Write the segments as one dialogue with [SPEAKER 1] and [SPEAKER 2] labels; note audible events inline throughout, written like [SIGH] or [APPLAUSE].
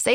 [SPEAKER 1] Say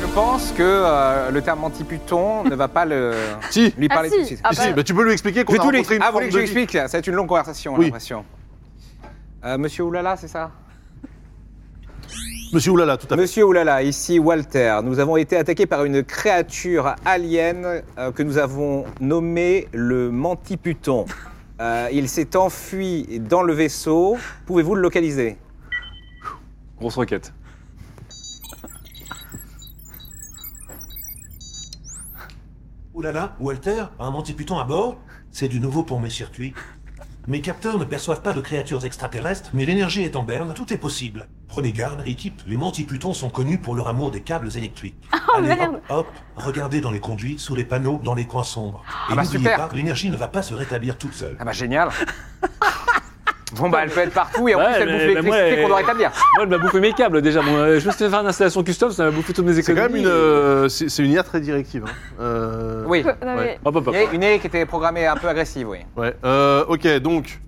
[SPEAKER 2] Je pense que euh, le terme
[SPEAKER 3] [LAUGHS]
[SPEAKER 2] anti-puton ne va pas le,
[SPEAKER 4] Si,
[SPEAKER 2] lui
[SPEAKER 5] Ah,
[SPEAKER 2] parler
[SPEAKER 5] si.
[SPEAKER 2] tout de suite.
[SPEAKER 5] Ah,
[SPEAKER 4] si,
[SPEAKER 5] bah-
[SPEAKER 4] si, bah, tu peux lui expliquer
[SPEAKER 2] Je
[SPEAKER 4] qu'on
[SPEAKER 2] vais
[SPEAKER 4] a
[SPEAKER 2] tout
[SPEAKER 4] rencontré
[SPEAKER 2] l'expliquer.
[SPEAKER 4] une
[SPEAKER 2] Ah, vous voulez
[SPEAKER 4] forme
[SPEAKER 2] que
[SPEAKER 4] de
[SPEAKER 2] je
[SPEAKER 4] vie.
[SPEAKER 2] l'explique Ça va être une longue conversation, j'ai
[SPEAKER 4] Oui.
[SPEAKER 2] l'impression. Euh, Monsieur Oulala, c'est ça
[SPEAKER 4] Monsieur Oulala, tout à fait.
[SPEAKER 2] Monsieur Oulala, ici Walter. Nous avons été attaqués par une créature alien euh, que nous avons nommée le Mantiputon. Euh, il s'est enfui dans le vaisseau. Pouvez-vous le localiser
[SPEAKER 3] Grosse requête.
[SPEAKER 6] Oh là là, Walter, un montiputon à bord C'est du nouveau pour mes circuits. Mes capteurs ne perçoivent pas de créatures extraterrestres, mais l'énergie est en berne, tout est possible. Prenez garde, équipe, les montiputons sont connus pour leur amour des câbles
[SPEAKER 2] [LAUGHS]
[SPEAKER 6] électriques.
[SPEAKER 2] Oh,
[SPEAKER 6] Allez,
[SPEAKER 5] merde.
[SPEAKER 6] hop, hop, regardez dans les conduits, sous les panneaux, dans les coins sombres. Et
[SPEAKER 2] bah,
[SPEAKER 6] n'oubliez
[SPEAKER 2] super.
[SPEAKER 6] pas, l'énergie ne va pas se rétablir toute seule.
[SPEAKER 2] Ah bah génial Bon bah elle peut être partout et en
[SPEAKER 3] Ouais,
[SPEAKER 2] plus elle
[SPEAKER 3] mais-
[SPEAKER 2] bouffe
[SPEAKER 3] mais
[SPEAKER 2] l'électricité
[SPEAKER 3] moi,
[SPEAKER 2] qu'on doit
[SPEAKER 3] elle-
[SPEAKER 2] rétablir.
[SPEAKER 3] Moi, elle m'a bouffé mes câbles déjà. Bon, euh, je me suis fait faire une installation custom, ça m'a bouffé toutes mes économies.
[SPEAKER 4] C'est quand même une, euh, c'est c'est une IA très directive. hein. Euh,
[SPEAKER 2] Oui.
[SPEAKER 5] Non, mais-
[SPEAKER 3] Hop, hop, hop.
[SPEAKER 2] Il y a une IA qui était programmée un peu agressive, oui.
[SPEAKER 4] Ouais. Euh, ok, donc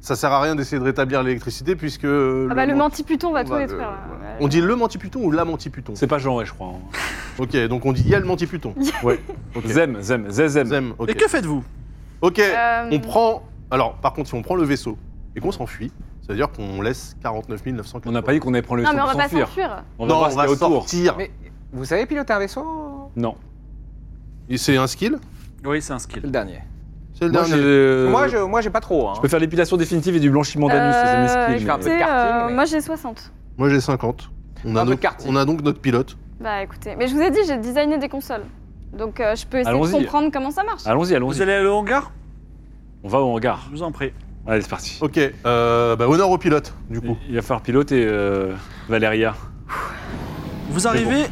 [SPEAKER 4] ça sert à rien d'essayer de rétablir l'électricité puisque. euh,
[SPEAKER 5] Ah bah le
[SPEAKER 4] menti-
[SPEAKER 5] mantiputon va tout
[SPEAKER 4] bah,
[SPEAKER 5] détruire.
[SPEAKER 4] le-
[SPEAKER 5] là.
[SPEAKER 4] voilà. On dit le mantiputon ou la mantiputon
[SPEAKER 3] C'est pas genré, je crois. hein.
[SPEAKER 4] Ok, donc on dit il y a le mantiputon. Ouais. Ok.
[SPEAKER 3] Zem, Zem, Zem, Zem.
[SPEAKER 4] Zem, ok.
[SPEAKER 7] Et que faites-vous
[SPEAKER 4] Ok,
[SPEAKER 5] Euh,
[SPEAKER 4] on prend. Alors, par contre, si on prend le vaisseau et qu'on s'enfuit, ça veut dire qu'on laisse 49 900.
[SPEAKER 3] On n'a pas dit qu'on allait prendre le
[SPEAKER 5] Non
[SPEAKER 3] vaisseau
[SPEAKER 5] mais on va
[SPEAKER 3] pour
[SPEAKER 5] pas
[SPEAKER 3] s'enfuir.
[SPEAKER 5] s'enfuir.
[SPEAKER 3] On va
[SPEAKER 4] Non,
[SPEAKER 3] voir
[SPEAKER 4] on
[SPEAKER 3] ce qu'il y a
[SPEAKER 4] va
[SPEAKER 3] autour.
[SPEAKER 4] sortir.
[SPEAKER 2] Mais vous savez piloter un vaisseau
[SPEAKER 3] Non.
[SPEAKER 4] Et C'est un skill
[SPEAKER 7] Oui, c'est un skill.
[SPEAKER 2] Le dernier.
[SPEAKER 4] C'est le
[SPEAKER 3] Moi,
[SPEAKER 4] dernier.
[SPEAKER 3] je...
[SPEAKER 2] Moi, je, moi, j'ai pas trop. Hein.
[SPEAKER 3] Euh, je peux faire l'épilation définitive et du blanchiment d'anus.
[SPEAKER 5] Euh,
[SPEAKER 3] c'est mes skills,
[SPEAKER 2] je fais un
[SPEAKER 3] mais-
[SPEAKER 2] peu de
[SPEAKER 5] écoutez, euh,
[SPEAKER 2] karting, mais-
[SPEAKER 5] Moi j'ai 60.
[SPEAKER 4] Moi, j'ai 50. On a,
[SPEAKER 2] Un peu
[SPEAKER 4] nos-
[SPEAKER 2] de quartier.
[SPEAKER 4] on a donc notre pilote.
[SPEAKER 5] Bah écoutez, mais je vous ai dit, j'ai designé des consoles. Donc euh, je peux essayer de
[SPEAKER 3] Allons-y.
[SPEAKER 5] comprendre comment ça marche.
[SPEAKER 3] Allons-y,
[SPEAKER 7] Vous
[SPEAKER 3] allons-y.
[SPEAKER 7] allez au hangar
[SPEAKER 3] On va au hangar.
[SPEAKER 7] Je vous en prie.
[SPEAKER 3] Allez, c'est parti.
[SPEAKER 4] Ok, euh, bah, honneur au pilote, du coup.
[SPEAKER 3] Il va falloir piloter euh, Valéria.
[SPEAKER 7] Vous arrivez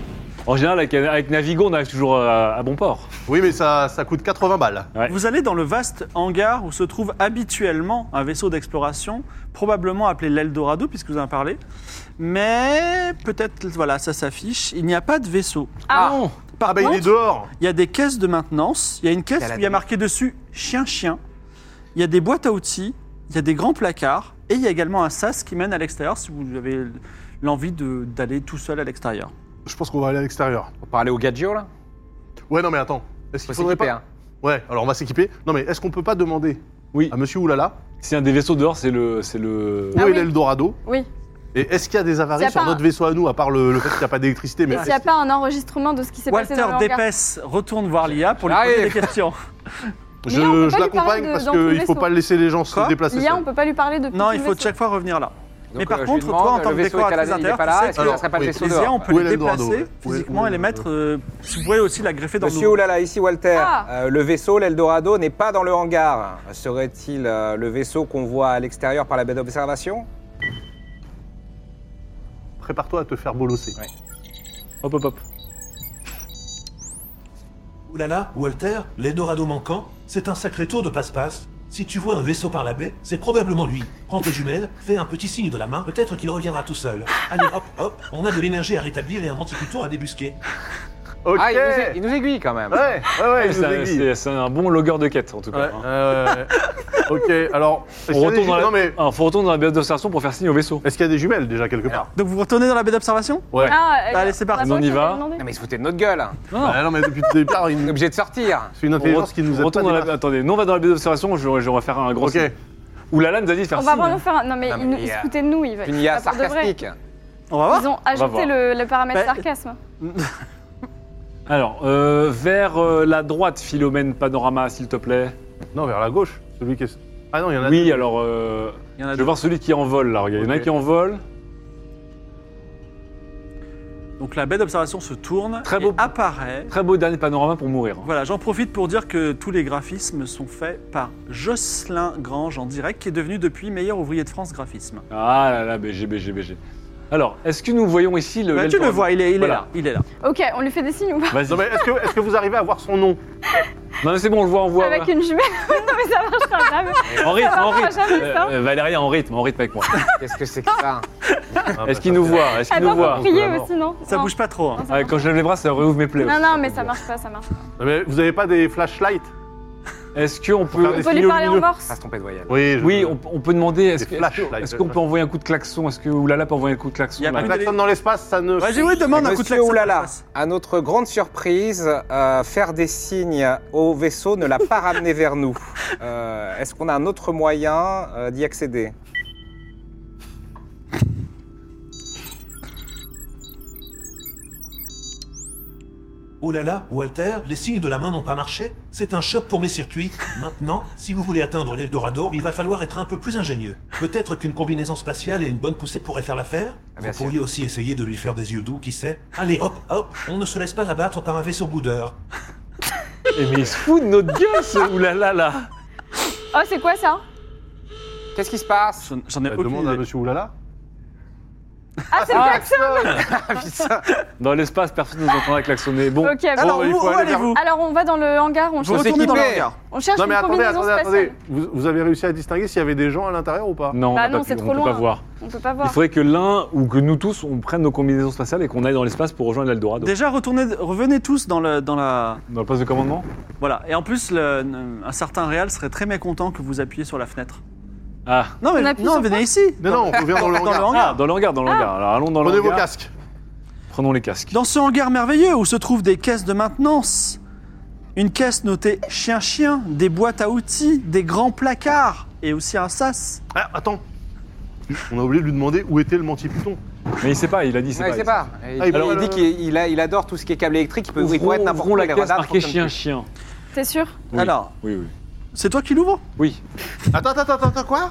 [SPEAKER 3] En général, avec, avec Navigo, on arrive toujours euh, à, à bon port.
[SPEAKER 4] Oui, mais ça, ça coûte 80 balles.
[SPEAKER 3] Ouais.
[SPEAKER 7] Vous allez dans le vaste hangar où se trouve habituellement un vaisseau d'exploration, probablement appelé l'Eldorado, puisque vous en parlez. Mais peut-être, voilà, ça s'affiche. Il n'y a pas de vaisseau.
[SPEAKER 5] Ah.
[SPEAKER 3] non
[SPEAKER 7] Par
[SPEAKER 4] Ah bah, il est
[SPEAKER 7] contre,
[SPEAKER 4] dehors
[SPEAKER 7] il y a des caisses de maintenance. Il y a une caisse
[SPEAKER 2] Elle a
[SPEAKER 7] où il y a
[SPEAKER 2] des-
[SPEAKER 7] marqué dessus chien-chien. Il y a des boîtes à outils. Il y a des grands placards. Et il y a également un sas qui mène à l'extérieur si vous avez l'envie de- d'aller tout seul à l'extérieur.
[SPEAKER 4] Je pense qu'on va aller à l'extérieur.
[SPEAKER 2] On peut aller au gadget là
[SPEAKER 4] Ouais, non, mais attends. Est-ce
[SPEAKER 2] Faut
[SPEAKER 4] qu'il faudrait
[SPEAKER 2] s'équiper,
[SPEAKER 4] pas...
[SPEAKER 2] hein.
[SPEAKER 4] Ouais, alors on va s'équiper. Non, mais est-ce qu'on peut pas demander
[SPEAKER 3] Oui.
[SPEAKER 4] à monsieur Oulala
[SPEAKER 3] Si un des vaisseaux dehors, c'est le. C'est le...
[SPEAKER 4] où
[SPEAKER 5] Ah
[SPEAKER 4] est
[SPEAKER 5] oui.
[SPEAKER 4] l'Eldorado
[SPEAKER 5] Oui.
[SPEAKER 4] Et est-ce qu'il y a des
[SPEAKER 5] S'il y
[SPEAKER 4] avaries
[SPEAKER 5] a
[SPEAKER 4] sur
[SPEAKER 5] pas un-
[SPEAKER 4] notre vaisseau à nous, à part le, le fait qu'il n'y a pas d'électricité mais
[SPEAKER 5] Et s'il n'y a
[SPEAKER 4] qu'est-ce
[SPEAKER 5] pas un enregistrement de ce qui s'est passé
[SPEAKER 7] Walter
[SPEAKER 5] dans le hangar
[SPEAKER 7] Dépès retourne voir l'IA pour lui
[SPEAKER 2] J'arrive.
[SPEAKER 7] poser des questions.
[SPEAKER 4] qu'il-
[SPEAKER 5] Mais là, on peut
[SPEAKER 4] Je, je
[SPEAKER 5] pas lui parler
[SPEAKER 4] l'accompagne
[SPEAKER 5] de-
[SPEAKER 4] parce
[SPEAKER 5] dans tout le
[SPEAKER 4] qu'il ne faut
[SPEAKER 5] vaisseau.
[SPEAKER 4] pas laisser les gens se
[SPEAKER 7] Quoi
[SPEAKER 4] déplacer.
[SPEAKER 5] L'IA,
[SPEAKER 4] seuls.
[SPEAKER 5] on peut pas lui parler de
[SPEAKER 7] [LAUGHS] Non,
[SPEAKER 5] petit
[SPEAKER 7] il faut
[SPEAKER 5] vaisseau.
[SPEAKER 7] chaque fois revenir là.
[SPEAKER 2] Donc, euh,
[SPEAKER 7] Mais par
[SPEAKER 2] je lui
[SPEAKER 7] contre,
[SPEAKER 2] demande,
[SPEAKER 7] toi, en tant
[SPEAKER 2] le
[SPEAKER 7] que
[SPEAKER 2] vaisseau est à la-
[SPEAKER 7] décorateur
[SPEAKER 2] Il est pas là,
[SPEAKER 7] intérieur,
[SPEAKER 2] est-ce que
[SPEAKER 4] tu
[SPEAKER 2] ça
[SPEAKER 4] sais
[SPEAKER 2] serait pas le
[SPEAKER 4] que-
[SPEAKER 2] vaisseau
[SPEAKER 7] Les IA,
[SPEAKER 2] dehors
[SPEAKER 7] on peut
[SPEAKER 4] Où est
[SPEAKER 7] les
[SPEAKER 4] l'Eldorado
[SPEAKER 7] déplacer
[SPEAKER 4] Où est-
[SPEAKER 7] physiquement
[SPEAKER 4] où est
[SPEAKER 7] et les
[SPEAKER 4] le-
[SPEAKER 7] mettre. euh, si vous pouvez aussi la greffer dans le
[SPEAKER 2] Monsieur
[SPEAKER 7] nouveau.
[SPEAKER 2] Oulala, ici Walter.
[SPEAKER 5] Ah.
[SPEAKER 2] Euh, le vaisseau, l'Eldorado, n'est pas dans le hangar. Serait-il euh, le vaisseau qu'on voit à l'extérieur par la baie d'observation
[SPEAKER 4] Prépare-toi à te faire bolosser.
[SPEAKER 3] Hop, hop, hop.
[SPEAKER 6] Oh là là, Walter, l'Eldorado manquant, c'est un sacré tour de passe-passe. Si tu vois un vaisseau par la baie, c'est probablement lui. Prends tes jumelles, fais un petit signe de la main, peut-être qu'il reviendra tout seul. Allez, hop, hop, on a de l'énergie à rétablir et un monticuton à débusquer.
[SPEAKER 4] Ok.
[SPEAKER 2] Ah, il nous, é- il nous aiguille quand même.
[SPEAKER 4] [LAUGHS] Ouais, ouais, ouais, Ah, il
[SPEAKER 3] C'est
[SPEAKER 4] nous
[SPEAKER 3] un-
[SPEAKER 4] aiguille.
[SPEAKER 3] C'est c'est un bon logueur de quête, en tout
[SPEAKER 4] Ouais,
[SPEAKER 3] cas. hein.
[SPEAKER 4] ouais, ouais. ok, alors. Est-ce qu'il
[SPEAKER 3] On
[SPEAKER 4] y a des
[SPEAKER 3] retourne,
[SPEAKER 4] jumelles
[SPEAKER 3] dans la...
[SPEAKER 4] Non, mais.
[SPEAKER 3] Alors, faut retourner dans la base d'observation pour faire signe au vaisseau.
[SPEAKER 4] Est-ce qu'il y a des jumelles déjà quelque part
[SPEAKER 7] Donc vous retournez dans la baie d'observation
[SPEAKER 4] Ouais.
[SPEAKER 5] Ah,
[SPEAKER 7] Bah, Allez, c'est parti.
[SPEAKER 3] On y va.
[SPEAKER 2] Non, mais il se foutait de notre gueule. hein.
[SPEAKER 3] Non, non.
[SPEAKER 4] Ah non, mais depuis le départ, il
[SPEAKER 2] On est
[SPEAKER 4] nous-
[SPEAKER 2] obligé de sortir.
[SPEAKER 4] [LAUGHS] c'est une
[SPEAKER 3] On re-
[SPEAKER 4] intelligence qui nous
[SPEAKER 3] on
[SPEAKER 4] aide pas
[SPEAKER 3] retourne dans la...
[SPEAKER 4] des masses.
[SPEAKER 3] Attendez, nous on va dans la baie d'observation, je, je vais faire un gros
[SPEAKER 4] Ok.
[SPEAKER 3] signe. Ou Lala nous a dit de faire
[SPEAKER 5] On
[SPEAKER 3] signe.
[SPEAKER 5] va voir nous faire un... Non, mais
[SPEAKER 2] Non, mais
[SPEAKER 5] ils nous-
[SPEAKER 2] il
[SPEAKER 5] ils
[SPEAKER 2] y a-
[SPEAKER 5] se foutaient de nous, ils veulent.
[SPEAKER 2] Une IA
[SPEAKER 5] pas Ah, pour de vrai.
[SPEAKER 2] sarcastique.
[SPEAKER 7] On va voir.
[SPEAKER 5] Ils ont
[SPEAKER 3] voir.
[SPEAKER 5] ajouté le, le paramètre
[SPEAKER 7] Bah,
[SPEAKER 5] sarcasme.
[SPEAKER 3] Alors, euh, vers euh, la droite, Philomène Panorama, s'il te plaît.
[SPEAKER 4] Non, vers la gauche. Celui qui est. Ah non, il y en a.
[SPEAKER 3] Oui, alors, euh,
[SPEAKER 7] Il y en a
[SPEAKER 3] je vais voir celui qui envole, là. regarde. Il y en a
[SPEAKER 4] Ok.
[SPEAKER 3] qui envole.
[SPEAKER 7] deux. Donc la baie d'observation se tourne
[SPEAKER 3] Très
[SPEAKER 7] et
[SPEAKER 3] beau.
[SPEAKER 7] apparaît.
[SPEAKER 3] Très beau dernier panorama pour mourir. hein.
[SPEAKER 7] Voilà, j'en profite pour dire que tous les graphismes sont faits par Jocelyn Grange en direct, qui est devenu depuis meilleur ouvrier de France graphisme.
[SPEAKER 3] Ah là là, BG, BG, BG. Alors, est-ce que nous voyons ici le...
[SPEAKER 7] Bah, tu le
[SPEAKER 3] l'Eldorado
[SPEAKER 7] vois, il est, il est
[SPEAKER 3] Voilà.
[SPEAKER 7] là, il est là.
[SPEAKER 5] Ok, on lui fait des signes ou pas
[SPEAKER 3] Vas-y.
[SPEAKER 4] Non, mais est-ce que, est-ce que vous arrivez à voir son nom
[SPEAKER 3] Non, mais c'est bon, on le voit, on voit.
[SPEAKER 5] Avec une jumelle [LAUGHS] Non, mais ça marchera jamais.
[SPEAKER 3] En rythme, en
[SPEAKER 5] marchera
[SPEAKER 3] rythme.
[SPEAKER 5] jamais, ça.
[SPEAKER 3] Euh, euh, Valéria, en rythme, en rythme avec moi.
[SPEAKER 2] Qu'est-ce que c'est que ça
[SPEAKER 4] Ah,
[SPEAKER 3] Est-ce qu'il nous voit Est-ce qu'il nous
[SPEAKER 5] Attends,
[SPEAKER 3] voit
[SPEAKER 5] faut crier
[SPEAKER 4] bah, vraiment.
[SPEAKER 5] aussi, non
[SPEAKER 7] Ça
[SPEAKER 5] non.
[SPEAKER 7] bouge pas trop. hein.
[SPEAKER 5] Non, ça
[SPEAKER 3] Ouais,
[SPEAKER 5] marche
[SPEAKER 3] Quand je lève les bras, ça réouvre mes plaies.
[SPEAKER 5] pas.
[SPEAKER 3] aussi.
[SPEAKER 5] Non, non, mais ça marche pas, ça marche pas.
[SPEAKER 4] Non, mais Vous avez pas des flashlights
[SPEAKER 3] Est-ce qu'on peut...
[SPEAKER 4] faire des
[SPEAKER 5] On peut lui
[SPEAKER 4] signaux
[SPEAKER 5] parler en
[SPEAKER 4] lumineux.
[SPEAKER 5] morse.
[SPEAKER 2] Pas se tromper de voyelle.
[SPEAKER 4] Oui, je-
[SPEAKER 3] Oui, on, on peut demander, est-ce
[SPEAKER 4] Des
[SPEAKER 3] que-
[SPEAKER 4] flashs,
[SPEAKER 3] est-ce que-
[SPEAKER 4] là,
[SPEAKER 3] est-ce
[SPEAKER 4] des
[SPEAKER 3] qu'on
[SPEAKER 4] flashs.
[SPEAKER 3] peut envoyer un coup de klaxon Est-ce que Oulala peut envoyer un coup de klaxon
[SPEAKER 7] Y a
[SPEAKER 3] là
[SPEAKER 4] Un klaxon dans l'espace, ça ne.
[SPEAKER 7] Vas-y, oui, demande un coup de
[SPEAKER 2] Monsieur
[SPEAKER 7] klaxon.
[SPEAKER 2] Oulala,
[SPEAKER 7] face.
[SPEAKER 2] à notre grande surprise, euh, faire des signes au vaisseau ne l'a pas ramené vers nous. Euh, Est-ce qu'on a un autre moyen euh, d'y accéder
[SPEAKER 6] Oh là là, Walter, les signes de la main n'ont pas marché. C'est un choc pour mes circuits. Maintenant, si vous voulez atteindre l'Eldorado, il va falloir être un peu plus ingénieux. Peut-être qu'une combinaison spatiale et une bonne poussée pourraient faire l'affaire.
[SPEAKER 2] Ah, bien
[SPEAKER 6] Vous
[SPEAKER 2] sûr.
[SPEAKER 6] pourriez aussi essayer de lui faire des yeux doux, qui sait. Allez, hop, hop, on ne se laisse pas abattre par un vaisseau boudeur.
[SPEAKER 3] Eh, Mais il se fout de notre gueule, ce Oulala là
[SPEAKER 5] Oh, c'est quoi ça
[SPEAKER 2] Qu'est-ce qui se passe
[SPEAKER 7] J'en j'en ai
[SPEAKER 4] Bah,
[SPEAKER 7] aucune
[SPEAKER 4] Demande à
[SPEAKER 7] idée.
[SPEAKER 4] monsieur Oulala.
[SPEAKER 5] Ah, c'est le klaxon
[SPEAKER 2] Ah, putain.
[SPEAKER 3] Dans l'espace, personne ne nous entendra klaxonner. Bon,
[SPEAKER 5] Ok, bon.
[SPEAKER 7] Alors,
[SPEAKER 4] il
[SPEAKER 7] où,
[SPEAKER 4] faut
[SPEAKER 7] où
[SPEAKER 4] aller
[SPEAKER 7] allez-vous
[SPEAKER 5] Alors, on va dans le hangar, on
[SPEAKER 7] Vous
[SPEAKER 5] cherche,
[SPEAKER 7] retournez dans le
[SPEAKER 2] équipés.
[SPEAKER 7] hangar.
[SPEAKER 5] on cherche
[SPEAKER 4] Non, mais
[SPEAKER 5] une
[SPEAKER 4] attendez,
[SPEAKER 5] combinaison
[SPEAKER 4] attendez,
[SPEAKER 5] spatiale.
[SPEAKER 4] attendez. Vous, vous avez réussi à distinguer s'il y avait des gens à l'intérieur ou pas
[SPEAKER 3] non,
[SPEAKER 5] Bah
[SPEAKER 3] on n'a
[SPEAKER 5] non,
[SPEAKER 3] pas
[SPEAKER 5] c'est
[SPEAKER 3] pu- on
[SPEAKER 5] trop
[SPEAKER 3] peut pas
[SPEAKER 5] loin.
[SPEAKER 3] voir.
[SPEAKER 5] On peut pas
[SPEAKER 3] Il
[SPEAKER 5] voir.
[SPEAKER 3] faudrait que l'un ou que nous tous, on prenne nos combinaisons spatiales et qu'on aille dans l'espace pour rejoindre l'Eldorado.
[SPEAKER 7] Déjà, retournez, revenez tous dans, le, dans la.
[SPEAKER 3] Dans le poste de commandement
[SPEAKER 7] Voilà. Et en plus, le- un certain Réal serait très mécontent que vous appuyiez sur la fenêtre.
[SPEAKER 3] Ah,
[SPEAKER 7] Non, mais
[SPEAKER 5] On appuie
[SPEAKER 7] non,
[SPEAKER 5] sur
[SPEAKER 7] venez ici.
[SPEAKER 4] Non, non, on revient [LAUGHS] dans le
[SPEAKER 7] Dans le
[SPEAKER 4] hangar.
[SPEAKER 3] Ah,
[SPEAKER 7] hangar.
[SPEAKER 3] dans le hangar, dans le hangar. Alors allons dans le
[SPEAKER 4] Prenez vos
[SPEAKER 3] hangar.
[SPEAKER 4] casques.
[SPEAKER 3] Prenons les casques.
[SPEAKER 7] Dans ce hangar merveilleux où se trouvent des caisses de maintenance, une caisse notée chien-chien, des boîtes à outils, des grands placards et aussi un sas.
[SPEAKER 4] Ah, attends. On a oublié de lui demander où était le menti-python.
[SPEAKER 3] Mais il sait pas, il a dit c'est
[SPEAKER 2] Ouais, il sait
[SPEAKER 3] pas.
[SPEAKER 2] pas. Il,
[SPEAKER 4] Ah, il
[SPEAKER 2] il
[SPEAKER 4] peut-
[SPEAKER 2] dit qu'il il a- il adore tout ce qui est câble électrique. Il peut, il pourrait être n'importe
[SPEAKER 3] Ouvrons
[SPEAKER 2] où.
[SPEAKER 3] la
[SPEAKER 2] les
[SPEAKER 3] caisse
[SPEAKER 2] radars
[SPEAKER 3] marquée
[SPEAKER 2] fonctionnent
[SPEAKER 3] chien
[SPEAKER 2] plus.
[SPEAKER 3] chien.
[SPEAKER 5] T'es sûr
[SPEAKER 3] Oui.
[SPEAKER 7] Alors,
[SPEAKER 3] Oui, oui.
[SPEAKER 7] c'est toi qui l'ouvres
[SPEAKER 3] Oui.
[SPEAKER 4] Attends, attends, attends, attends, quoi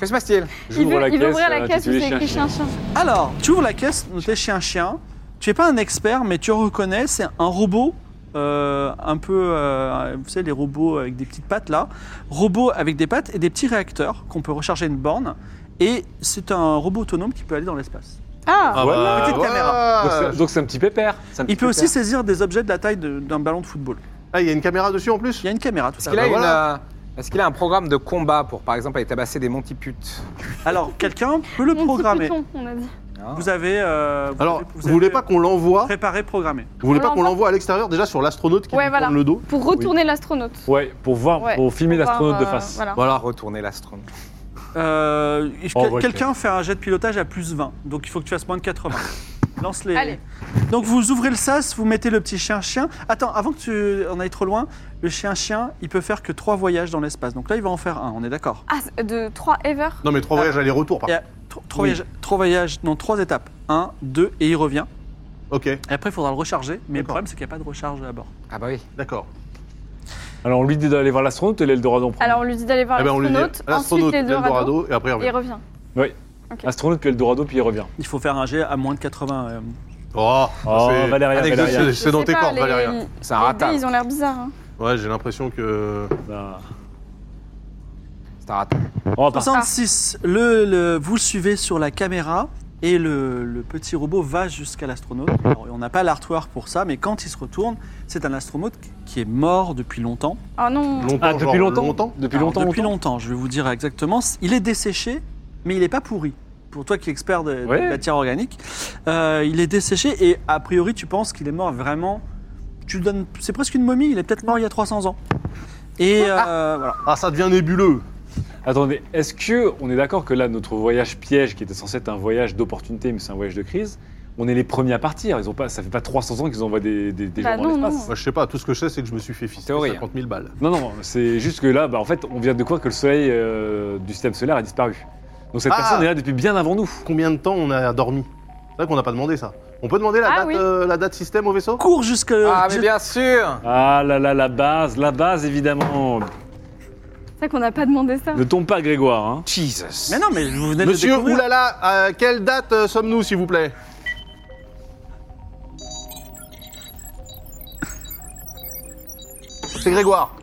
[SPEAKER 2] Que se passe-t-il
[SPEAKER 5] il
[SPEAKER 3] J'ouvre
[SPEAKER 5] veut, il veut ouvrir la
[SPEAKER 3] euh,
[SPEAKER 5] caisse où
[SPEAKER 3] intitulée
[SPEAKER 5] c'est écrit chien-chien.
[SPEAKER 7] Alors, tu ouvres la caisse notée chien-chien. Tu es pas un expert, mais tu reconnais, c'est un robot. euh, un peu, euh, vous savez, les robots avec des petites pattes là. Robot avec des pattes et des petits réacteurs qu'on peut recharger une borne. Et c'est un robot autonome qui peut aller dans l'espace.
[SPEAKER 5] Ah,
[SPEAKER 4] bah,
[SPEAKER 3] Voilà.
[SPEAKER 7] Petite caméra.
[SPEAKER 3] Donc,
[SPEAKER 4] caméra.
[SPEAKER 3] c'est- Donc c'est un petit pépère. C'est un petit
[SPEAKER 7] Il peut aussi
[SPEAKER 3] pépère.
[SPEAKER 7] saisir des objets de la taille de- d'un ballon de football.
[SPEAKER 4] Ah, il y a une caméra dessus en
[SPEAKER 7] Il y
[SPEAKER 4] plus
[SPEAKER 7] a une caméra, tout ça.
[SPEAKER 2] Est-ce qu'il a,
[SPEAKER 4] bah
[SPEAKER 2] une,
[SPEAKER 4] voilà.
[SPEAKER 2] euh, est-ce qu'il a un programme de combat pour, par exemple, aller tabasser des montiputes
[SPEAKER 7] Alors, quelqu'un peut le
[SPEAKER 5] mon petit
[SPEAKER 7] programmer.
[SPEAKER 5] Python, on a dit.
[SPEAKER 2] Hein
[SPEAKER 7] Vous avez. euh, vous
[SPEAKER 4] Alors,
[SPEAKER 7] avez-
[SPEAKER 4] vous voulez pas qu'on l'envoie
[SPEAKER 7] Préparer, programmer.
[SPEAKER 4] Vous voulez
[SPEAKER 5] On
[SPEAKER 4] pas qu'on
[SPEAKER 5] l'envoie
[SPEAKER 4] l'envoie à l'extérieur déjà sur l'astronaute qui
[SPEAKER 5] Ouais,
[SPEAKER 4] lui
[SPEAKER 5] voilà.
[SPEAKER 4] tourne le dos
[SPEAKER 5] Pour retourner l'astronaute.
[SPEAKER 3] Ouais, pour voir,
[SPEAKER 5] Ouais,
[SPEAKER 3] pour filmer
[SPEAKER 5] Pour voir,
[SPEAKER 3] l'astronaute de
[SPEAKER 5] euh,
[SPEAKER 3] face.
[SPEAKER 5] Voilà.
[SPEAKER 2] Voilà, retourner l'astronaute.
[SPEAKER 7] Euh,
[SPEAKER 3] Oh,
[SPEAKER 7] quel-
[SPEAKER 3] ouais,
[SPEAKER 7] Quelqu'un fait un jet de pilotage à plus 20, donc il faut que tu fasses moins de 80. Lance les.
[SPEAKER 5] Allez.
[SPEAKER 7] Donc vous ouvrez le sas, vous mettez le petit chien-chien. Attends, avant que tu en ailles trop loin, le chien-chien, il peut faire que 3 voyages dans l'espace. Donc là, il va en faire un, on est d'accord
[SPEAKER 5] Ah, c'est de 3 ever
[SPEAKER 4] Non, mais trois voyages aller-retour par
[SPEAKER 7] Il y a 3 voyages, trois voyages, non, 3 étapes. 1, 2, et il revient.
[SPEAKER 4] Ok,
[SPEAKER 7] Et après, il faudra le recharger, mais le
[SPEAKER 4] D'accord.
[SPEAKER 7] problème, c'est qu'il n'y a pas de recharge à bord.
[SPEAKER 2] Ah bah oui.
[SPEAKER 4] d'accord.
[SPEAKER 3] Alors on lui dit d'aller voir l'astronaute et l'Eldorado en premier.
[SPEAKER 5] Alors on lui dit d'aller voir
[SPEAKER 4] Eh ben, on lui dit
[SPEAKER 5] l'astronaute, ensuite
[SPEAKER 4] l'astronaute,
[SPEAKER 5] les deux radeaux,
[SPEAKER 4] l'Eldorado, et après, il
[SPEAKER 5] et il
[SPEAKER 4] revient.
[SPEAKER 5] revient.
[SPEAKER 3] Astronaute puis Eldorado puis il revient.
[SPEAKER 7] Il faut faire un jet à moins de 80. euh,
[SPEAKER 4] Oh,
[SPEAKER 3] Oh
[SPEAKER 4] c'est-
[SPEAKER 3] Valéria,
[SPEAKER 4] c'est-
[SPEAKER 3] Valéria.
[SPEAKER 4] c'est-
[SPEAKER 5] Je
[SPEAKER 4] C'est dans
[SPEAKER 5] sais
[SPEAKER 4] tes
[SPEAKER 5] pas,
[SPEAKER 4] cordes,
[SPEAKER 5] les-
[SPEAKER 4] Valéria.
[SPEAKER 2] C'est un
[SPEAKER 5] les
[SPEAKER 2] ratat.
[SPEAKER 5] dés, ils ont l'air bizarres. hein.
[SPEAKER 4] Ouais, j'ai l'impression que. euh,
[SPEAKER 3] Ah.
[SPEAKER 2] C'est un ratat.
[SPEAKER 3] Oh, par-
[SPEAKER 7] 66, le, le- vous suivez sur la caméra et le, le petit robot va jusqu'à l'astronaute. Alors, On n'a pas l'artwork pour ça, mais quand il se retourne, c'est un astronaute qui est mort depuis longtemps.
[SPEAKER 5] Ah non.
[SPEAKER 4] Longtemps,
[SPEAKER 3] Ah, depuis
[SPEAKER 4] genre
[SPEAKER 3] longtemps Depuis
[SPEAKER 7] Alors,
[SPEAKER 3] longtemps
[SPEAKER 7] depuis
[SPEAKER 3] longtemps.
[SPEAKER 7] longtemps, je vais vous dire exactement. Il est desséché, mais il n'est pas pourri. pour toi qui es expert de, de
[SPEAKER 3] Ouais.
[SPEAKER 7] matière organique, euh, il est desséché et a priori tu penses qu'il est mort vraiment. Tu le donnes, c'est presque une momie. Il est peut-être mort il y a 300 ans. Et euh, voilà.
[SPEAKER 4] Ah, ça devient nébuleux.
[SPEAKER 3] Attendez, est-ce que on est d'accord que là, notre voyage piège, qui était censé être un voyage d'opportunité, mais c'est un voyage de crise, on est les premiers à partir. Ils ont pas, ça fait pas 300 ans qu'ils envoient des, des, des
[SPEAKER 5] Bah
[SPEAKER 3] gens
[SPEAKER 5] non,
[SPEAKER 3] dans
[SPEAKER 5] non.
[SPEAKER 3] l'espace.
[SPEAKER 4] Moi, je sais pas, tout ce que je sais, c'est que je me suis fait fisser
[SPEAKER 2] Théorie,
[SPEAKER 4] 50 000 balles.
[SPEAKER 3] Non, non, c'est juste que là, bah, en fait, on vient de quoi que le soleil euh, du système solaire a disparu. Donc cette
[SPEAKER 4] Ah
[SPEAKER 3] personne est là depuis bien avant nous.
[SPEAKER 4] Combien de temps on a dormi C'est vrai qu'on n'a pas demandé ça. On peut demander la,
[SPEAKER 5] Ah
[SPEAKER 4] date,
[SPEAKER 5] oui.
[SPEAKER 4] euh, la date système au vaisseau
[SPEAKER 7] Cours jusque.
[SPEAKER 2] Ah, mais bien sûr
[SPEAKER 3] Ah là là, la base, la base évidemment.
[SPEAKER 5] C'est vrai qu'on n'a pas demandé ça.
[SPEAKER 3] Ne tombe pas, Grégoire. Hein.
[SPEAKER 2] Jesus
[SPEAKER 7] Mais non, mais vous venez de
[SPEAKER 4] Monsieur,
[SPEAKER 7] le découvrir.
[SPEAKER 4] oulala, à quelle date euh, sommes-nous, s'il vous plaît C'est Grégoire.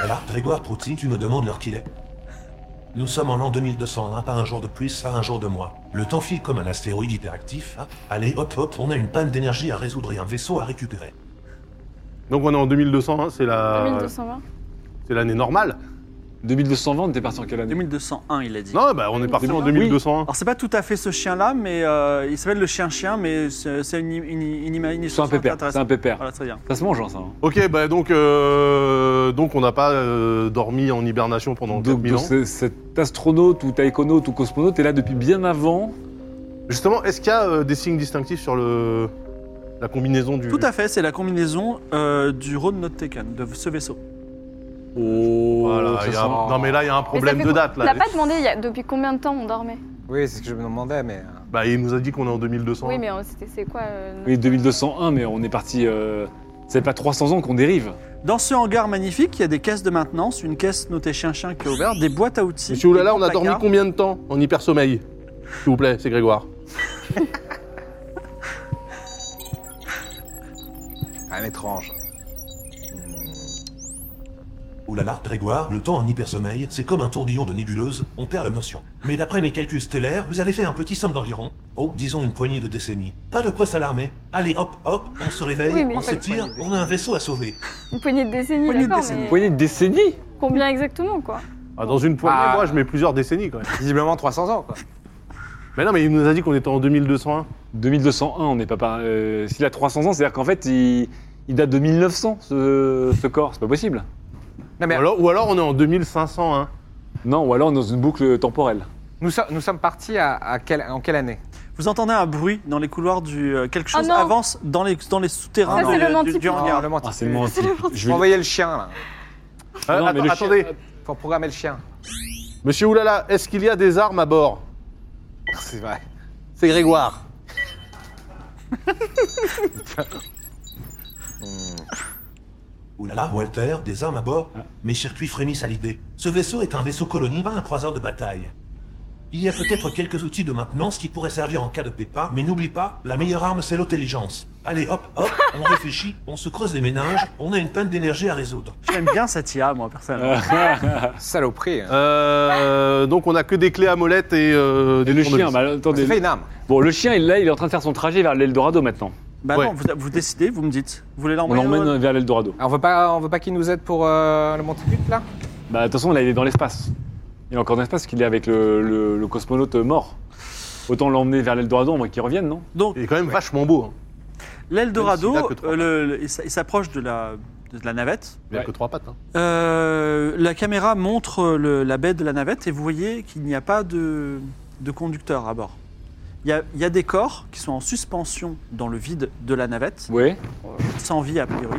[SPEAKER 6] Voilà, Grégoire Prouty, tu me demandes l'heure qu'il est. Nous sommes en l'an 2201, pas un jour de plus, pas un jour de moins. Le temps file comme un astéroïde hyperactif. hein. Allez, hop, hop, on a une panne d'énergie à résoudre et un vaisseau à récupérer.
[SPEAKER 4] Donc on est en 2200, hein, c'est la...
[SPEAKER 5] 2220.
[SPEAKER 4] c'est l'année normale.
[SPEAKER 3] 2220, t'es parti en quelle année
[SPEAKER 7] 2201, il a dit.
[SPEAKER 4] Non, bah on est parti en
[SPEAKER 3] Oui.
[SPEAKER 4] 2201.
[SPEAKER 7] Alors c'est pas tout à fait ce chien-là, mais euh, il s'appelle le chien-chien, mais c'est c'est une, une, une, ima- une
[SPEAKER 3] C'est un
[SPEAKER 7] illustration
[SPEAKER 3] pépère.
[SPEAKER 7] intéressante.
[SPEAKER 3] C'est un pépère.
[SPEAKER 7] Voilà, très bien.
[SPEAKER 3] Ça se mange, hein, ça. hein.
[SPEAKER 4] Ok, bah donc, euh, donc on n'a pas euh, dormi en hibernation pendant
[SPEAKER 3] Donc,
[SPEAKER 4] 4000
[SPEAKER 3] donc,
[SPEAKER 4] ans.
[SPEAKER 3] c'est- cet astronaute ou taïkonaute ou cosmonaute est là depuis bien avant.
[SPEAKER 4] Justement, est-ce qu'il y a euh, des signes distinctifs sur le... la combinaison
[SPEAKER 3] Mmh.
[SPEAKER 4] du...
[SPEAKER 7] Tout à fait, c'est la combinaison euh, du Road Not Taken, de ce vaisseau.
[SPEAKER 3] Oh,
[SPEAKER 4] Voilà,
[SPEAKER 3] ça
[SPEAKER 4] il y a-
[SPEAKER 3] sent-
[SPEAKER 4] Non mais là, il y a un problème
[SPEAKER 5] fait
[SPEAKER 4] de
[SPEAKER 5] quoi
[SPEAKER 4] date.
[SPEAKER 5] Tu n'as
[SPEAKER 4] Là.
[SPEAKER 5] pas demandé il y a- depuis combien de temps on dormait
[SPEAKER 2] Oui, c'est ce que je me demandais, mais... euh,
[SPEAKER 4] Bah, il nous a dit qu'on est en 2200.
[SPEAKER 5] Oui, mais euh, c'était c'est quoi euh, notre-
[SPEAKER 3] Oui, 2201, mais on est parti. euh, C'est pas 300 ans qu'on dérive.
[SPEAKER 7] Dans ce hangar magnifique, il y a des caisses de maintenance, une caisse notée chien-chien qui est ouverte, des boîtes à outils.
[SPEAKER 4] Monsieur Oulala,
[SPEAKER 7] des
[SPEAKER 4] on a dormi
[SPEAKER 7] placards.
[SPEAKER 4] combien de temps en hypersommeil S'il vous plaît, c'est Grégoire.
[SPEAKER 2] Un étrange. Hmm.
[SPEAKER 6] Oulala, Grégoire, le temps en hypersommeil, c'est comme un tourbillon de nébuleuse, on perd la notion. Mais d'après les calculs stellaires, vous avez fait un petit somme d'environ, oh, disons une poignée de décennies. Pas de quoi s'alarmer. Allez, hop, hop, on se réveille,
[SPEAKER 5] Oui, mais
[SPEAKER 6] on
[SPEAKER 5] en
[SPEAKER 6] se
[SPEAKER 5] fait,
[SPEAKER 6] tire, on a un vaisseau à sauver.
[SPEAKER 5] Une poignée de décennies,
[SPEAKER 7] Poignée de
[SPEAKER 5] d'accord,
[SPEAKER 7] décennies.
[SPEAKER 5] mais
[SPEAKER 3] Voyez, décennies
[SPEAKER 5] combien exactement, quoi
[SPEAKER 4] Ah, dans une poignée,
[SPEAKER 2] Ah.
[SPEAKER 4] moi, je mets plusieurs décennies quand même.
[SPEAKER 2] Visiblement 300 ans, quoi.
[SPEAKER 4] Mais non, mais il nous a dit qu'on était en 2201.
[SPEAKER 3] 2201, on n'est pas. par- euh, S'il a 300 ans, c'est-à-dire qu'en fait, il... il date de 1900, ce, ce corps. C'est pas possible.
[SPEAKER 2] Non, mais
[SPEAKER 4] Ou, alors, ou alors on est en 2501.
[SPEAKER 3] Non, ou alors on est dans une boucle temporelle.
[SPEAKER 2] nous, so- nous sommes partis à, à quelle- en quelle année
[SPEAKER 7] Vous entendez un bruit dans les couloirs du. euh, quelque chose
[SPEAKER 5] Oh non.
[SPEAKER 7] avance dans les, dans les souterrains
[SPEAKER 5] Ça, c'est
[SPEAKER 7] du-
[SPEAKER 5] le
[SPEAKER 7] du- du,
[SPEAKER 5] manticore.
[SPEAKER 7] hangar.
[SPEAKER 2] le
[SPEAKER 3] Ah,
[SPEAKER 2] menti.
[SPEAKER 3] c'est le menti. Je
[SPEAKER 2] Faut
[SPEAKER 3] vais-
[SPEAKER 2] envoyer le chien, là.
[SPEAKER 4] Euh,
[SPEAKER 3] Non, mais
[SPEAKER 4] atten-
[SPEAKER 3] le chien-
[SPEAKER 4] attendez,
[SPEAKER 2] Faut programmer le chien.
[SPEAKER 4] monsieur Oulala, est-ce qu'il y a des armes à bord
[SPEAKER 2] C'est vrai.
[SPEAKER 4] C'est Grégoire.
[SPEAKER 6] Oulala, Walter, des armes à bord Mes circuits frémissent à l'idée. Ce vaisseau est un vaisseau colonie, pas un croiseur de bataille. Il y a peut-être quelques outils de maintenance qui pourraient servir en cas de pépin, mais n'oublie pas, la meilleure arme c'est l'intelligence. Allez hop, hop, on réfléchit, on se creuse les méninges, on a une panne d'énergie à résoudre.
[SPEAKER 7] J'aime bien cette IA, moi, personnellement.
[SPEAKER 2] Saloperie.
[SPEAKER 4] Ah,
[SPEAKER 2] hein.
[SPEAKER 4] Euh, donc on a que des clés à molette et euh,
[SPEAKER 3] Et
[SPEAKER 4] des
[SPEAKER 3] le
[SPEAKER 4] tournevis.
[SPEAKER 3] chien, bah,
[SPEAKER 2] C'est
[SPEAKER 3] attendez.
[SPEAKER 2] fait une arme.
[SPEAKER 3] Bon, le chien, il, là, il est en train de faire son trajet vers l'Eldorado maintenant.
[SPEAKER 7] Bah
[SPEAKER 4] Ouais.
[SPEAKER 7] non, vous, vous décidez, vous me dites. Vous voulez
[SPEAKER 3] Euh, On
[SPEAKER 7] l'emmener euh, au-
[SPEAKER 3] l'emmène euh, vers l'Eldorado.
[SPEAKER 2] Ah, on veut pas, on veut pas qu'il nous aide pour euh, le Montiput, là
[SPEAKER 3] Bah, de toute façon, là, il est dans l'espace. Il est encore dans l'espace qu'il est avec le, le- le cosmonaute mort. Autant l'emmener vers l'Eldorado, on voit qu'il revienne, non
[SPEAKER 7] Donc,
[SPEAKER 4] Il est quand même vachement beau. hein.
[SPEAKER 7] L'Eldorado,
[SPEAKER 4] Même s'il a que trois
[SPEAKER 7] euh, le- le- il s'a- il s'approche de la, de la navette.
[SPEAKER 4] Il n'y a
[SPEAKER 3] Ouais.
[SPEAKER 4] que trois pattes. hein.
[SPEAKER 7] Euh, la caméra montre le- la baie de la navette et vous voyez qu'il n'y a pas de, de conducteur à bord. Il y, a, il y a des corps qui sont en suspension dans le vide de la navette,
[SPEAKER 3] Oui.
[SPEAKER 7] sans vie a priori.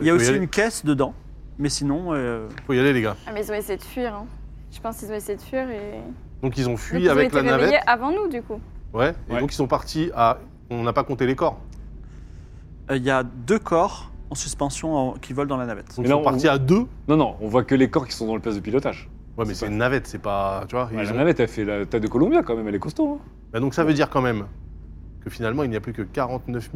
[SPEAKER 7] Il y
[SPEAKER 4] Faut
[SPEAKER 7] a aussi
[SPEAKER 4] aller.
[SPEAKER 7] une caisse dedans, mais sinon, euh,
[SPEAKER 4] Faut y aller les gars.
[SPEAKER 5] Ah, mais ils ont essayé de fuir, hein. Je pense qu'ils ont essayé de fuir et.
[SPEAKER 4] Donc ils ont
[SPEAKER 5] Donc,
[SPEAKER 4] fui
[SPEAKER 5] ils ont
[SPEAKER 4] avec
[SPEAKER 5] été
[SPEAKER 4] la
[SPEAKER 5] réveillés
[SPEAKER 4] navette.
[SPEAKER 5] avant nous, du coup.
[SPEAKER 4] Ouais. Et
[SPEAKER 3] Ouais.
[SPEAKER 4] donc ils sont partis à. On n'a pas compté les corps.
[SPEAKER 7] euh, il y a deux corps en suspension en- qui volent dans la navette.
[SPEAKER 4] Donc
[SPEAKER 3] Mais
[SPEAKER 4] ils
[SPEAKER 3] là,
[SPEAKER 4] sont
[SPEAKER 3] on-
[SPEAKER 4] partis à deux.
[SPEAKER 3] Non, non, on voit que les corps qui sont dans le place de pilotage.
[SPEAKER 4] Ouais, mais
[SPEAKER 3] C'est
[SPEAKER 4] c'est
[SPEAKER 3] pas-
[SPEAKER 4] une navette, c'est pas. Tu vois. ils
[SPEAKER 3] Ouais, la
[SPEAKER 4] ont-
[SPEAKER 3] navette, elle fait la taille de Columbia quand même, elle est costaud. hein.
[SPEAKER 4] Bah, donc ça veut dire quand même que finalement il n'y a plus que 49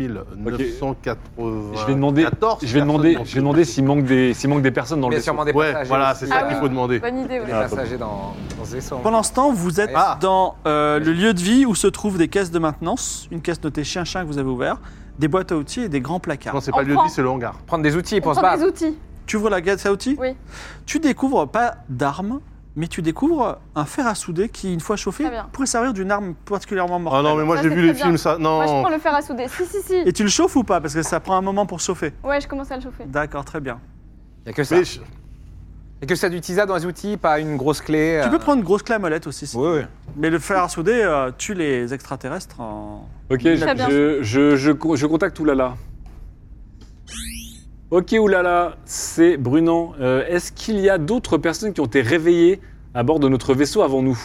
[SPEAKER 4] 994.
[SPEAKER 3] Je vais demander, je vais demander, je vais demander s'il manque des, s'il manque des personnes dans
[SPEAKER 2] Il y
[SPEAKER 3] le
[SPEAKER 2] a
[SPEAKER 3] vaisseau.
[SPEAKER 2] sûrement des
[SPEAKER 4] Ouais,
[SPEAKER 2] passagers.
[SPEAKER 4] voilà,
[SPEAKER 2] aussi,
[SPEAKER 4] c'est ça
[SPEAKER 5] Ah
[SPEAKER 2] euh,
[SPEAKER 4] qu'il
[SPEAKER 5] oui.
[SPEAKER 4] faut demander.
[SPEAKER 5] Bonne idée,
[SPEAKER 2] Des
[SPEAKER 5] ouais.
[SPEAKER 3] Ah,
[SPEAKER 2] passagers dans, dans ce vaisseau.
[SPEAKER 7] Pendant ce temps, vous êtes
[SPEAKER 2] Ah.
[SPEAKER 7] dans euh, le lieu de vie où se trouvent des caisses de maintenance, une caisse notée chien-chien que vous avez ouvert, des boîtes à outils et des grands placards.
[SPEAKER 4] Non, c'est pas
[SPEAKER 5] On
[SPEAKER 4] le lieu de
[SPEAKER 5] prend.
[SPEAKER 4] vie, c'est le hangar.
[SPEAKER 2] Prendre des outils
[SPEAKER 5] On
[SPEAKER 2] pour se
[SPEAKER 5] prend
[SPEAKER 2] battre.
[SPEAKER 5] des outils.
[SPEAKER 7] Tu ouvres la caisse à outils
[SPEAKER 5] Oui.
[SPEAKER 7] Tu découvres pas d'armes, mais tu découvres un fer à souder qui, une fois chauffé,
[SPEAKER 5] Très bien.
[SPEAKER 7] pourrait servir d'une arme particulièrement
[SPEAKER 4] Ah
[SPEAKER 7] mortelle.
[SPEAKER 4] non, mais moi
[SPEAKER 5] Ça,
[SPEAKER 4] j'ai
[SPEAKER 5] c'est
[SPEAKER 4] vu
[SPEAKER 5] très
[SPEAKER 4] les
[SPEAKER 5] bien.
[SPEAKER 4] films, ça.
[SPEAKER 5] Moi, je
[SPEAKER 4] Non.
[SPEAKER 5] prends le fer à souder. Si, si,
[SPEAKER 7] Et
[SPEAKER 5] si.
[SPEAKER 7] tu le chauffes ou pas Parce que ça prend un moment pour chauffer.
[SPEAKER 5] Ouais, je commence à le chauffer.
[SPEAKER 7] D'accord, très bien.
[SPEAKER 2] Il n'y a que ça.
[SPEAKER 4] Mais je-
[SPEAKER 2] Il y a que ça du tisa dans les outils, pas une grosse clé.
[SPEAKER 7] Tu
[SPEAKER 2] euh,
[SPEAKER 7] peux prendre une grosse clé à molette aussi. si-
[SPEAKER 2] Oui, oui.
[SPEAKER 7] Mais le fer à souder euh, tue les extraterrestres en.
[SPEAKER 3] Ok,
[SPEAKER 7] Très
[SPEAKER 3] je,
[SPEAKER 5] bien.
[SPEAKER 3] je, je, je co- je contacte Oulala. Ok, Oulala, c'est Brunan. Euh, Est-ce qu'il y a d'autres personnes qui ont été réveillées à bord de notre vaisseau avant nous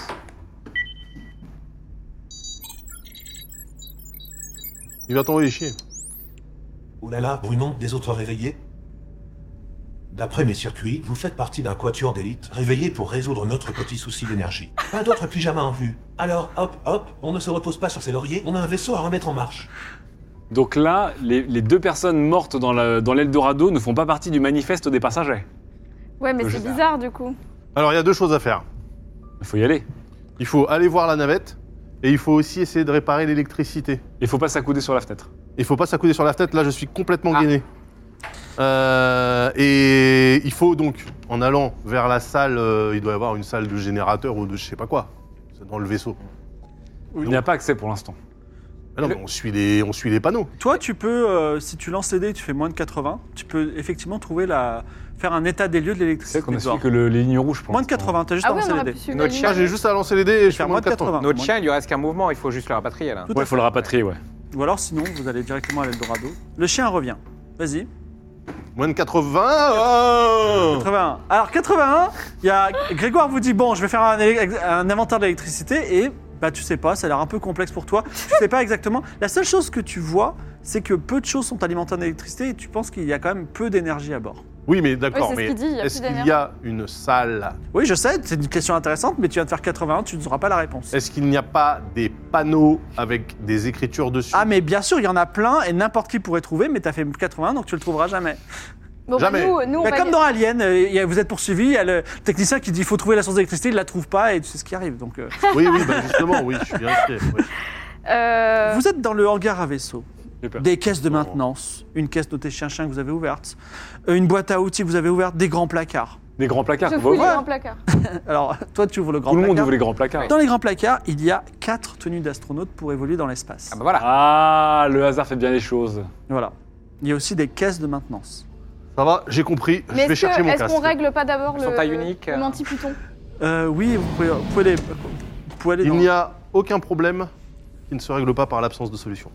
[SPEAKER 4] Il va t'envoyer chier.
[SPEAKER 6] Oh là là, Brunon, des autres réveillés D'après mes circuits, vous faites partie d'un quatuor d'élite réveillé pour résoudre notre petit souci d'énergie. Pas d'autre pyjama en vue. Alors, hop, hop, on ne se repose pas sur ses lauriers, on a un vaisseau à remettre en marche.
[SPEAKER 3] Donc là, les, les deux personnes mortes dans la- dans l'Eldorado ne font pas partie du manifeste des passagers.
[SPEAKER 5] Ouais, mais
[SPEAKER 3] Je
[SPEAKER 5] c'est
[SPEAKER 3] sais pas.
[SPEAKER 5] bizarre du coup.
[SPEAKER 4] Alors, il y a deux choses à faire.
[SPEAKER 3] Il faut y aller.
[SPEAKER 4] Il faut aller voir la navette et il faut aussi essayer de réparer l'électricité.
[SPEAKER 3] Il faut pas s'accouder sur la fenêtre.
[SPEAKER 4] Il faut pas s'accouder sur la fenêtre, là je suis complètement
[SPEAKER 2] Ah.
[SPEAKER 4] gainé. Euh, et il faut donc, en allant vers la salle, euh, il doit y avoir une salle de générateur ou de je sais pas quoi. C'est dans le vaisseau.
[SPEAKER 3] Il n'y a pas accès pour l'instant.
[SPEAKER 4] Ah non,
[SPEAKER 7] Le-
[SPEAKER 4] mais on suit les, on suit les panneaux.
[SPEAKER 7] Toi, tu peux, euh, si tu lances les dés et tu fais moins de 80, tu peux effectivement trouver la. faire un état des lieux de
[SPEAKER 3] C'est
[SPEAKER 7] l'électricité.
[SPEAKER 3] vrai qu'on a su
[SPEAKER 7] dehors.
[SPEAKER 3] que le- les lignes rouges. pour
[SPEAKER 7] Moins de
[SPEAKER 3] l'instant.
[SPEAKER 7] 80, t'as juste
[SPEAKER 5] Ah ouais,
[SPEAKER 7] lancé
[SPEAKER 5] on
[SPEAKER 7] les
[SPEAKER 5] aurait
[SPEAKER 7] dés.
[SPEAKER 5] pu suivre
[SPEAKER 2] Notre
[SPEAKER 5] les
[SPEAKER 2] chat,
[SPEAKER 4] Ah,
[SPEAKER 5] lignes.
[SPEAKER 4] j'ai juste à lancer les dés et je fais
[SPEAKER 7] Faire moins de 80.
[SPEAKER 2] Notre
[SPEAKER 7] Moins-
[SPEAKER 2] chien, il lui reste qu'un mouvement, il faut juste le rapatrier là.
[SPEAKER 7] Ah, Tout à
[SPEAKER 3] Ouais, il faut le rapatrier, ouais.
[SPEAKER 7] Ou alors sinon, vous allez directement à l'Eldorado. Le chien revient. Vas-y.
[SPEAKER 4] Moins de 80 oh
[SPEAKER 7] 81. Alors 81, il y a Grégoire vous dit bon, je vais faire un, élec- un inventaire d'électricité et bah tu sais pas, ça a l'air un peu complexe pour toi. Tu sais pas exactement. La seule chose que tu vois, c'est que peu de choses sont alimentées en électricité et tu penses qu'il y a quand même peu d'énergie à bord.
[SPEAKER 4] Oui, mais
[SPEAKER 5] Ouais,
[SPEAKER 4] d'accord,
[SPEAKER 5] c'est ce
[SPEAKER 4] mais
[SPEAKER 5] qu'il dit, il y a plus hein.
[SPEAKER 4] est-ce qu'il
[SPEAKER 5] d'énergie.
[SPEAKER 4] y a une salle
[SPEAKER 7] Oui, je sais, c'est une question intéressante, mais tu viens de faire 81, tu n'auras pas la réponse.
[SPEAKER 4] Est-ce qu'il n'y a pas des panneaux avec des écritures dessus
[SPEAKER 7] Ah mais bien sûr, il y en a plein et n'importe qui pourrait trouver, mais t'as fait 80 donc tu le trouveras jamais.
[SPEAKER 5] Bon, bah,
[SPEAKER 4] Jamais.
[SPEAKER 5] nous, nous, on
[SPEAKER 7] Bah,
[SPEAKER 5] va
[SPEAKER 7] comme
[SPEAKER 5] y-
[SPEAKER 7] dans Alien, euh, il y a- vous êtes poursuivi, il y a le technicien qui dit il faut trouver la source d'électricité, il la trouve pas et tu sais ce qui arrive. Donc euh,
[SPEAKER 4] Oui, oui, bah justement, oui, je suis bien inquiet. oui.
[SPEAKER 5] Euh,
[SPEAKER 7] vous êtes dans le hangar à vaisseau.
[SPEAKER 3] J'ai peur.
[SPEAKER 7] Des caisses de maintenance, une caisse notée chien chien que vous avez ouverte, euh, une boîte à outils que vous avez ouverte, des grands placards.
[SPEAKER 3] Des grands placards.
[SPEAKER 5] Je
[SPEAKER 3] qu'on va
[SPEAKER 5] fouille
[SPEAKER 3] ouvrir.
[SPEAKER 5] dans le placard.
[SPEAKER 7] Alors [LAUGHS] toi tu ouvres le grand
[SPEAKER 3] Tout le monde
[SPEAKER 7] placard.
[SPEAKER 3] ouvre les grands placards.
[SPEAKER 7] Dans les grands placards, il y a quatre tenues d'astronautes pour évoluer dans l'espace.
[SPEAKER 2] Ah bah voilà.
[SPEAKER 3] Ah, le hasard fait bien les choses.
[SPEAKER 7] Voilà. Il y a aussi des caisses de maintenance.
[SPEAKER 4] Ça va, j'ai compris,
[SPEAKER 5] Mais
[SPEAKER 4] je vais
[SPEAKER 5] est-ce
[SPEAKER 4] chercher
[SPEAKER 5] que-
[SPEAKER 4] mon
[SPEAKER 5] est-ce
[SPEAKER 4] casque.
[SPEAKER 5] qu'on règle pas d'abord
[SPEAKER 2] Elles sont
[SPEAKER 5] le,
[SPEAKER 2] taille unique,
[SPEAKER 5] le
[SPEAKER 2] euh.
[SPEAKER 5] manti-python
[SPEAKER 7] Euh, oui, vous pouvez, vous pouvez aller, vous pouvez aller
[SPEAKER 4] Il
[SPEAKER 7] dans-
[SPEAKER 4] n'y a aucun problème qui ne se règle pas par l'absence de solution.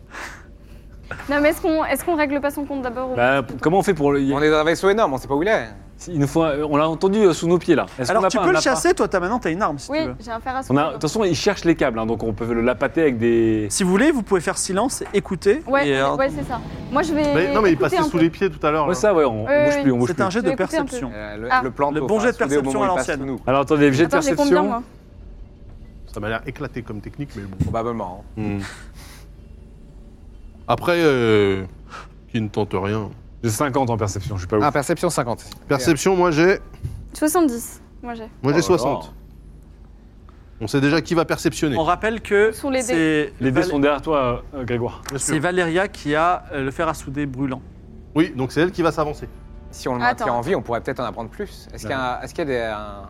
[SPEAKER 5] Non, mais est-ce qu'on est qu'on règle pas son compte d'abord ou-
[SPEAKER 3] Bah, comment on fait pour le.
[SPEAKER 2] On est dans un vaisseau énorme, on sait pas où il est.
[SPEAKER 3] Il nous faut un- On l'a entendu euh, sous nos pieds là. Est-ce qu'on
[SPEAKER 7] Alors
[SPEAKER 3] a
[SPEAKER 7] tu
[SPEAKER 3] pas
[SPEAKER 7] peux
[SPEAKER 3] un
[SPEAKER 7] le
[SPEAKER 3] appât
[SPEAKER 7] chasser, toi t'as maintenant t'as une arme si tu
[SPEAKER 5] Oui,
[SPEAKER 7] veux.
[SPEAKER 5] j'ai un fer à
[SPEAKER 3] On
[SPEAKER 5] souder.
[SPEAKER 3] a- De toute façon, ils cherchent les câbles, hein, donc on peut le lapater avec des.
[SPEAKER 7] Si vous voulez, vous pouvez faire silence, écouter.
[SPEAKER 5] Ouais,
[SPEAKER 7] et, euh,
[SPEAKER 5] ouais, c'est ça. Moi, je vais.
[SPEAKER 4] Mais, non, mais il
[SPEAKER 5] écouter
[SPEAKER 4] passait
[SPEAKER 5] un
[SPEAKER 4] sous
[SPEAKER 5] peu.
[SPEAKER 4] les pieds tout à l'heure.
[SPEAKER 3] Ouais,
[SPEAKER 4] là.
[SPEAKER 3] ça, ouais, on, on
[SPEAKER 5] Ouais,
[SPEAKER 3] bouge
[SPEAKER 5] ouais,
[SPEAKER 3] plus, on bouge
[SPEAKER 7] c'est
[SPEAKER 3] plus.
[SPEAKER 7] un jet
[SPEAKER 5] Je
[SPEAKER 7] de
[SPEAKER 5] vais écouter un peu.
[SPEAKER 7] perception.
[SPEAKER 2] Euh, le,
[SPEAKER 5] Ah.
[SPEAKER 2] le plan
[SPEAKER 7] Le bon jet de perception à
[SPEAKER 2] Sous
[SPEAKER 7] l'ancienne.
[SPEAKER 2] nous,
[SPEAKER 3] Alors attendez, jet de
[SPEAKER 5] Attends, j'ai combien,
[SPEAKER 3] perception.
[SPEAKER 5] moi
[SPEAKER 4] Ça m'a l'air éclaté comme technique, mais bon.
[SPEAKER 2] probablement. hein.
[SPEAKER 4] Hmm. Après, euh, qui ne tente rien.
[SPEAKER 3] J'ai 50 en perception, je suis pas ouf.
[SPEAKER 2] Ah, perception 50.
[SPEAKER 4] Perception, moi j'ai,
[SPEAKER 5] 70. Moi, j'ai.
[SPEAKER 4] moi
[SPEAKER 3] Oh là
[SPEAKER 4] j'ai 60.
[SPEAKER 3] là.
[SPEAKER 4] On sait déjà qui va perceptionner.
[SPEAKER 7] On rappelle que
[SPEAKER 5] Sont les dés.
[SPEAKER 7] c'est
[SPEAKER 3] Les dés
[SPEAKER 7] Val-
[SPEAKER 3] sont derrière toi, euh, Grégoire.
[SPEAKER 4] Bien sûr.
[SPEAKER 7] c'est Valéria qui a euh, le fer à souder brûlant.
[SPEAKER 4] Oui, donc c'est elle qui va s'avancer.
[SPEAKER 2] Si on le
[SPEAKER 5] Attends.
[SPEAKER 2] maintient en vie, on pourrait peut-être en apprendre plus. Est-ce qu'il y a, un, est-ce qu'il y a des- un,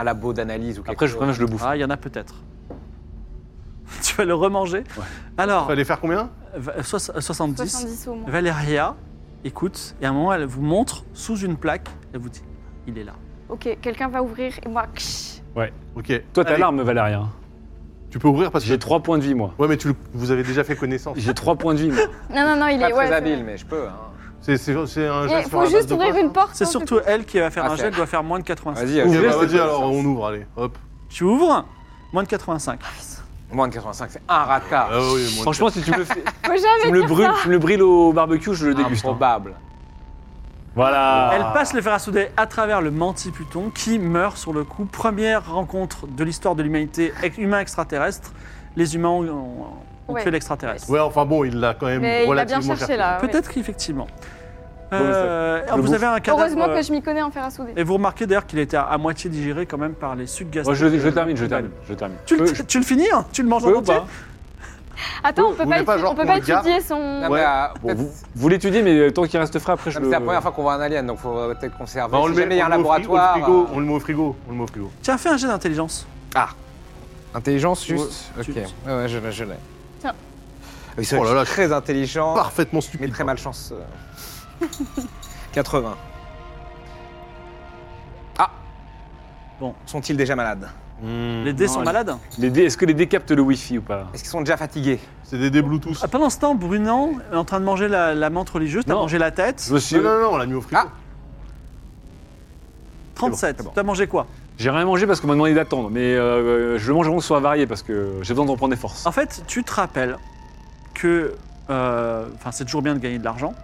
[SPEAKER 2] un labo d'analyse ou quelque
[SPEAKER 3] Après, je
[SPEAKER 2] chose
[SPEAKER 3] vous préviens, je le bouffe.
[SPEAKER 7] Ah, il y en a peut-être. [LAUGHS] tu vas le remanger. Alors,
[SPEAKER 4] Fallait faire combien
[SPEAKER 7] va- soix- euh, 70.
[SPEAKER 5] 70 au moins.
[SPEAKER 7] Valéria écoute et à un moment elle vous montre sous une plaque, elle vous dit il est là.
[SPEAKER 5] Ok, quelqu'un va ouvrir et moi. ksh.
[SPEAKER 4] Ok.
[SPEAKER 3] Toi, t'as
[SPEAKER 4] Allez,
[SPEAKER 3] l'arme, Valérien.
[SPEAKER 4] Tu peux ouvrir parce que.
[SPEAKER 3] J'ai 3 points de vie, moi.
[SPEAKER 4] Ouais, mais tu le- vous avez déjà fait connaissance.
[SPEAKER 3] J'ai 3 points de vie,
[SPEAKER 7] [LAUGHS]
[SPEAKER 3] moi.
[SPEAKER 5] Non, non, non, il
[SPEAKER 2] Pas
[SPEAKER 5] est.
[SPEAKER 2] très
[SPEAKER 5] ouais, c'est
[SPEAKER 2] habile,
[SPEAKER 5] vrai.
[SPEAKER 2] mais je peux. hein.
[SPEAKER 4] C'est c'est- c'est un
[SPEAKER 5] Il
[SPEAKER 4] jet sur
[SPEAKER 5] Eh, faut
[SPEAKER 4] la base
[SPEAKER 5] juste
[SPEAKER 4] de quoi,
[SPEAKER 5] ouvrir
[SPEAKER 4] ça
[SPEAKER 5] une porte.
[SPEAKER 7] C'est
[SPEAKER 5] hein,
[SPEAKER 7] surtout elle qui va faire
[SPEAKER 2] Ah,
[SPEAKER 7] un
[SPEAKER 2] c'est
[SPEAKER 7] jet,
[SPEAKER 2] elle.
[SPEAKER 7] elle doit faire moins de 85.
[SPEAKER 2] Vas-y,
[SPEAKER 4] Ok,
[SPEAKER 3] Ouvrir,
[SPEAKER 4] bah,
[SPEAKER 3] c'est
[SPEAKER 4] vas-y,
[SPEAKER 3] quoi,
[SPEAKER 4] alors on ouvre, allez, hop.
[SPEAKER 7] Tu ouvres Moins de
[SPEAKER 5] Ah,
[SPEAKER 7] 85.
[SPEAKER 2] Moins de 85, c'est un rata.
[SPEAKER 4] Ah oui, moi-
[SPEAKER 3] Franchement, si tu me, fais-
[SPEAKER 5] Faut jamais. [LAUGHS]
[SPEAKER 3] tu me le brûles, tu me le brûles au barbecue, je le déguste. hein.
[SPEAKER 2] Improbable.
[SPEAKER 3] Voilà.
[SPEAKER 7] Ah, bah, Elle passe le fer à souder à travers le manti-python qui meurt sur le coup. Première rencontre de l'histoire de l'humanité humain-extraterrestre. Les humains ont, ont- ont
[SPEAKER 5] Ouais.
[SPEAKER 7] tué l'extraterrestre.
[SPEAKER 4] Ouais, enfin bon, il l'a quand même
[SPEAKER 5] Mais il a bien
[SPEAKER 4] relativement
[SPEAKER 5] cherché là. ouais.
[SPEAKER 7] Peut-être qu'effectivement.
[SPEAKER 3] mais ça-
[SPEAKER 7] Euh,
[SPEAKER 3] le
[SPEAKER 7] vous
[SPEAKER 3] bouffe.
[SPEAKER 7] avez un cadavre.
[SPEAKER 5] Heureusement
[SPEAKER 7] euh,
[SPEAKER 5] que je m'y connais en fer à souder.
[SPEAKER 7] Et vous remarquez d'ailleurs qu'il était à, à moitié digéré quand même par les sucs
[SPEAKER 3] Moi,
[SPEAKER 7] gastriques.
[SPEAKER 3] je, bah. je termine, je termine, je termine.
[SPEAKER 7] Tu le,
[SPEAKER 3] Peux- je
[SPEAKER 7] tu le finis hein Tu le manges
[SPEAKER 3] peux
[SPEAKER 7] en
[SPEAKER 3] ou
[SPEAKER 7] entier
[SPEAKER 3] pas
[SPEAKER 5] Attends, on
[SPEAKER 4] Vous
[SPEAKER 5] peut pas,
[SPEAKER 4] voulez pas,
[SPEAKER 5] étu-
[SPEAKER 4] genre,
[SPEAKER 5] on peut
[SPEAKER 4] qu'on
[SPEAKER 5] pas
[SPEAKER 4] le garde
[SPEAKER 5] étudier son.
[SPEAKER 2] Non,
[SPEAKER 4] Ouais.
[SPEAKER 2] mais, euh,
[SPEAKER 3] Bon,
[SPEAKER 2] peut-être-
[SPEAKER 3] vous, vous l'étudiez, mais euh, tant qu'il reste frais,
[SPEAKER 7] Ah,
[SPEAKER 3] après je
[SPEAKER 2] non, mais
[SPEAKER 3] le...
[SPEAKER 2] c'est la première fois qu'on voit un alien, donc faut euh, peut-être conserver.
[SPEAKER 4] Bah,
[SPEAKER 2] si jamais il y a un
[SPEAKER 4] met au frigo,
[SPEAKER 2] laboratoire.
[SPEAKER 4] frigo,
[SPEAKER 2] euh,
[SPEAKER 4] on le met au frigo, on le met au frigo.
[SPEAKER 7] Tiens, fais un jet d'intelligence.
[SPEAKER 2] Ah. Intelligence juste
[SPEAKER 7] Ouais,
[SPEAKER 2] Ok,
[SPEAKER 7] tu-
[SPEAKER 2] ouais, ouais, je, l'ai, je l'ai.
[SPEAKER 5] Tiens.
[SPEAKER 2] Ah Oui, c'est vrai
[SPEAKER 4] Oh là
[SPEAKER 2] que
[SPEAKER 4] là,
[SPEAKER 2] je suis très intelligent,
[SPEAKER 4] Parfaitement
[SPEAKER 2] Oh. mais
[SPEAKER 4] stupide.
[SPEAKER 2] très euh. malchanceux. [LAUGHS] 80. Ah
[SPEAKER 7] Bon.
[SPEAKER 2] Sont-ils déjà malades
[SPEAKER 4] Hmm.
[SPEAKER 7] Les dés
[SPEAKER 3] Mmh. non,
[SPEAKER 7] sont
[SPEAKER 3] elle-
[SPEAKER 7] malades.
[SPEAKER 3] Les dés- Est-ce que les dés captent le Wi-Fi ou pas
[SPEAKER 2] Est-ce qu'ils sont déjà fatigués
[SPEAKER 4] C'est des dés Bluetooth.
[SPEAKER 7] Ah, Pendant ce temps, Brunan est en train de manger la, la menthe religieuse. T'as
[SPEAKER 3] Non.
[SPEAKER 7] mangé la tête.
[SPEAKER 3] Je me suis...
[SPEAKER 4] Non, non, non, on l'a mis au frigo.
[SPEAKER 2] Ah.
[SPEAKER 7] 37.
[SPEAKER 2] c'est bon.
[SPEAKER 7] T'as mangé quoi
[SPEAKER 3] J'ai rien mangé parce qu'on m'a demandé d'attendre, mais euh, je mange avant que ce soit varié parce que j'ai besoin de reprendre des forces.
[SPEAKER 7] En fait, tu te rappelles que. euh, Enfin, c'est toujours bien de gagner de l'argent.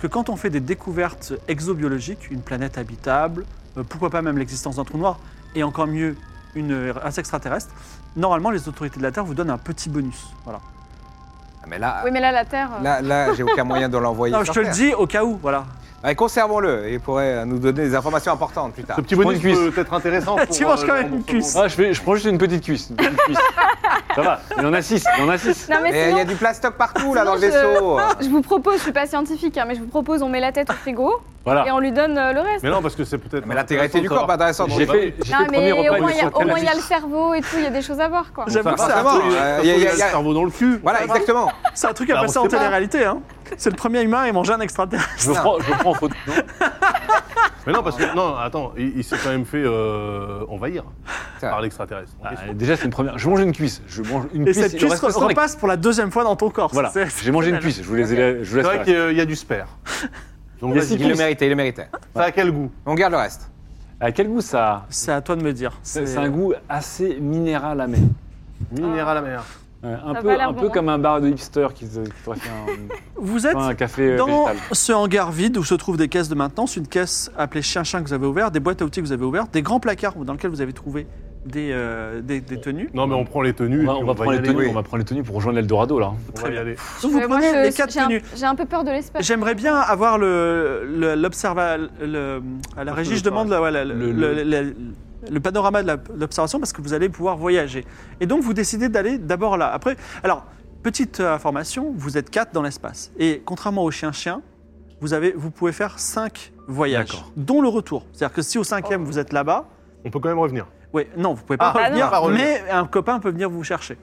[SPEAKER 7] Que quand on fait des découvertes exobiologiques, une planète habitable, euh, pourquoi pas même l'existence d'un trou noir, et encore mieux, une race extraterrestre, normalement, les autorités de la Terre vous donnent un petit bonus. Voilà.
[SPEAKER 2] Ah, Mais là,
[SPEAKER 5] Oui, mais là, la Terre. euh,
[SPEAKER 2] là, là j'ai aucun moyen de l'envoyer.
[SPEAKER 7] Non,
[SPEAKER 2] sur
[SPEAKER 7] je te le
[SPEAKER 2] Terre.
[SPEAKER 7] dis au cas où, voilà.
[SPEAKER 2] Allez, conservons-le, il pourrait euh, nous donner des informations importantes plus tard.
[SPEAKER 4] Ce petit
[SPEAKER 3] prends
[SPEAKER 4] bonus
[SPEAKER 3] une cuisse.
[SPEAKER 4] peut être intéressant.
[SPEAKER 7] Tu
[SPEAKER 4] pour,
[SPEAKER 7] manges
[SPEAKER 4] euh,
[SPEAKER 7] quand
[SPEAKER 4] le
[SPEAKER 7] même une
[SPEAKER 4] remboursement.
[SPEAKER 7] cuisse.
[SPEAKER 3] Ah, je, fais- je prends juste une petite cuisse. Une petite cuisse. Ça va, il en a six, il en a six.
[SPEAKER 5] Non, mais
[SPEAKER 2] Mais il y
[SPEAKER 5] sinon,
[SPEAKER 2] a du plastoc partout là dans le
[SPEAKER 5] Sinon, je-
[SPEAKER 2] vaisseau
[SPEAKER 5] [LAUGHS] je vous propose, je suis pas scientifique, hein, mais je vous propose, on met la tête au frigo et
[SPEAKER 3] Voilà.
[SPEAKER 5] on lui donne euh, le reste.
[SPEAKER 4] Mais non, parce que c'est peut-être.
[SPEAKER 2] [LAUGHS] Mais l'intégrité du
[SPEAKER 4] intéressant
[SPEAKER 2] corps,
[SPEAKER 4] de
[SPEAKER 2] pas intéressant.
[SPEAKER 3] J'ai fait, j'ai fait
[SPEAKER 5] Non,
[SPEAKER 3] le premier
[SPEAKER 5] mais au
[SPEAKER 3] repas
[SPEAKER 5] moins, il y a- au moins, il y a le
[SPEAKER 3] de
[SPEAKER 5] cerveau et tout, il y a des choses à voir, quoi.
[SPEAKER 7] J'avoue que c'est un
[SPEAKER 2] forcément.
[SPEAKER 7] truc-
[SPEAKER 4] savoir.
[SPEAKER 2] Euh,
[SPEAKER 4] Il
[SPEAKER 2] y a-
[SPEAKER 4] y
[SPEAKER 2] y a-
[SPEAKER 4] a le
[SPEAKER 2] y a-
[SPEAKER 4] cerveau dans le cul.
[SPEAKER 2] Voilà, exactement.
[SPEAKER 7] c'est un truc
[SPEAKER 4] Bah,
[SPEAKER 7] à
[SPEAKER 4] on
[SPEAKER 7] passer en
[SPEAKER 4] sait pas.
[SPEAKER 7] télé-réalité. Hein. C'est le premier humain à manger un extraterrestre.
[SPEAKER 3] Je me prends, je me prends en photo. Non
[SPEAKER 4] Mais non, parce que. Non, attends, il, il s'est quand même fait euh, envahir
[SPEAKER 2] Ça.
[SPEAKER 4] par l'extraterrestre. En
[SPEAKER 3] Ah,
[SPEAKER 4] question.
[SPEAKER 3] déjà, c'est une première. Je mange une cuisse. Je mange une
[SPEAKER 7] Et
[SPEAKER 3] cuisse. et
[SPEAKER 7] cette
[SPEAKER 3] le
[SPEAKER 7] cuisse
[SPEAKER 3] reste reste en
[SPEAKER 7] repasse pour la deuxième fois dans ton corps.
[SPEAKER 3] Voilà,
[SPEAKER 7] C'est-
[SPEAKER 3] j'ai mangé une cuisse. Je vous laisse. Je vous
[SPEAKER 4] c'est
[SPEAKER 3] laisse
[SPEAKER 4] vrai
[SPEAKER 3] faire.
[SPEAKER 4] qu'il y a- il y a du sperre. Donc,
[SPEAKER 3] Il y a
[SPEAKER 4] vas-y,
[SPEAKER 3] six
[SPEAKER 2] Il le
[SPEAKER 4] dis-le,
[SPEAKER 2] méritait, il le méritait.
[SPEAKER 4] ça a quel goût
[SPEAKER 2] On garde le reste.
[SPEAKER 3] À Ah, quel goût ça a
[SPEAKER 7] C'est à toi de me dire.
[SPEAKER 3] C'est c'est un goût assez minéral amer.
[SPEAKER 4] Minéral amer.
[SPEAKER 3] Ouais, un
[SPEAKER 5] Ça a
[SPEAKER 3] peu,
[SPEAKER 5] pas l'air
[SPEAKER 3] un
[SPEAKER 5] bon,
[SPEAKER 3] peu
[SPEAKER 5] hein.
[SPEAKER 3] comme un bar de hipster qui, te- qui t'aurait fait un,
[SPEAKER 7] Vous êtes
[SPEAKER 3] un café euh,
[SPEAKER 7] dans
[SPEAKER 3] végétal.
[SPEAKER 7] ce hangar vide où se trouvent des caisses de maintenance, une caisse appelée chien-chien que vous avez ouvert, des boîtes à outils que vous avez ouvertes, des grands placards dans lesquels vous avez trouvé des, euh, des, des tenues.
[SPEAKER 4] Non, mais on prend les tenues.
[SPEAKER 3] On va,
[SPEAKER 4] et puis
[SPEAKER 3] on va prendre
[SPEAKER 4] y
[SPEAKER 3] les
[SPEAKER 4] aller.
[SPEAKER 3] tenues,
[SPEAKER 2] oui.
[SPEAKER 3] on va prendre les tenues pour rejoindre l'Eldorado là.
[SPEAKER 4] On va y aller.
[SPEAKER 7] Donc vous
[SPEAKER 5] Mais moi,
[SPEAKER 7] prenez
[SPEAKER 5] je-
[SPEAKER 7] les quatre
[SPEAKER 5] j'ai un-
[SPEAKER 7] tenues.
[SPEAKER 5] J'ai un peu peur de l'espace.
[SPEAKER 7] J'aimerais bien avoir le, le- l'observa- le- à la régie, je demande la- ouais, la- le,
[SPEAKER 3] Le-
[SPEAKER 7] le- le panorama de la- l'observation parce que vous allez pouvoir voyager. Et donc vous décidez d'aller d'abord là. Après, alors petite euh, information, vous êtes quatre dans l'espace et contrairement au chien-chien, vous avez, vous pouvez faire cinq voyages,
[SPEAKER 3] D'accord.
[SPEAKER 7] dont le retour. C'est-à-dire que si au cinquième vous êtes là-bas,
[SPEAKER 4] On peut quand même revenir.
[SPEAKER 7] oui, non, vous pouvez pas
[SPEAKER 4] Oh. Ah,
[SPEAKER 7] revenir,
[SPEAKER 4] non. Pas revenir.
[SPEAKER 7] mais un copain peut venir vous chercher.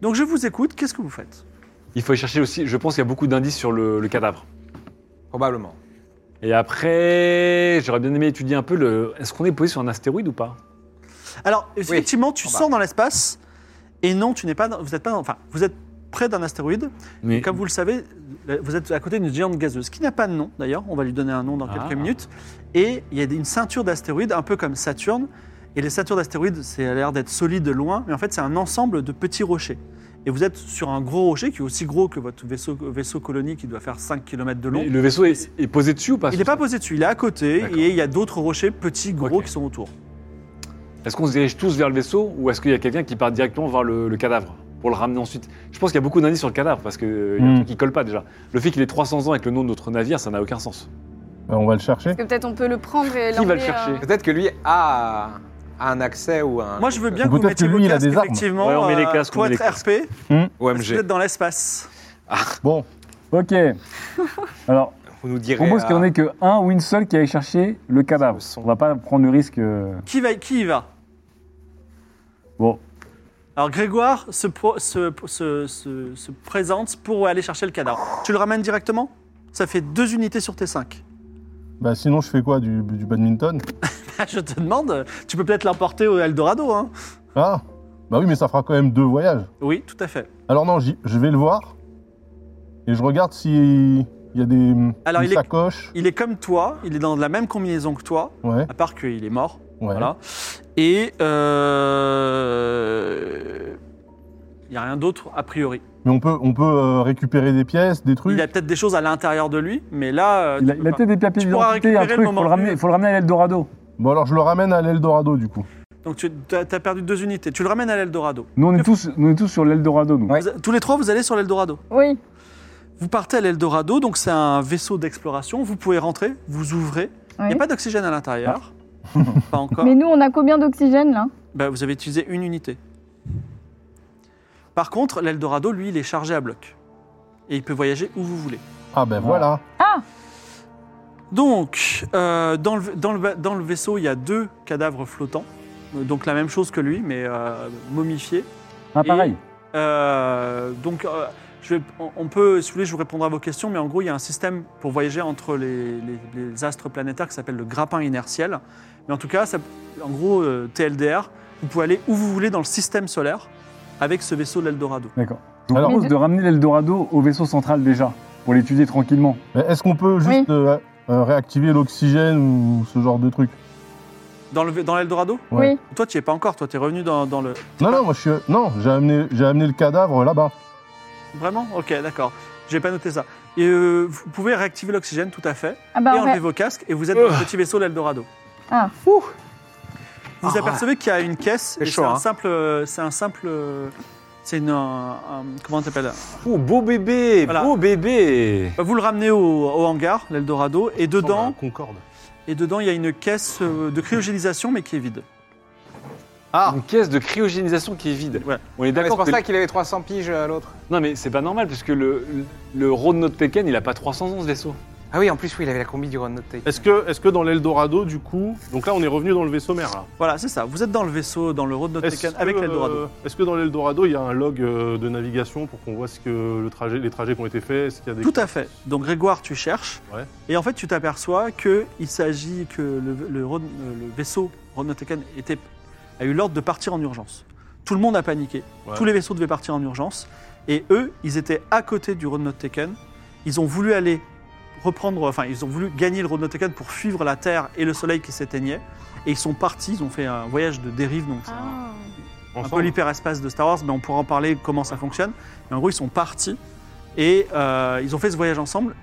[SPEAKER 7] Donc je vous écoute. Qu'est-ce que vous faites
[SPEAKER 3] Il faut y chercher aussi, je pense qu'il y a beaucoup d'indices sur le, le cadavre.
[SPEAKER 2] Probablement.
[SPEAKER 3] Et après, j'aurais bien aimé étudier un peu le. Est-ce qu'on est posé sur un astéroïde ou pas
[SPEAKER 7] Alors, effectivement, tu
[SPEAKER 2] en bas.
[SPEAKER 7] sors dans l'espace, et non, tu n'es pas dans- vous êtes pas dans- enfin, vous êtes près d'un astéroïde,
[SPEAKER 3] Mais
[SPEAKER 7] et comme vous le savez, la- vous êtes à côté d'une géante gazeuse, qui n'a pas de nom d'ailleurs, on va lui donner un nom dans
[SPEAKER 3] Ah.
[SPEAKER 7] quelques minutes, et il y a des- une ceinture d'astéroïdes, un peu comme Saturne, et les ceintures d'astéroïdes, c'est a l'air d'être solide de loin, mais en fait, c'est un ensemble de petits rochers. Et vous êtes sur un gros rocher qui est aussi gros que votre vaisseau, vaisseau colonie qui doit faire 5 km de long.
[SPEAKER 3] mais le vaisseau est, est posé dessus ou pas
[SPEAKER 7] Il n'est pas posé dessus, il est à côté,
[SPEAKER 3] D'accord.
[SPEAKER 7] et il y a d'autres rochers petits, gros
[SPEAKER 3] Ok.
[SPEAKER 7] qui sont autour.
[SPEAKER 3] Est-ce qu'on se dirige tous vers le vaisseau ou est-ce qu'il y a quelqu'un qui part directement vers le, le cadavre pour le ramener ensuite Je pense qu'il y a beaucoup d'indices sur le cadavre parce qu'il y a un
[SPEAKER 4] Hmm.
[SPEAKER 3] truc qui colle pas déjà. Le fait qu'il ait 300 ans avec le nom de notre navire, ça n'a aucun sens.
[SPEAKER 4] on va le chercher.
[SPEAKER 5] Parce que peut-être on peut le prendre et
[SPEAKER 3] Qui va le
[SPEAKER 5] l'emmener,
[SPEAKER 3] chercher
[SPEAKER 5] euh,
[SPEAKER 2] Peut-être que lui a a un accès ou un.
[SPEAKER 7] Moi, je veux bien que vous
[SPEAKER 8] Peut-être que
[SPEAKER 7] mettiez
[SPEAKER 8] lui,
[SPEAKER 7] vos
[SPEAKER 8] il a
[SPEAKER 7] casques,
[SPEAKER 8] des armes.
[SPEAKER 7] effectivement,
[SPEAKER 3] Ouais, on met les
[SPEAKER 7] euh,
[SPEAKER 3] casques, on
[SPEAKER 7] pour
[SPEAKER 3] met les
[SPEAKER 7] être
[SPEAKER 3] casques.
[SPEAKER 7] RP, parce que vous
[SPEAKER 2] OMG.
[SPEAKER 7] êtes dans l'espace.
[SPEAKER 8] Bon, ok. Alors,
[SPEAKER 2] Vous nous
[SPEAKER 8] je
[SPEAKER 2] direz.
[SPEAKER 8] propose qu'il n'y en
[SPEAKER 2] euh,
[SPEAKER 8] ait que un ou une seule qui aille chercher le cadavre.
[SPEAKER 2] Le son.
[SPEAKER 8] On va pas prendre le risque. euh,
[SPEAKER 7] Qui, va, qui y va
[SPEAKER 8] Bon,
[SPEAKER 7] Alors, Grégoire se, pro- se- se- se- se présente pour aller chercher le cadavre. Tu le ramènes directement Ça fait deux unités sur tes cinq. [LAUGHS]
[SPEAKER 8] bah sinon je fais quoi du, du badminton
[SPEAKER 7] je te demande, tu peux peut-être l'emporter au Eldorado. Hein
[SPEAKER 8] Ah, bah oui, mais ça fera quand même deux voyages.
[SPEAKER 7] oui, tout à fait.
[SPEAKER 8] Alors non, j'y- je vais le voir et je regarde si il y a des
[SPEAKER 7] Alors,
[SPEAKER 8] une
[SPEAKER 7] il est-
[SPEAKER 8] sacoche.
[SPEAKER 7] Il est comme toi, il est dans la même combinaison que toi,
[SPEAKER 8] Ouais,
[SPEAKER 7] à part qu'il est mort.
[SPEAKER 8] ouais.
[SPEAKER 7] Voilà. Et. euh, Il n'y a rien d'autre a priori.
[SPEAKER 8] Mais on peut, on peut euh, récupérer des pièces, des trucs.
[SPEAKER 7] Il a peut-être des choses à l'intérieur de lui, mais là. euh,
[SPEAKER 8] Il a,
[SPEAKER 7] tu
[SPEAKER 8] il
[SPEAKER 7] peux
[SPEAKER 8] a
[SPEAKER 7] pas.
[SPEAKER 8] peut-être des papiers
[SPEAKER 7] Tu pourras
[SPEAKER 8] d'identité, un
[SPEAKER 7] récupérer le
[SPEAKER 8] truc. Faut le,
[SPEAKER 7] moment
[SPEAKER 8] ramener,
[SPEAKER 7] venu.
[SPEAKER 8] faut le ramener à l'Eldorado. Bon alors je le ramène à l'Eldorado du coup.
[SPEAKER 7] Donc tu as perdu deux unités. Tu le ramènes à l'Eldorado.
[SPEAKER 8] Nous on est tous, nous, on est tous sur l'Eldorado. nous.
[SPEAKER 2] Ouais.
[SPEAKER 7] Vous a- Tous les trois, vous allez sur l'Eldorado.
[SPEAKER 5] Oui.
[SPEAKER 7] Vous partez à l'Eldorado, donc c'est un vaisseau d'exploration. Vous pouvez rentrer, vous ouvrez. Il n'y
[SPEAKER 5] Ouais.
[SPEAKER 7] a pas d'oxygène à l'intérieur.
[SPEAKER 8] Ah.
[SPEAKER 5] [LAUGHS]
[SPEAKER 7] pas encore.
[SPEAKER 5] Mais nous, on a combien d'oxygène là
[SPEAKER 7] Bah, vous avez utilisé une unité. Par contre, l'Eldorado, lui, il est chargé à bloc. Et il peut voyager où vous voulez.
[SPEAKER 8] Ah ben voilà.
[SPEAKER 7] Donc, euh, dans, le, dans le va- dans le vaisseau, il y a deux cadavres flottants. Euh, Donc la même chose que lui, mais euh, momifiés.
[SPEAKER 9] Ah, pareil.
[SPEAKER 7] Euh, donc, euh, je vais- on, on peut, si vous voulez, je vous répondrai à vos questions, mais en gros, il y a un système pour voyager entre les, les- les astres planétaires qui s'appelle le grappin inertiel. Mais en tout cas, ça- en gros, euh, TLDR, vous pouvez aller où vous voulez dans le système solaire avec ce vaisseau de l'Eldorado.
[SPEAKER 9] D'accord. Je vous
[SPEAKER 8] Alors-
[SPEAKER 9] propose de ramener l'Eldorado au vaisseau central déjà, pour l'étudier tranquillement.
[SPEAKER 8] Mais Est-ce qu'on peut juste
[SPEAKER 5] Oui.
[SPEAKER 8] euh, euh, réactiver l'oxygène ou ce genre de truc
[SPEAKER 7] Dans le- dans l'Eldorado
[SPEAKER 8] Ouais.
[SPEAKER 5] Oui.
[SPEAKER 7] Toi, tu y es pas encore, toi, tu es revenu dans, dans le.
[SPEAKER 8] Non, non, moi je suis. Non, j'ai amené, j'ai amené le cadavre là-bas.
[SPEAKER 7] Vraiment Ok, d'accord. J'ai pas noté ça. Et euh, vous pouvez réactiver l'oxygène, tout à fait,
[SPEAKER 5] Ah bah
[SPEAKER 7] et
[SPEAKER 5] en
[SPEAKER 7] enlever
[SPEAKER 5] vrai-
[SPEAKER 7] vos casques, et vous êtes dans le petit vaisseau de l'Eldorado.
[SPEAKER 5] Ah.
[SPEAKER 7] Vous apercevez qu'il y a une caisse.
[SPEAKER 2] Ah. C'est
[SPEAKER 7] et
[SPEAKER 2] chaud,
[SPEAKER 7] C'est un
[SPEAKER 2] hein.
[SPEAKER 7] simple. euh, C'est un simple. euh, C'est une. un- un- comment on s'appelle
[SPEAKER 3] Oh, beau bébé,
[SPEAKER 7] Voilà.
[SPEAKER 3] beau bébé.
[SPEAKER 7] Bah, Vous le ramenez au, au hangar, l'Eldorado, et
[SPEAKER 4] Dans
[SPEAKER 7] dedans,
[SPEAKER 4] Concorde.
[SPEAKER 7] et dedans, il y a une caisse euh, de cryogénisation, mais qui est vide.
[SPEAKER 3] Une caisse de cryogénisation qui est vide. On est
[SPEAKER 7] Ouais.
[SPEAKER 2] Ah, mais C'est
[SPEAKER 3] d'accord
[SPEAKER 2] pour
[SPEAKER 3] que-
[SPEAKER 2] ça qu'il avait 300 piges euh, l'autre.
[SPEAKER 3] Non, mais c'est pas normal, parce que le, le Road Note Tekken, il a pas 300 ans, ce vaisseau.
[SPEAKER 2] Ah oui, en plus, oui, il avait la combi du Ronote.
[SPEAKER 4] Est-ce que, est que dans l'Eldorado, du coup. Donc là, on est revenu dans le vaisseau mère, là.
[SPEAKER 7] Voilà, c'est ça. Vous êtes dans le vaisseau, dans le Road Not
[SPEAKER 4] Est-ce
[SPEAKER 7] Taken, avec
[SPEAKER 4] que,
[SPEAKER 7] l'Eldorado.
[SPEAKER 4] euh, Est-ce que dans l'Eldorado, il y a un log euh, de navigation pour qu'on voit ce que le trajet, les trajets qui ont été faits Est-ce qu'il y a des...
[SPEAKER 7] Tout à fait. Donc Grégoire, tu cherches,
[SPEAKER 4] Ouais.
[SPEAKER 7] et en fait, tu t'aperçois que il s'agit que le, le Road- euh, le vaisseau Ronotekan était a eu l'ordre de partir en urgence. Tout le monde a paniqué.
[SPEAKER 4] Ouais.
[SPEAKER 7] Tous les vaisseaux devaient partir en urgence, et eux, ils étaient à côté du Ronotekan. Ils ont voulu aller reprendre, enfin, ils ont voulu gagner le Ronotekan pour fuivre la Terre et le Soleil qui s'éteignait, et ils sont partis. Ils ont fait un voyage de dérive, donc c'est un-
[SPEAKER 5] Ah.
[SPEAKER 7] un peu
[SPEAKER 4] ensemble
[SPEAKER 7] l'hyperespace de Star Wars, mais on pourra en parler comment ça fonctionne. Mais en gros, ils sont partis et euh, ils ont fait ce voyage ensemble.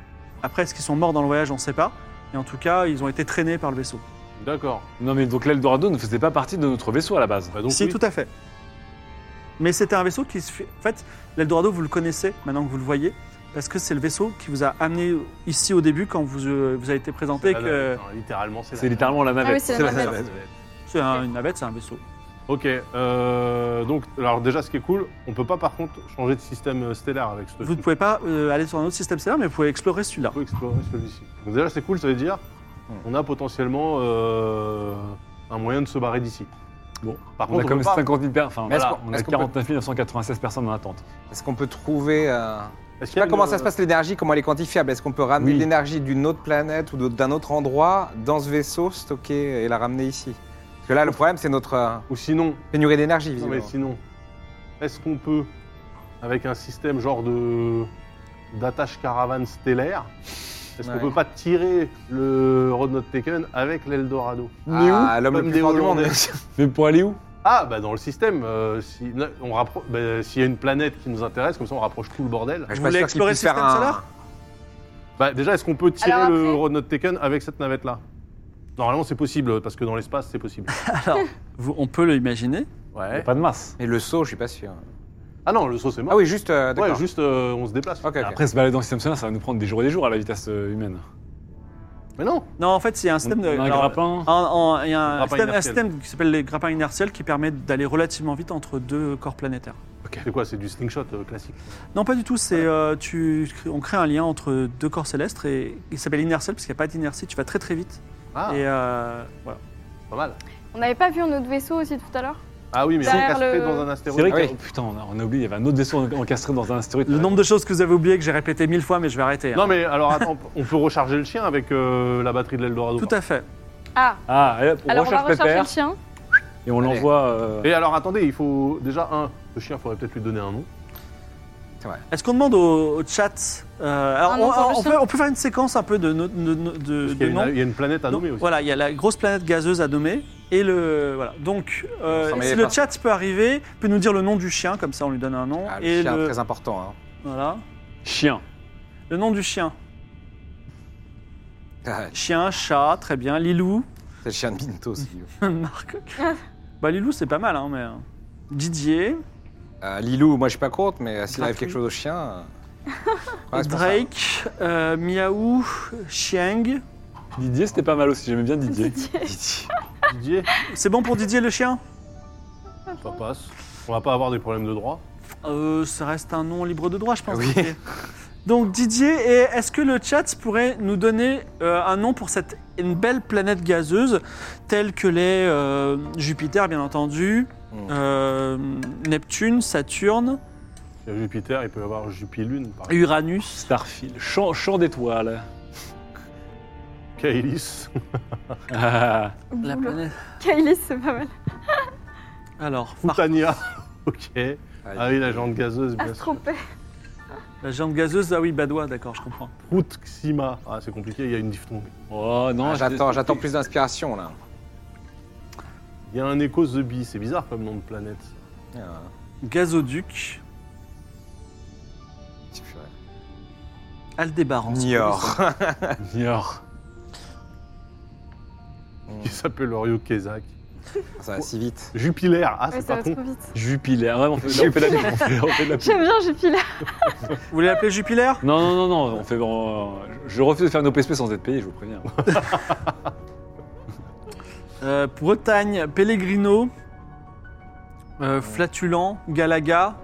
[SPEAKER 7] Après, est-ce qu'ils sont morts dans le voyage On ne sait pas. Et en tout cas, ils ont été traînés par le vaisseau.
[SPEAKER 4] D'accord.
[SPEAKER 3] Non, mais donc l'Eldorado ne faisait pas partie de notre vaisseau à la base.
[SPEAKER 4] Bah donc,
[SPEAKER 7] si,
[SPEAKER 4] oui.
[SPEAKER 7] tout à fait. Mais c'était un vaisseau qui se fait. En fait, l'Eldorado, vous le connaissez maintenant que vous le voyez, parce que c'est le vaisseau qui vous a amené ici au début quand vous, euh, vous avez été présenté.
[SPEAKER 4] C'est la
[SPEAKER 7] que
[SPEAKER 4] navette, hein, littéralement, c'est la
[SPEAKER 3] C'est
[SPEAKER 4] navette.
[SPEAKER 3] littéralement la
[SPEAKER 5] Ah oui,
[SPEAKER 3] navette.
[SPEAKER 5] c'est la navette.
[SPEAKER 7] C'est un- une navette, c'est un vaisseau.
[SPEAKER 4] Ok, euh, donc, alors déjà, ce qui est cool, on peut pas, par contre, changer de système euh, stellaire avec ce
[SPEAKER 7] Vous ne
[SPEAKER 4] truc.
[SPEAKER 7] pouvez pas euh, aller sur un autre système stellaire, mais vous pouvez explorer celui-là.
[SPEAKER 4] On peut explorer celui-ci. Donc déjà, c'est cool, ça veut dire
[SPEAKER 2] Hmm.
[SPEAKER 4] on a potentiellement euh, un moyen de se barrer d'ici. Bon, par
[SPEAKER 3] On a
[SPEAKER 4] contre, on
[SPEAKER 3] comme
[SPEAKER 4] peut pas-
[SPEAKER 3] 50 000 personnes. Enfin,
[SPEAKER 2] Mais est-ce
[SPEAKER 3] voilà,
[SPEAKER 2] qu'on-
[SPEAKER 3] on a
[SPEAKER 2] est-ce qu'on
[SPEAKER 3] 49 996 personnes en attente.
[SPEAKER 2] Est-ce qu'on peut trouver. euh, Je
[SPEAKER 4] Est-ce qu'il y
[SPEAKER 2] sais
[SPEAKER 4] a
[SPEAKER 2] pas comment
[SPEAKER 4] une-
[SPEAKER 2] ça se passe l'énergie, comment elle est quantifiable. Est-ce qu'on peut ramener
[SPEAKER 3] Oui.
[SPEAKER 2] de l'énergie d'une autre planète ou de- d'un autre endroit dans ce vaisseau, stocker et la ramener ici Parce que là, le problème, c'est notre euh,
[SPEAKER 4] Ou sinon,
[SPEAKER 2] pénurie d'énergie,
[SPEAKER 4] Non, mais
[SPEAKER 2] visiblement.
[SPEAKER 4] sinon, est-ce qu'on peut, avec un système genre de d'attache caravane stellaire, est-ce
[SPEAKER 2] Ouais.
[SPEAKER 4] qu'on peut pas tirer le Road Not Taken avec l'Eldorado
[SPEAKER 2] Ah, l'homme le
[SPEAKER 4] Comme
[SPEAKER 2] plus
[SPEAKER 4] des
[SPEAKER 2] fort du monde.
[SPEAKER 4] Hollandais.
[SPEAKER 2] [LAUGHS]
[SPEAKER 3] Mais pour aller où
[SPEAKER 4] Ah, bah dans le système, euh, si- là, on rappro- bah, s'il y a une planète qui nous intéresse, comme ça on rapproche tout le bordel.
[SPEAKER 2] Je suis
[SPEAKER 7] Vous
[SPEAKER 2] pas sûr
[SPEAKER 7] voulez
[SPEAKER 2] qu'il
[SPEAKER 7] explorer le
[SPEAKER 2] puisse faire
[SPEAKER 7] système
[SPEAKER 2] un-
[SPEAKER 7] solaire
[SPEAKER 4] Bah déjà, est-ce qu'on peut tirer
[SPEAKER 5] Alors après-
[SPEAKER 4] le Road Not Taken avec cette navette-là Normalement c'est possible, parce que dans l'espace c'est possible.
[SPEAKER 7] Vous- On peut l'imaginer.
[SPEAKER 3] Il y a
[SPEAKER 4] Ouais.
[SPEAKER 3] Pas de masse.
[SPEAKER 2] Mais le saut, je suis pas sûr.
[SPEAKER 4] Ah non, le saut c'est mort.
[SPEAKER 2] Ah oui, juste. euh,
[SPEAKER 4] Ouais,
[SPEAKER 2] d'accord.
[SPEAKER 4] juste euh, on se déplace.
[SPEAKER 2] Ok, ok.
[SPEAKER 3] Après, se balader dans le système solaire, ça va nous prendre des jours et des jours à la vitesse euh, humaine.
[SPEAKER 4] Mais non
[SPEAKER 7] Non, en fait, c'est un
[SPEAKER 3] On,
[SPEAKER 7] système de.
[SPEAKER 3] on a un
[SPEAKER 7] alors,
[SPEAKER 3] grappin.
[SPEAKER 7] En- en- Il y a un,
[SPEAKER 4] Grappin
[SPEAKER 7] système, un
[SPEAKER 4] inertiel.
[SPEAKER 7] système qui s'appelle les grappins inertiels qui permet d'aller relativement vite entre deux corps planétaires.
[SPEAKER 4] C'est quoi C'est du slingshot euh, classique.
[SPEAKER 7] Non, pas du tout. C'est euh, tu, on crée un lien entre deux corps célestes et il s'appelle inertiel parce qu'il n'y a pas d'inertie. Tu vas très très vite.
[SPEAKER 4] Ah,
[SPEAKER 7] Et euh, voilà.
[SPEAKER 4] pas mal.
[SPEAKER 5] On n'avait pas vu un autre vaisseau aussi tout à l'heure
[SPEAKER 4] Ah oui, mais
[SPEAKER 5] Derrière
[SPEAKER 4] encastré
[SPEAKER 5] le-
[SPEAKER 4] dans un
[SPEAKER 3] C'est
[SPEAKER 4] astéroïde.
[SPEAKER 3] vrai
[SPEAKER 2] Ah oui.
[SPEAKER 3] que. oh, putain, on a, on a oublié, il y avait un autre vaisseau encastré dans un astéroïde.
[SPEAKER 7] Le nombre de choses que vous avez oubliées que j'ai répétées mille fois, mais je vais arrêter. hein.
[SPEAKER 4] Non mais alors attends, on peut recharger le chien avec euh, la batterie de l'Eldorado.
[SPEAKER 7] Tout à fait.
[SPEAKER 5] Ah,
[SPEAKER 3] Ah, et hop, on
[SPEAKER 5] alors on va
[SPEAKER 3] recharge
[SPEAKER 5] rechercher le
[SPEAKER 3] Pépère
[SPEAKER 5] chien.
[SPEAKER 3] et on
[SPEAKER 2] Allez.
[SPEAKER 3] l'envoie. euh,
[SPEAKER 4] Et alors attendez, il faut déjà un, le chien, faudrait peut-être lui donner un nom.
[SPEAKER 7] Est-ce qu'on demande au, au chat euh, alors,
[SPEAKER 5] Un
[SPEAKER 7] on,
[SPEAKER 5] nom pour le
[SPEAKER 7] on
[SPEAKER 5] chien
[SPEAKER 7] peut, on peut faire une séquence un peu de, no- de, de- de-
[SPEAKER 4] Parce qu'il
[SPEAKER 7] de
[SPEAKER 4] y a une-
[SPEAKER 7] noms.
[SPEAKER 4] il y a une planète à
[SPEAKER 7] Donc,
[SPEAKER 4] nommer aussi.
[SPEAKER 7] Voilà, il y a la grosse planète gazeuse à nommer. Et le. Voilà. Donc, euh,
[SPEAKER 2] s'en mêlait
[SPEAKER 7] si le
[SPEAKER 2] pas.
[SPEAKER 7] chat peut arriver, peut nous dire le nom du chien, comme ça on lui donne un nom.
[SPEAKER 2] Ah, le
[SPEAKER 7] et
[SPEAKER 2] chien,
[SPEAKER 7] le.
[SPEAKER 2] très important. hein.
[SPEAKER 7] Voilà.
[SPEAKER 3] Chien.
[SPEAKER 7] Le nom du chien.
[SPEAKER 2] Ah,
[SPEAKER 7] Chien, chat, très bien. Lilou. [LAUGHS]
[SPEAKER 2] C'est le chien de Minto, aussi.
[SPEAKER 7] Marc. bah, Lilou, c'est pas mal, hein, mais. Didier,
[SPEAKER 2] Euh, Lilou, moi, je suis pas contre, mais euh, s'il arrive quelque
[SPEAKER 7] Gratuit.
[SPEAKER 2] chose au chien. euh, ouais, c'est pour ça.
[SPEAKER 7] Drake, euh, Miaou, Chiang.
[SPEAKER 3] Didier, c'était pas mal aussi, j'aimais bien Didier.
[SPEAKER 4] Didier,
[SPEAKER 7] C'est bon pour Didier le chien
[SPEAKER 4] ça passe. On va pas avoir des problèmes de droit.
[SPEAKER 7] Euh, ça reste un nom libre de droit, je pense.
[SPEAKER 10] Oui.
[SPEAKER 7] Didier. Donc Didier, et est-ce que le chat pourrait nous donner euh, un nom pour cette une belle planète gazeuse, telle que les Jupiter, bien entendu,
[SPEAKER 2] Mm.
[SPEAKER 7] euh, Neptune, Saturne,
[SPEAKER 4] Il y a Jupiter, il peut y avoir Jupilune, par exemple.
[SPEAKER 7] Uranus
[SPEAKER 3] Starfield, champ, champ d'étoiles.
[SPEAKER 4] Kaelis.
[SPEAKER 3] Ah,
[SPEAKER 7] La planète.
[SPEAKER 5] Kylie, c'est pas mal.
[SPEAKER 7] Alors,
[SPEAKER 5] Ah.
[SPEAKER 7] Mar-
[SPEAKER 4] Futania. [LAUGHS] ok. Ah oui, la jante gazeuse, bien sûr.
[SPEAKER 5] Astropé.
[SPEAKER 7] la géante gazeuse, ah oui, Badois, d'accord, je comprends.
[SPEAKER 4] Proutxima. Ah, c'est compliqué, il y a une diphtongue.
[SPEAKER 3] oh non,
[SPEAKER 2] Ah,
[SPEAKER 3] je-
[SPEAKER 2] J'attends j'attends plus d'inspiration là.
[SPEAKER 4] Il y a un écho The Bee, c'est bizarre comme nom de planète.
[SPEAKER 2] Ah,
[SPEAKER 7] Gazoduc,
[SPEAKER 2] petit purée.
[SPEAKER 7] Aldébaran. c'est quoi,
[SPEAKER 2] Nior.
[SPEAKER 3] Ignore.
[SPEAKER 4] Il s'appelle Orio Kezak.
[SPEAKER 2] Ça va si vite.
[SPEAKER 4] Jupiler. Ah,
[SPEAKER 5] Ouais,
[SPEAKER 4] c'est
[SPEAKER 5] ça
[SPEAKER 4] pas
[SPEAKER 5] va
[SPEAKER 4] con.
[SPEAKER 5] trop vite.
[SPEAKER 3] Jupiler. Ouais, on fait, on fait de la pub, on fait- on fait de la pub.
[SPEAKER 5] J'aime bien, j'ai filé.
[SPEAKER 7] ça Vous voulez l'appeler Jupiler
[SPEAKER 3] Non, non, non, non, on fait. on- je refuse de faire nos PSP sans être payé, je vous préviens.
[SPEAKER 7] Euh, Bretagne, Pellegrino, euh, Flatulent, Galaga.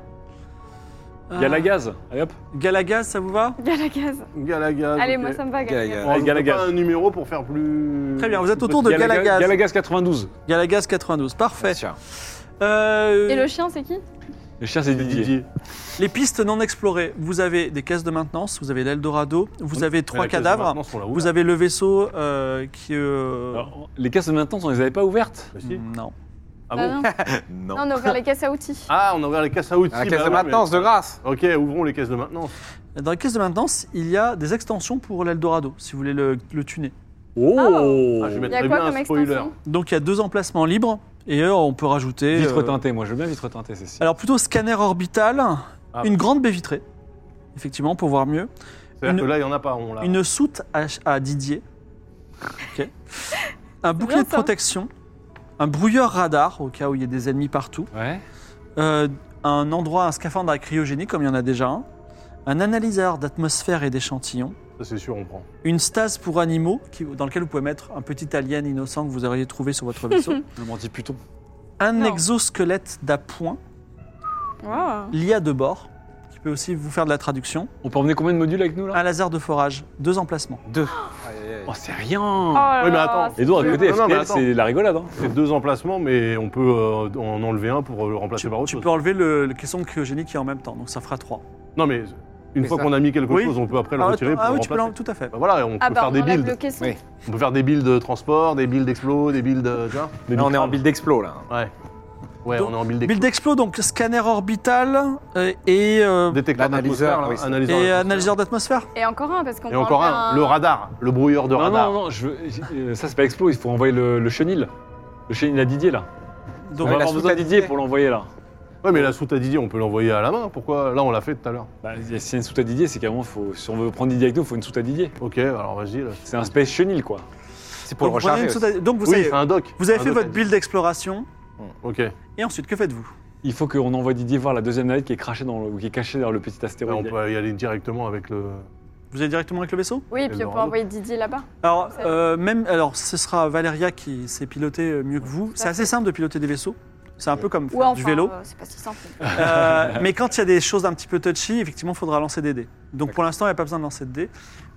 [SPEAKER 3] Il y a la gaz. Allez hop.
[SPEAKER 7] Euh, Galaga, ça vous va
[SPEAKER 5] Il y a la gaz.
[SPEAKER 4] Galaga.
[SPEAKER 3] Ah,
[SPEAKER 5] Allez,
[SPEAKER 4] ok.
[SPEAKER 5] moi, ça me va,
[SPEAKER 2] Galaga.
[SPEAKER 5] Galaga.
[SPEAKER 4] On rajoute
[SPEAKER 3] Galaga.
[SPEAKER 4] pas un numéro pour faire plus.
[SPEAKER 7] Très bien, vous êtes autour de
[SPEAKER 3] Euh, Galaga-
[SPEAKER 7] Galagaz.
[SPEAKER 3] Galagaz 92.
[SPEAKER 7] Galagaz 92, parfait.
[SPEAKER 2] Tiens.
[SPEAKER 7] Euh,
[SPEAKER 5] Et le chien, c'est qui
[SPEAKER 3] Le chien, c'est Didier.
[SPEAKER 4] Didier.
[SPEAKER 7] Les pistes non explorées, vous avez des caisses de maintenance, vous avez l'Eldorado, vous avez trois cadavres, vous avez le vaisseau euh, qui... euh, Hmm,
[SPEAKER 3] Alors, les caisses de maintenance, on les avait pas ouvertes
[SPEAKER 4] Bah,
[SPEAKER 7] non.
[SPEAKER 4] Ah
[SPEAKER 5] Bah
[SPEAKER 4] bon
[SPEAKER 3] [LAUGHS]
[SPEAKER 2] Non.
[SPEAKER 5] non. non, on a ouvert les caisses à outils.
[SPEAKER 4] Ah, on a ouvert les caisses à outils.
[SPEAKER 2] La
[SPEAKER 4] bah
[SPEAKER 2] caisse de
[SPEAKER 4] ouais, mais-
[SPEAKER 2] maintenance, de grâce.
[SPEAKER 4] Ok, ouvrons les caisses de maintenance.
[SPEAKER 7] Dans les caisses de maintenance, il y a des extensions pour l'Eldorado, si vous voulez le, le tuner.
[SPEAKER 3] Oh
[SPEAKER 4] Ah, je vais
[SPEAKER 5] Il y a
[SPEAKER 4] mettre
[SPEAKER 5] quoi
[SPEAKER 4] bien
[SPEAKER 5] comme
[SPEAKER 4] un spoiler.
[SPEAKER 5] extension
[SPEAKER 7] Donc il y a deux emplacements libres, et euh, on peut rajouter...
[SPEAKER 3] Vitre
[SPEAKER 7] euh,
[SPEAKER 3] teintée, moi je veux bien vitre teintée, Cécile.
[SPEAKER 7] Alors plutôt scanner orbital,
[SPEAKER 4] Ah.
[SPEAKER 7] une grande baie vitrée, effectivement, pour voir mieux.
[SPEAKER 4] C'est-à-dire
[SPEAKER 7] Une-
[SPEAKER 4] que là, il n'y en a pas. On l'a.
[SPEAKER 7] Une soute à, à Didier.
[SPEAKER 5] [LAUGHS]
[SPEAKER 7] Ok. Un bouclier
[SPEAKER 5] bien,
[SPEAKER 7] de
[SPEAKER 5] ça.
[SPEAKER 7] protection. Un brouilleur radar, au cas où il y a des ennemis partout.
[SPEAKER 4] Ah.
[SPEAKER 3] Ouais.
[SPEAKER 7] Euh, un endroit, un scaphandre à cryogénie, comme il y en a déjà un. Un analyseur d'atmosphère et d'échantillons.
[SPEAKER 4] Ça, c'est sûr, on prend.
[SPEAKER 7] Une stase pour animaux, qui- dans lequel vous pouvez mettre un petit alien innocent que vous auriez trouvé sur
[SPEAKER 5] [LAUGHS]
[SPEAKER 7] votre vaisseau.
[SPEAKER 3] Le menti Pluton.
[SPEAKER 7] un
[SPEAKER 5] Non.
[SPEAKER 7] exosquelette d'appoint,
[SPEAKER 3] Ah.
[SPEAKER 5] Wow.
[SPEAKER 7] l'IA de bord, qui peut aussi vous faire de la traduction.
[SPEAKER 3] On peut emmener combien de modules avec nous là
[SPEAKER 7] Un laser de forage, deux emplacements.
[SPEAKER 4] Ah.
[SPEAKER 3] Oh, c'est
[SPEAKER 5] Oh
[SPEAKER 3] rien
[SPEAKER 5] là
[SPEAKER 4] Oui, mais
[SPEAKER 5] là,
[SPEAKER 4] attends.
[SPEAKER 5] c'est
[SPEAKER 3] Edouard, à
[SPEAKER 5] dur.
[SPEAKER 3] côté,
[SPEAKER 4] Non, non, mais
[SPEAKER 3] FTL,
[SPEAKER 4] attends.
[SPEAKER 3] c'est la rigolade. Hein.
[SPEAKER 4] C'est deux emplacements, mais on peut euh, en enlever un pour le remplacer
[SPEAKER 7] Tu,
[SPEAKER 4] par autre
[SPEAKER 7] tu
[SPEAKER 4] chose.
[SPEAKER 7] peux enlever le, le caisson de cryogénie qui est en même temps, donc ça fera trois.
[SPEAKER 4] Non, mais une
[SPEAKER 2] Mais
[SPEAKER 4] fois
[SPEAKER 2] ça-
[SPEAKER 4] qu'on a mis quelque
[SPEAKER 7] Oui.
[SPEAKER 4] chose, on peut après le
[SPEAKER 7] Ah,
[SPEAKER 4] retirer
[SPEAKER 7] attends,
[SPEAKER 4] pour
[SPEAKER 7] ah
[SPEAKER 4] le
[SPEAKER 7] oui, tu peux
[SPEAKER 4] remplacer.
[SPEAKER 7] l'en- tout à fait.
[SPEAKER 4] Bah voilà, on
[SPEAKER 5] Ah
[SPEAKER 4] peut
[SPEAKER 5] bah,
[SPEAKER 4] faire
[SPEAKER 5] on
[SPEAKER 4] des
[SPEAKER 5] enlève
[SPEAKER 4] builds.
[SPEAKER 5] le caisson.
[SPEAKER 2] Oui.
[SPEAKER 4] On peut faire des builds de transport, des builds d'explo, des builds. euh, tu vois des
[SPEAKER 2] Là, on est en
[SPEAKER 4] builds-
[SPEAKER 2] build d'explo là.
[SPEAKER 4] Ouais. Ouais,
[SPEAKER 7] Donc,
[SPEAKER 4] on est en build d'explo.
[SPEAKER 7] Build Explo, donc scanner orbital euh, et, euh,
[SPEAKER 4] Détecteur
[SPEAKER 2] L'analyseur,
[SPEAKER 4] d'atmosphère, là,
[SPEAKER 2] oui, c'est-
[SPEAKER 4] analyseur
[SPEAKER 7] et
[SPEAKER 4] d'atmosphère.
[SPEAKER 7] analyseur d'atmosphère.
[SPEAKER 5] Et encore un, parce qu'on
[SPEAKER 4] Et
[SPEAKER 5] peut en
[SPEAKER 4] encore
[SPEAKER 5] faire
[SPEAKER 4] un, le radar, le brouilleur de
[SPEAKER 3] Non,
[SPEAKER 4] radar.
[SPEAKER 3] non, non, je veux- j'ai- euh, ça c'est pas explo, il faut envoyer le, le chenil. Le chenil à Didier là.
[SPEAKER 7] Donc,
[SPEAKER 3] on va
[SPEAKER 2] la
[SPEAKER 3] avoir
[SPEAKER 2] soute
[SPEAKER 3] besoin
[SPEAKER 2] à
[SPEAKER 3] de Didier
[SPEAKER 2] Didier.
[SPEAKER 3] pour l'envoyer là.
[SPEAKER 4] Ouais, mais la soute à Didier, on peut l'envoyer à la main. Pourquoi Là, on l'a fait tout à l'heure.
[SPEAKER 3] Bah, si c'est une soute à Didier, c'est qu'à un moment, faut, si on veut prendre Didier avec nous, il faut une soute à Didier.
[SPEAKER 4] Ok, alors vas-y. là.
[SPEAKER 3] C'est un space chenil quoi.
[SPEAKER 2] C'est pour
[SPEAKER 7] donc,
[SPEAKER 2] le
[SPEAKER 7] vous
[SPEAKER 2] recharger.
[SPEAKER 7] prenez une
[SPEAKER 2] aussi.
[SPEAKER 7] soute à- donc, vous,
[SPEAKER 4] oui,
[SPEAKER 7] avez,
[SPEAKER 4] fais un doc.
[SPEAKER 7] vous avez
[SPEAKER 4] Un
[SPEAKER 7] fait
[SPEAKER 4] doc à
[SPEAKER 7] votre
[SPEAKER 4] Didier.
[SPEAKER 7] build d'exploration
[SPEAKER 4] Ok. Ouais,
[SPEAKER 7] et ensuite que faites-vous
[SPEAKER 3] Il faut qu'on envoie Didier voir la deuxième navette qui est crachée dans le, ou qui est cachée dans le petit
[SPEAKER 4] on
[SPEAKER 3] astéroïde.
[SPEAKER 4] peut y aller directement avec le.
[SPEAKER 7] Vous allez directement avec le vaisseau
[SPEAKER 5] Oui, puis on peut
[SPEAKER 4] Eldorado.
[SPEAKER 5] envoyer Didier là-bas.
[SPEAKER 7] Alors
[SPEAKER 5] C'est-
[SPEAKER 7] euh, même alors ce sera Valeria qui sait piloter euh, mieux que vous. C'est assez simple de piloter des vaisseaux. C'est un peu comme faire
[SPEAKER 5] Ou enfin,
[SPEAKER 7] du vélo.
[SPEAKER 5] euh, c'est pas si simple.
[SPEAKER 7] Euh, mais quand il y a des choses un petit peu touchy, effectivement, il faudra lancer des dés. Donc pour l'instant, il n'y a pas besoin de lancer de dés.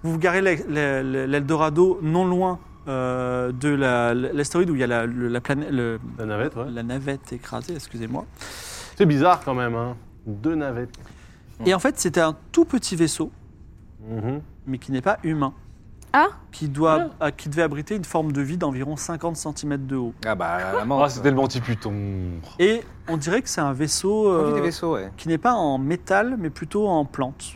[SPEAKER 7] Vous vous garez l'E- l'E- l'Eldorado non loin euh, de la- l'astéroïde où il y a la, le- la planète, le-
[SPEAKER 4] La navette, ouais.
[SPEAKER 7] la navette écrasée, excusez-moi.
[SPEAKER 4] C'est bizarre quand même, hein. Deux navettes.
[SPEAKER 7] Et en fait, c'était un tout petit vaisseau,
[SPEAKER 4] Mhm.
[SPEAKER 7] mais qui n'est pas humain.
[SPEAKER 5] Ah.
[SPEAKER 7] qui, doit, ah, qui devait abriter une forme de vie d'environ 50 cm de haut.
[SPEAKER 2] Ah bah la
[SPEAKER 3] Ah,
[SPEAKER 2] manche.
[SPEAKER 3] c'était le menti Pluton.
[SPEAKER 7] Et on dirait que c'est un vaisseau
[SPEAKER 2] Envie
[SPEAKER 7] euh,
[SPEAKER 2] des vaisseaux, ouais.
[SPEAKER 7] qui n'est pas en métal, mais plutôt en plante.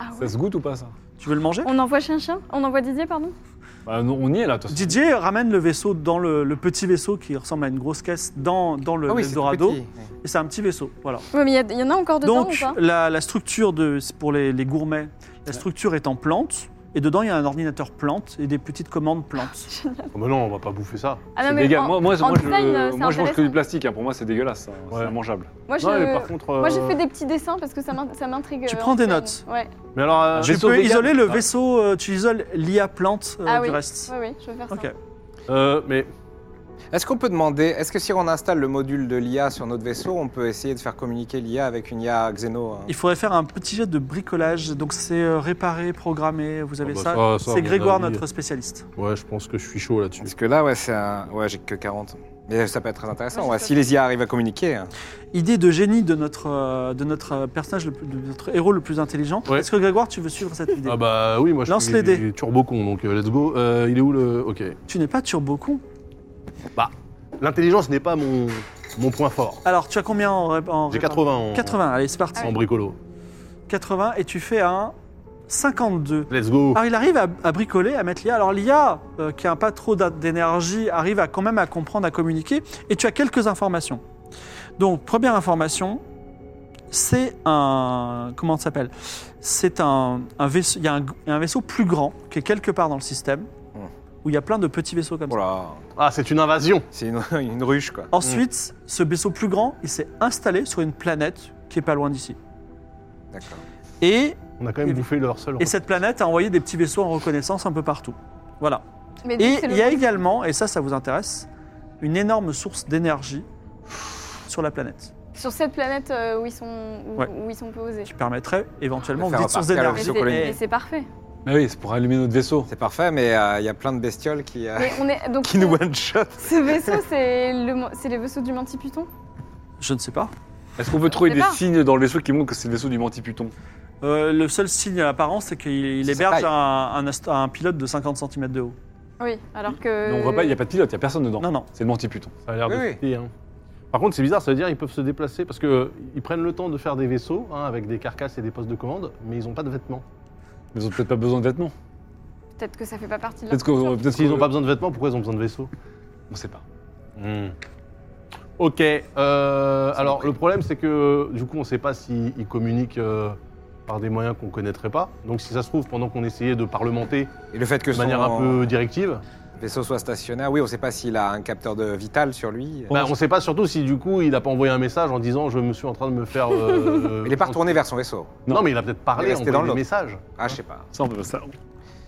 [SPEAKER 5] Ah ouais.
[SPEAKER 3] Ça se goûte ou pas ça
[SPEAKER 7] Tu veux le manger
[SPEAKER 5] On envoie chien-chien On envoie Didier, pardon
[SPEAKER 3] Bah, non, on y est là, toi.
[SPEAKER 7] Didier ramène le vaisseau dans le, le petit vaisseau qui ressemble à une grosse caisse dans, dans le
[SPEAKER 2] Ah oui, c'est tout
[SPEAKER 7] Eldorado.
[SPEAKER 2] petit.
[SPEAKER 7] Et c'est un petit vaisseau, voilà.
[SPEAKER 5] Oui, mais il y a- il y, en a encore dedans ou
[SPEAKER 7] Donc
[SPEAKER 5] pas
[SPEAKER 7] la, la structure de, c'est pour les, les gourmets, la structure est en plante. Et dedans, il y a un ordinateur plante et des petites commandes plantes.
[SPEAKER 4] Oh, bah non, on va pas bouffer ça.
[SPEAKER 5] Ah non,
[SPEAKER 3] C'est
[SPEAKER 5] mais
[SPEAKER 3] dégueu.
[SPEAKER 5] en-
[SPEAKER 3] moi, moi,
[SPEAKER 5] en
[SPEAKER 3] moi,
[SPEAKER 5] design, euh,
[SPEAKER 3] je,
[SPEAKER 5] c'est
[SPEAKER 3] moi, je mange que
[SPEAKER 5] intéressant.
[SPEAKER 3] du plastique, hein. pour moi c'est dégueulasse, ça.
[SPEAKER 4] Ouais.
[SPEAKER 3] c'est immangeable.
[SPEAKER 5] Moi, je...
[SPEAKER 4] Non, mais par contre.
[SPEAKER 5] Moi,
[SPEAKER 4] euh,
[SPEAKER 5] j'ai fait des petits dessins parce que ça m'in- ça m'intrigue.
[SPEAKER 7] Tu
[SPEAKER 5] euh,
[SPEAKER 7] prends
[SPEAKER 5] en
[SPEAKER 7] des
[SPEAKER 5] fait.
[SPEAKER 7] notes.
[SPEAKER 5] Ouais,
[SPEAKER 4] Mais alors, euh,
[SPEAKER 7] Tu
[SPEAKER 3] Vaisseau
[SPEAKER 7] peux
[SPEAKER 3] vegan.
[SPEAKER 7] isoler le
[SPEAKER 3] Ah.
[SPEAKER 7] vaisseau, euh, tu isoles l'IA plante euh,
[SPEAKER 5] Ah
[SPEAKER 7] du
[SPEAKER 5] oui.
[SPEAKER 7] reste.
[SPEAKER 5] oui, oui, je vais faire
[SPEAKER 7] Ok.
[SPEAKER 5] ça.
[SPEAKER 4] euh, mais
[SPEAKER 2] Est-ce qu'on peut demander, est-ce que si on installe le module de l'IA sur notre vaisseau, on peut essayer de faire communiquer l'IA avec une IA Xeno hein
[SPEAKER 7] Il faudrait faire un petit jet de bricolage. Donc c'est euh, réparer, programmer, vous avez
[SPEAKER 4] bah ça,
[SPEAKER 7] ça.
[SPEAKER 4] ça, à
[SPEAKER 7] c'est
[SPEAKER 4] mon
[SPEAKER 7] Grégoire,
[SPEAKER 4] avis.
[SPEAKER 7] notre spécialiste.
[SPEAKER 4] Ouais, je pense que je suis chaud là-dessus.
[SPEAKER 2] Parce que là, ouais, c'est un... ouais, j'ai que 40. Mais ça peut être très intéressant.
[SPEAKER 5] Ouais,
[SPEAKER 2] ouais,
[SPEAKER 5] c'est
[SPEAKER 2] si les IA arrivent à communiquer. hein.
[SPEAKER 7] Idée de génie de notre, euh, de notre euh, personnage, le plus- de notre héros le plus intelligent.
[SPEAKER 4] Ouais.
[SPEAKER 7] Est-ce que Grégoire, tu veux suivre cette idée
[SPEAKER 4] Ah bah oui, moi je
[SPEAKER 7] Lance
[SPEAKER 4] suis
[SPEAKER 7] les dés.
[SPEAKER 4] turbo con, donc euh, let's go. Euh, il est où le... Ok.
[SPEAKER 7] Tu n'es pas turbo con.
[SPEAKER 4] L'intelligence n'est pas mon, mon point fort.
[SPEAKER 7] Alors, tu as combien en, ré- en
[SPEAKER 4] J'ai
[SPEAKER 7] répa-
[SPEAKER 4] 80 en,
[SPEAKER 7] 80, allez, c'est parti.
[SPEAKER 4] en bricolo.
[SPEAKER 7] 80 et tu fais un 52.
[SPEAKER 4] Let's go.
[SPEAKER 7] Alors, Ah, il arrive à, à bricoler, à mettre l'IA. Alors, l'IA, euh, qui n'a pas trop d'a- d'énergie, arrive à, quand même à comprendre, à communiquer. Et tu as quelques informations. Donc, première information, c'est un. Comment ça s'appelle C'est un, un vaisseau. Il y a un, un vaisseau plus grand qui est quelque part dans le système,
[SPEAKER 2] Hmm.
[SPEAKER 7] où il y a plein de petits vaisseaux comme ça.
[SPEAKER 2] Voilà,
[SPEAKER 4] Ah, c'est une invasion.
[SPEAKER 2] Oh c'est une, [LAUGHS] une ruche, quoi.
[SPEAKER 7] Ensuite, ce vaisseau plus grand, il s'est installé sur une planète qui est pas loin d'ici.
[SPEAKER 2] Mm, D'accord.
[SPEAKER 7] Et
[SPEAKER 4] On a quand même
[SPEAKER 7] Et-
[SPEAKER 4] bouffé leur seul.
[SPEAKER 7] Et cette planète a envoyé des petits vaisseaux en reconnaissance un peu partout. Voilà.
[SPEAKER 5] Mais
[SPEAKER 7] Et
[SPEAKER 5] donc, c'est
[SPEAKER 7] il
[SPEAKER 5] le-
[SPEAKER 7] y a également, et ça, ça vous intéresse, une énorme source d'énergie sur la planète
[SPEAKER 5] Sur cette planète euh, où ils sont, où,
[SPEAKER 7] Ouais.
[SPEAKER 5] où ils sont posés.
[SPEAKER 7] qui permettrait éventuellement,
[SPEAKER 2] De
[SPEAKER 7] vous
[SPEAKER 2] faire
[SPEAKER 7] dites source
[SPEAKER 2] repartir le
[SPEAKER 5] Mais
[SPEAKER 7] d'énergie.
[SPEAKER 2] vaisseau.
[SPEAKER 5] c'est-
[SPEAKER 2] colonie.
[SPEAKER 5] mais c'est parfait.
[SPEAKER 3] Bah oui, c'est pour allumer notre vaisseau.
[SPEAKER 2] C'est parfait, mais euh, il y a plein de bestioles qui, euh, [LAUGHS]
[SPEAKER 5] Mais on est donc
[SPEAKER 2] qui nous one-shot.
[SPEAKER 5] ce vaisseau, c'est le, mo- c'est les vaisseaux du Manti Python.
[SPEAKER 7] Je ne sais pas.
[SPEAKER 3] Est-ce qu'on peut trouver
[SPEAKER 5] Je
[SPEAKER 3] des
[SPEAKER 5] sais pas.
[SPEAKER 3] signes dans le vaisseau qui montrent que c'est le vaisseau du Mantiputon
[SPEAKER 7] Euh, le seul signe apparent, c'est qu'il il
[SPEAKER 2] C'est sa
[SPEAKER 7] héberge
[SPEAKER 2] taille.
[SPEAKER 7] un, un ast- un pilote de 50 cm de haut.
[SPEAKER 5] Oui, alors que.
[SPEAKER 3] Non, on voit pas, il n'y a pas de pilote, il n'y a personne dedans.
[SPEAKER 7] Non, non.
[SPEAKER 3] C'est le Mantiputon.
[SPEAKER 4] Ça a l'air de
[SPEAKER 2] Oui, oui.
[SPEAKER 4] fitter, hein. Par contre, c'est bizarre, ça veut dire qu'ils peuvent se déplacer parce que euh, ils prennent le temps de faire des vaisseaux hein, avec des carcasses et des postes de commande, mais ils n'ont pas de vêtements.
[SPEAKER 3] Ils ont peut-être pas besoin de vêtements.
[SPEAKER 5] Peut-être que ça fait pas partie de. leur
[SPEAKER 3] Peut-être euh, qu'on- peut-être
[SPEAKER 4] S'ils
[SPEAKER 3] qu'on-
[SPEAKER 4] n'ont pas besoin de vêtements, pourquoi ils ont besoin de vaisseaux
[SPEAKER 3] On sait pas.
[SPEAKER 4] Hmm. Ok, euh, alors le problème c'est que du coup on ne sait pas s'ils communiquent euh, par des moyens qu'on ne connaîtrait pas. Donc si ça se trouve, pendant qu'on essayait de parlementer
[SPEAKER 2] Et le fait que
[SPEAKER 4] de manière
[SPEAKER 2] son
[SPEAKER 4] un peu directive,
[SPEAKER 2] vaisseau soit stationnaire, oui, on ne sait pas s'il a un capteur de vital sur lui.
[SPEAKER 4] bah, on ne sait pas surtout si du coup il n'a pas envoyé un message en disant je me suis en train de me faire...
[SPEAKER 2] [LAUGHS]
[SPEAKER 4] euh,
[SPEAKER 2] Il n'est pas retourné vers son vaisseau.
[SPEAKER 4] Non mais il a peut-être
[SPEAKER 2] Il est
[SPEAKER 4] parlé,
[SPEAKER 2] resté
[SPEAKER 4] envoyé
[SPEAKER 2] dans
[SPEAKER 4] des
[SPEAKER 2] l'autre.
[SPEAKER 4] messages.
[SPEAKER 2] Ah, je sais pas.
[SPEAKER 3] Ça, on peut ça.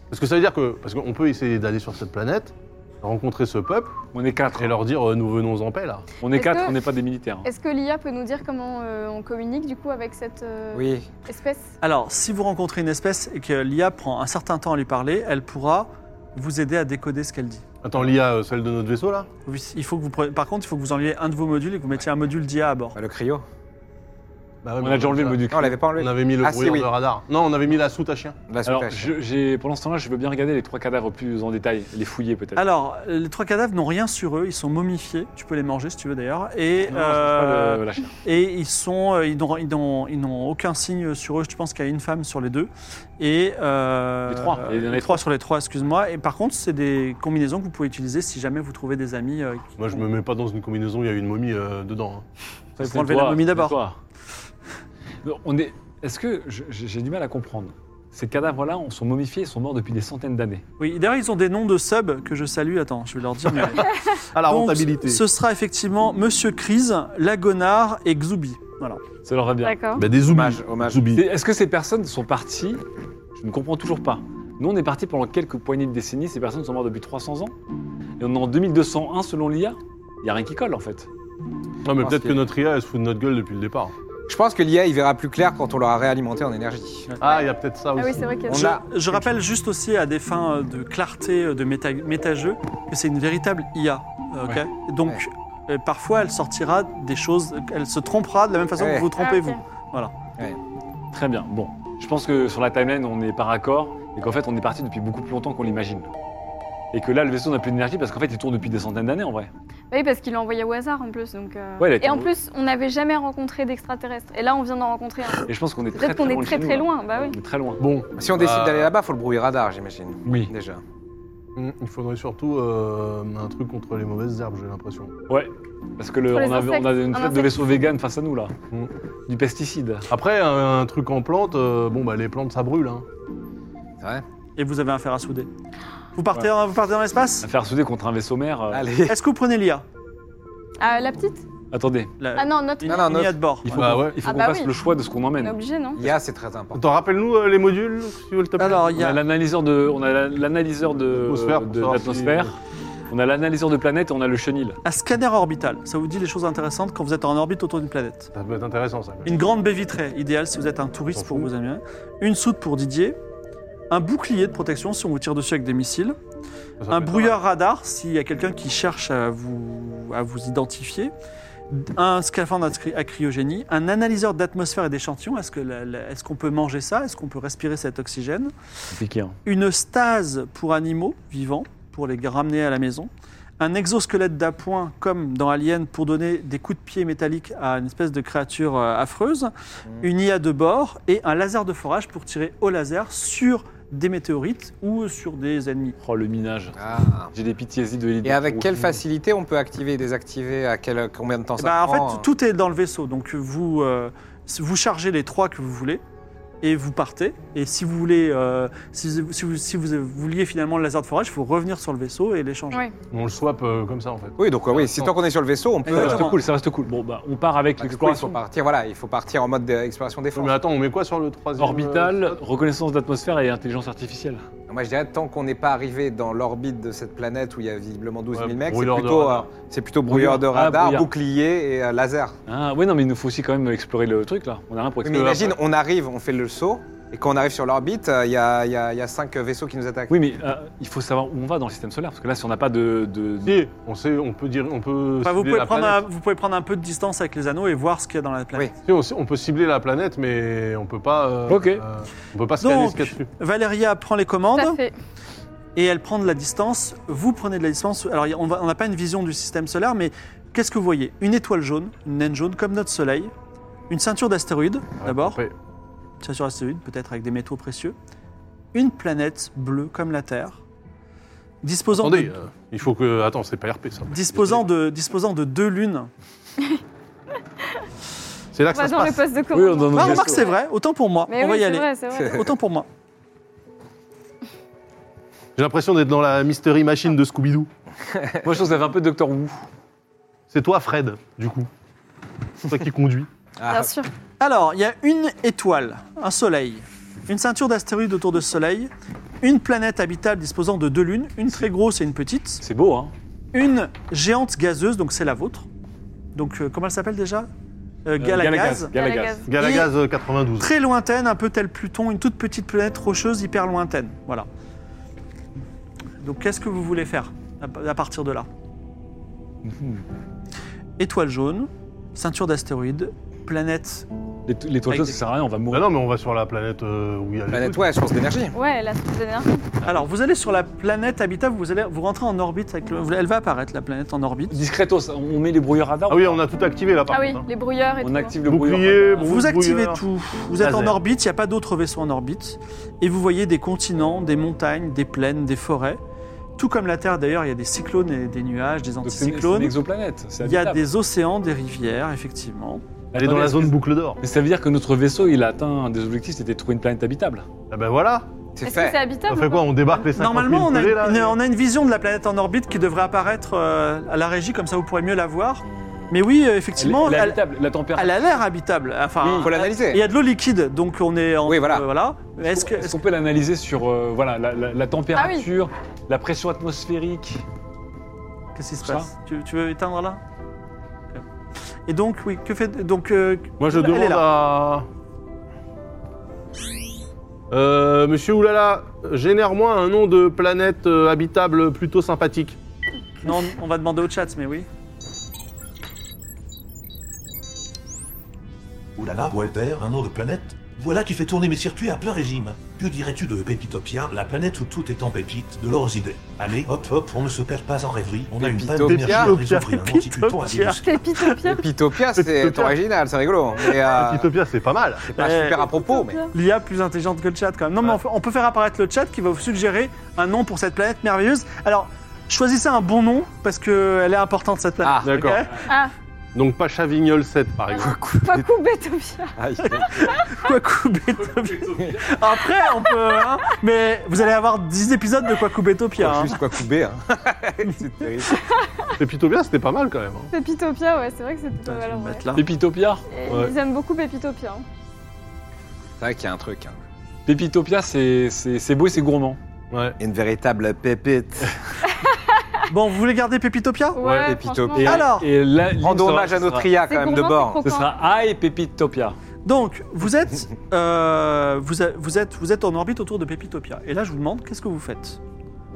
[SPEAKER 4] Parce que ça veut dire que, parce qu'on peut essayer d'aller sur cette planète, rencontrer ce peuple
[SPEAKER 3] On est quatre.
[SPEAKER 4] et leur dire euh, nous venons en paix là.
[SPEAKER 3] On est
[SPEAKER 5] Est-ce
[SPEAKER 3] quatre,
[SPEAKER 5] que-
[SPEAKER 3] on n'est pas des militaires. hein.
[SPEAKER 5] Est-ce que l'IA peut nous dire comment euh, on communique du coup avec cette euh,
[SPEAKER 2] Oui.
[SPEAKER 5] espèce
[SPEAKER 7] Alors, si vous rencontrez une espèce et que l'IA prend un certain temps à lui parler, elle pourra vous aider à décoder ce qu'elle dit.
[SPEAKER 4] Attends, l'IA, euh, celle de notre vaisseau là
[SPEAKER 7] Il faut que vous preniez- par contre, il faut que vous enleviez un de vos modules et que vous mettiez un module d'IA à bord.
[SPEAKER 2] Bah, le cryo.
[SPEAKER 4] Bah ouais,
[SPEAKER 3] On
[SPEAKER 4] mais
[SPEAKER 3] a déjà enlevé le
[SPEAKER 4] ça.
[SPEAKER 3] module.
[SPEAKER 2] Non, on l'avait pas enlevé.
[SPEAKER 4] On avait mis le
[SPEAKER 2] Ah, si,
[SPEAKER 4] brouilleur
[SPEAKER 2] oui.
[SPEAKER 4] de radar. Non, on avait mis la soute à chien.
[SPEAKER 2] La soupe
[SPEAKER 3] Alors,
[SPEAKER 2] à chien.
[SPEAKER 3] je- j'ai- pour l'instant là, je veux bien regarder les trois cadavres plus en détail, les fouiller peut-être.
[SPEAKER 7] Alors, les trois cadavres n'ont rien sur eux, ils sont momifiés, tu peux les manger si tu veux d'ailleurs, et,
[SPEAKER 3] Non, je
[SPEAKER 7] euh,
[SPEAKER 3] cherche pas le- la chair.
[SPEAKER 7] et ils sont, euh, ils n'ont- ils n'ont ils n'ont aucun signe sur eux, je pense qu'il y a une femme sur les deux, et... euh,
[SPEAKER 3] Les trois, il y en a
[SPEAKER 7] les
[SPEAKER 3] les
[SPEAKER 7] trois
[SPEAKER 3] trois.
[SPEAKER 7] sur les trois, excuse-moi, et par contre, c'est des combinaisons que vous pouvez utiliser si jamais vous trouvez des amis... euh, qui-
[SPEAKER 4] Moi, je me mets pas dans une combinaison où il y a une momie euh, dedans. hein.
[SPEAKER 3] Ça,
[SPEAKER 7] faut
[SPEAKER 3] c'est
[SPEAKER 7] enlever
[SPEAKER 3] toi,
[SPEAKER 7] la momie
[SPEAKER 3] c'est
[SPEAKER 7] d'abord.
[SPEAKER 3] toi. Non, On est. Est-ce que je- j'ai du mal à comprendre Ces cadavres-là, on sont momifiés, ils sont morts depuis des centaines d'années.
[SPEAKER 7] Oui, d'ailleurs, ils ont des noms de subs que je salue, attends, je vais leur dire... mais-
[SPEAKER 4] À la
[SPEAKER 7] Donc,
[SPEAKER 4] rentabilité.
[SPEAKER 7] Ce sera effectivement Monsieur Crise, Lagonard et Xoubi, voilà.
[SPEAKER 3] Ça leur va bien.
[SPEAKER 5] D'accord.
[SPEAKER 4] Bah, des zoomies.
[SPEAKER 2] Hommage, hommage.
[SPEAKER 3] Et Est-ce que ces personnes sont parties Je ne comprends toujours pas. Nous, on est partis pendant quelques poignées de décennies. Ces personnes sont mortes depuis 300 ans. Et on est en 2201 selon l'IA. Il n'y a rien qui colle en fait.
[SPEAKER 4] Non, mais
[SPEAKER 2] Parce
[SPEAKER 4] peut-être
[SPEAKER 2] que-
[SPEAKER 4] que notre IA, elle se fout de notre gueule depuis le départ.
[SPEAKER 2] Je pense que l'IA, il verra plus clair quand on l'aura réalimenté en énergie.
[SPEAKER 4] Ah, il y a peut-être ça
[SPEAKER 5] Ah
[SPEAKER 4] aussi.
[SPEAKER 5] oui, c'est vrai qu'il y a
[SPEAKER 2] On
[SPEAKER 7] Je,
[SPEAKER 2] a-
[SPEAKER 7] je rappelle juste aussi à des fins euh, de clarté, euh, de méta, métajeu, que c'est une véritable IA. euh, ok
[SPEAKER 3] Ouais.
[SPEAKER 7] Donc, euh, parfois, elle sortira des choses, elle se trompera de la même façon que
[SPEAKER 2] Ouais.
[SPEAKER 7] vous vous trompez,
[SPEAKER 5] Ah, ok.
[SPEAKER 7] vous. Voilà.
[SPEAKER 3] Très bien. Bon, je pense que sur la timeline, on est par accord et qu'en fait, on est parti depuis beaucoup plus longtemps qu'on l'imagine. Et que là, le vaisseau n'a plus d'énergie parce qu'en fait, il tourne depuis des centaines d'années en vrai.
[SPEAKER 5] Oui, parce qu'il l'a envoyé au hasard en plus. Donc, euh,
[SPEAKER 3] Ouais, il a été
[SPEAKER 5] et en
[SPEAKER 3] envoyé-
[SPEAKER 5] plus, on n'avait jamais rencontré d'extraterrestres. Et là, on vient d'en rencontrer
[SPEAKER 3] [LAUGHS]
[SPEAKER 5] un.
[SPEAKER 3] Et je pense qu'on est très
[SPEAKER 5] Peut-être
[SPEAKER 3] très
[SPEAKER 5] qu'on
[SPEAKER 3] loin.
[SPEAKER 5] est
[SPEAKER 3] de
[SPEAKER 5] très
[SPEAKER 3] chez nous, hein.
[SPEAKER 5] très
[SPEAKER 3] là.
[SPEAKER 5] loin. Bah oui.
[SPEAKER 3] On est très loin.
[SPEAKER 4] Bon,
[SPEAKER 2] Si on décide
[SPEAKER 4] Bah-
[SPEAKER 2] d'aller là-bas, faut le brouiller radar, j'imagine.
[SPEAKER 3] Oui.
[SPEAKER 2] Déjà.
[SPEAKER 4] mm, il faudrait surtout euh, un truc contre les mauvaises herbes, j'ai l'impression.
[SPEAKER 3] Ouais. Parce que le-
[SPEAKER 5] Pour les
[SPEAKER 3] on, a, on a
[SPEAKER 5] insectes,
[SPEAKER 3] une
[SPEAKER 5] un
[SPEAKER 3] flotte de
[SPEAKER 5] insecte.
[SPEAKER 3] vaisseaux vegan face à nous là.
[SPEAKER 4] Mm.
[SPEAKER 3] Du pesticide.
[SPEAKER 4] Après, un, un truc en plantes, euh, bon, bah, les plantes, ça brûle. Hein.
[SPEAKER 2] C'est vrai
[SPEAKER 7] Et vous avez un fer à souder. Vous partez, en- vous partez dans
[SPEAKER 2] [LAUGHS]
[SPEAKER 7] l'espace
[SPEAKER 3] À faire souder contre un vaisseau mère. euh,
[SPEAKER 2] Allez. [LAUGHS]
[SPEAKER 7] Est-ce que vous prenez l'IA
[SPEAKER 5] Ah, la petite
[SPEAKER 3] Attendez.
[SPEAKER 7] La-
[SPEAKER 5] Ah non, notre.
[SPEAKER 7] une,
[SPEAKER 2] Non, non,
[SPEAKER 7] une
[SPEAKER 2] notre-
[SPEAKER 7] IA de bord.
[SPEAKER 3] Il faut
[SPEAKER 4] Bah
[SPEAKER 3] qu'on
[SPEAKER 4] ouais.
[SPEAKER 3] il faut
[SPEAKER 5] Ah
[SPEAKER 3] qu'on
[SPEAKER 5] bah
[SPEAKER 3] fasse
[SPEAKER 5] oui.
[SPEAKER 3] le choix de ce qu'on
[SPEAKER 5] On est
[SPEAKER 3] emmène.
[SPEAKER 5] obligé, non
[SPEAKER 2] L'IA, c'est très important.
[SPEAKER 4] T'en rappelles-nous euh, les modules, si tu veux le taper
[SPEAKER 7] Alors, il
[SPEAKER 3] On
[SPEAKER 7] y
[SPEAKER 3] a
[SPEAKER 7] a-
[SPEAKER 3] l'analyseur de, on a la- l'analyseur de
[SPEAKER 4] L'atmosphère, pour
[SPEAKER 3] de
[SPEAKER 4] savoir
[SPEAKER 3] l'atmosphère.
[SPEAKER 4] si-
[SPEAKER 3] On a l'analyseur de planète et on a le chenil.
[SPEAKER 7] Un scanner orbital, ça vous dit des choses intéressantes quand vous êtes en orbite autour d'une planète.
[SPEAKER 4] Ça peut être intéressant, ça. quand même.
[SPEAKER 7] Une grande baie vitrée, idéale si vous êtes un touriste pour vous amuser. Une soute pour Didier. Un bouclier de protection si on vous tire dessus avec des missiles.
[SPEAKER 4] Ça, ça
[SPEAKER 7] un
[SPEAKER 4] peut être
[SPEAKER 7] brouilleur radar s'il y a quelqu'un qui cherche à vous, à vous identifier, un scaphandre à cry- à cryogénie, un analyseur d'atmosphère et d'échantillons, est-ce que la- la- est-ce qu'on peut manger ça, est-ce qu'on peut respirer cet oxygène,
[SPEAKER 3] Compliqué, hein.
[SPEAKER 7] une stase pour animaux vivants, pour les ramener à la maison, un exosquelette d'appoint comme dans Alien pour donner des coups de pied métalliques à une espèce de créature euh, affreuse, une IA de bord et un laser de forage pour tirer au laser sur des météorites ou sur des ennemis.
[SPEAKER 3] Oh, le minage.
[SPEAKER 2] Ah.
[SPEAKER 3] J'ai des PTSD de l'élite.
[SPEAKER 2] Et avec quelle facilité on peut activer et désactiver À quel, combien de temps ça
[SPEAKER 7] Bah,
[SPEAKER 2] prend euh,
[SPEAKER 7] en fait, tout est dans le vaisseau. Donc, vous, euh, vous chargez les trois que vous voulez et vous partez. Et si vous voulez, euh, si, vous- si vous, si vous vouliez finalement le laser de forage, il faut revenir sur le vaisseau et l'échanger.
[SPEAKER 5] Ouais.
[SPEAKER 4] On le swap euh, comme ça, en fait.
[SPEAKER 2] Oui, donc euh, oui, si tant qu'on est sur le vaisseau, on peut.
[SPEAKER 3] Ça
[SPEAKER 7] Exactement.
[SPEAKER 3] reste cool, ça reste cool. Bon, bah, on part avec
[SPEAKER 2] Bah, du coup, il faut
[SPEAKER 3] l'exploration.
[SPEAKER 2] partir, voilà, il faut partir en mode euh, d'exploration
[SPEAKER 4] Oui,
[SPEAKER 2] défense.
[SPEAKER 4] mais attends, on met quoi sur le troisième euh,
[SPEAKER 3] Orbital, reconnaissance d'atmosphère et intelligence artificielle.
[SPEAKER 2] Moi, je dirais, tant qu'on n'est pas arrivé dans l'orbite de cette planète où il y a visiblement 12 000
[SPEAKER 4] Ouais,
[SPEAKER 2] mecs, c'est
[SPEAKER 4] brouilleur de
[SPEAKER 2] plutôt,
[SPEAKER 4] radar.
[SPEAKER 2] euh, c'est plutôt brouilleur de
[SPEAKER 3] Brouilleur. Ah,
[SPEAKER 2] radar,
[SPEAKER 3] brouillard.
[SPEAKER 2] bouclier et euh, laser.
[SPEAKER 3] Ah, ouais, non, mais il nous faut aussi quand même explorer le truc là. On a rien pour
[SPEAKER 2] Oui, mais
[SPEAKER 3] explorer.
[SPEAKER 2] imagine, on arrive, on fait le saut, et quand on arrive sur l'orbite, euh, il y a, il y a- il y a cinq vaisseaux qui nous attaquent.
[SPEAKER 3] Oui, mais euh, il faut savoir où on va dans le système solaire, parce que là, si on n'a pas de. de- de-
[SPEAKER 4] Si, on sait, on peut dire, on peut.
[SPEAKER 7] Enfin, vous,
[SPEAKER 4] cibler
[SPEAKER 7] pouvez
[SPEAKER 4] la
[SPEAKER 7] prendre un,
[SPEAKER 4] planète.
[SPEAKER 7] vous pouvez prendre un peu de distance avec les anneaux et voir ce qu'il y a dans la planète.
[SPEAKER 4] Si, on, sait- on peut cibler la planète, mais on peut pas. euh,
[SPEAKER 3] Ok.
[SPEAKER 4] euh, on peut pas scanner
[SPEAKER 7] Donc,
[SPEAKER 4] ce qu'il y a dessus.
[SPEAKER 7] Valéria prend les
[SPEAKER 5] Tout à
[SPEAKER 7] commandes
[SPEAKER 5] fait.
[SPEAKER 7] et elle prend de la distance. Vous prenez de la distance. Alors, on va- on n'a pas une vision du système solaire, mais qu'est-ce que vous voyez Une étoile jaune, une naine jaune comme notre Soleil, une ceinture d'astéroïdes d'abord.
[SPEAKER 4] Après,
[SPEAKER 7] Ça sur astéroïde, peut-être avec des métaux précieux. Une planète bleue comme la Terre, disposant,
[SPEAKER 4] Attendez,
[SPEAKER 7] de,
[SPEAKER 4] euh, il faut que. Attends, c'est pas RP ça.
[SPEAKER 7] disposant, de, disposant de deux lunes.
[SPEAKER 4] C'est là
[SPEAKER 5] On
[SPEAKER 4] que ça
[SPEAKER 5] va
[SPEAKER 4] se
[SPEAKER 5] dans le
[SPEAKER 4] passe.
[SPEAKER 5] poste de
[SPEAKER 3] Oui, on est
[SPEAKER 5] commande.
[SPEAKER 3] dans
[SPEAKER 7] Bah,
[SPEAKER 3] notre
[SPEAKER 7] remarque,
[SPEAKER 3] vaisseau.
[SPEAKER 7] c'est vrai, autant pour moi.
[SPEAKER 5] Mais
[SPEAKER 7] on
[SPEAKER 5] oui,
[SPEAKER 7] va y
[SPEAKER 5] c'est
[SPEAKER 7] aller.
[SPEAKER 5] vrai, c'est
[SPEAKER 3] [LAUGHS]
[SPEAKER 5] vrai.
[SPEAKER 7] Autant pour moi.
[SPEAKER 4] J'ai l'impression d'être dans la mystery machine de Scooby-Doo.
[SPEAKER 3] Moi, je trouve que ça fait un peu Doctor Who.
[SPEAKER 4] C'est toi, Fred, du coup. C'est toi qui conduis.
[SPEAKER 2] Ah,
[SPEAKER 5] Bien sûr.
[SPEAKER 7] Alors, il y a une étoile, un soleil, une ceinture d'astéroïdes autour de ce soleil, une planète habitable disposant de deux lunes, une très grosse et une petite,
[SPEAKER 3] C'est beau, hein.
[SPEAKER 7] une géante gazeuse, donc c'est la vôtre. Donc, euh, comment elle s'appelle déjà Euh, Galagaz.
[SPEAKER 3] Galagaz. Galagaz.
[SPEAKER 5] Galagaz.
[SPEAKER 4] Galagaz euh, 92.
[SPEAKER 7] Très lointaine, un peu tel Pluton, une toute petite planète rocheuse hyper lointaine. Voilà. Donc qu'est-ce que vous voulez faire à à partir de là
[SPEAKER 3] Mhm.
[SPEAKER 7] Étoile jaune, ceinture d'astéroïdes, planète.
[SPEAKER 3] Les, to- les toits
[SPEAKER 7] Avec
[SPEAKER 3] jaunes,
[SPEAKER 7] des-
[SPEAKER 3] ça sert à rien, on va
[SPEAKER 4] Bah
[SPEAKER 3] mourir.
[SPEAKER 4] non, mais on va sur la planète euh, où il y a les
[SPEAKER 2] planète,
[SPEAKER 4] trucs.
[SPEAKER 2] ouais, source d'énergie.
[SPEAKER 5] Ouais, la semaine dernière.
[SPEAKER 7] Alors vous allez sur la planète habitable, vous allez vous rentrez en orbite avec le- elle va apparaître la planète en orbite.
[SPEAKER 3] Discretos, on met les brouilleurs radar.
[SPEAKER 4] Ah oui, on a tout activé là par
[SPEAKER 5] Ah oui,
[SPEAKER 4] contre. hein.
[SPEAKER 5] les brouilleurs et tout.
[SPEAKER 3] on active le
[SPEAKER 4] Bouclier,
[SPEAKER 3] brouilleur radar.
[SPEAKER 4] brou-
[SPEAKER 7] Vous activez
[SPEAKER 4] brouilleur,
[SPEAKER 7] tout. Vous êtes en
[SPEAKER 4] laser.
[SPEAKER 7] orbite, il n'y a pas d'autres vaisseaux en orbite. Et vous voyez des continents, des montagnes, des plaines, des forêts. Tout comme la Terre d'ailleurs, il y a des cyclones et des nuages, des
[SPEAKER 3] Donc, c'est une- c'est une
[SPEAKER 7] anticyclones.
[SPEAKER 3] exoplanète. c'est
[SPEAKER 7] Il y a
[SPEAKER 3] habitable.
[SPEAKER 7] des océans, des rivières, effectivement.
[SPEAKER 4] Elle est dans la zone boucle d'or.
[SPEAKER 3] Mais ça veut dire que notre vaisseau, il a atteint un des objectifs, c'était de trouver une planète habitable.
[SPEAKER 4] Ah ben voilà.
[SPEAKER 2] C'est
[SPEAKER 5] Est-ce que
[SPEAKER 2] fait.
[SPEAKER 5] c'est
[SPEAKER 4] Ça
[SPEAKER 5] habitable
[SPEAKER 4] fait
[SPEAKER 5] ou
[SPEAKER 4] quoi
[SPEAKER 5] pas
[SPEAKER 4] On débarque les 50 000
[SPEAKER 7] Normalement, on a,
[SPEAKER 4] pelés, là
[SPEAKER 7] une,
[SPEAKER 4] et-
[SPEAKER 7] on a une vision de la planète en orbite qui devrait apparaître euh, à la régie, comme ça vous pourrez mieux la voir. Mais oui, euh,
[SPEAKER 3] Elle,
[SPEAKER 7] effectivement,
[SPEAKER 3] elle est
[SPEAKER 7] elle,
[SPEAKER 3] habitable, la température.
[SPEAKER 7] elle a l'air habitable. Enfin,
[SPEAKER 2] Il faut
[SPEAKER 7] il y
[SPEAKER 2] l'analyser.
[SPEAKER 7] a de l'eau liquide, donc on est en.
[SPEAKER 2] Oui, voilà.
[SPEAKER 7] euh, voilà. Mais Est-ce que.
[SPEAKER 3] Est-ce qu'on peut l'analyser sur euh, voilà, la, la- la température, la pression atmosphérique
[SPEAKER 7] Qu'est-ce qui se
[SPEAKER 3] Ça
[SPEAKER 7] passe tu, tu veux éteindre là Ok. Et donc, oui, que fait. Donc, euh,
[SPEAKER 4] Moi, je
[SPEAKER 7] elle est
[SPEAKER 4] demande
[SPEAKER 7] là.
[SPEAKER 4] à. Euh, monsieur Oulala, génère-moi un nom de planète euh, habitable plutôt sympathique.
[SPEAKER 7] Non, on va demander au chat, mais oui.
[SPEAKER 6] Oulala, Walter, un nom de planète Voilà qui fait tourner mes circuits à plein régime. Que dirais-tu de Pépitopia, la planète où tout est en pépite, de leurs idées Allez, hop, hop, on ne se perd pas en rêverie, on a une panne
[SPEAKER 2] Pépitopia.
[SPEAKER 6] d'énergie à résoudre et un
[SPEAKER 7] Pépitopia.
[SPEAKER 6] antiputon à dénoncer.
[SPEAKER 5] C'est Pitopia.
[SPEAKER 2] Pitopia, c'est
[SPEAKER 4] Pitopia.
[SPEAKER 2] original, c'est rigolo. Mais euh,
[SPEAKER 4] Utopia, c'est pas mal.
[SPEAKER 2] c'est pas
[SPEAKER 7] Eh.
[SPEAKER 2] super à propos, mais.
[SPEAKER 7] L'IA plus intelligente que le chat quand même. Non, mais on fait- on peut faire apparaître le chat qui va vous suggérer un nom pour cette planète merveilleuse. Alors, choisissez un bon nom parce qu'elle est importante cette planète.
[SPEAKER 2] Ah,
[SPEAKER 4] D'accord.
[SPEAKER 7] ok [LAUGHS]
[SPEAKER 5] Ah,
[SPEAKER 4] Donc [LAUGHS] pas Chavignol 7, par exemple.
[SPEAKER 5] Fakou Betopia.
[SPEAKER 2] Aïe.
[SPEAKER 7] Kwaku Betopia. Après, on peut. hein, mais vous allez avoir 10 épisodes de Kwaku Betopia. hein.
[SPEAKER 2] Juste quoi couper. Hein. c'est terrible.
[SPEAKER 4] Pépitopia, c'était pas mal quand même. hein.
[SPEAKER 5] Pépitopia, ouais, c'est vrai que c'est plutôt
[SPEAKER 7] Putain, je vais
[SPEAKER 5] mal. en
[SPEAKER 7] me
[SPEAKER 5] vrai.
[SPEAKER 7] mettre là.
[SPEAKER 3] Pépitopia
[SPEAKER 5] Et
[SPEAKER 4] Ouais.
[SPEAKER 5] Ils aiment beaucoup Pépitopia. hein.
[SPEAKER 2] C'est vrai qu'il y a un truc. Hein.
[SPEAKER 3] Pépitopia, c'est- c'est c'est beau et c'est gourmand.
[SPEAKER 4] Ouais.
[SPEAKER 2] Une véritable pépite.
[SPEAKER 7] Bon, vous voulez garder Pépitopia
[SPEAKER 5] Ouais,
[SPEAKER 2] Pépito.
[SPEAKER 5] franchement.
[SPEAKER 2] Et
[SPEAKER 7] alors
[SPEAKER 3] et là, l'île
[SPEAKER 2] Rendons
[SPEAKER 3] sera-
[SPEAKER 2] hommage à
[SPEAKER 3] ce
[SPEAKER 2] notre
[SPEAKER 3] sera-
[SPEAKER 2] IA
[SPEAKER 5] C'est
[SPEAKER 2] quand même de
[SPEAKER 5] gourmand,
[SPEAKER 2] bord.
[SPEAKER 5] Coquin.
[SPEAKER 3] Ce sera I Pépitopia.
[SPEAKER 7] Donc, vous êtes, euh, vous, a- vous êtes, vous êtes en orbite autour de Pépitopia. Et là, je vous demande, qu'est-ce que vous faites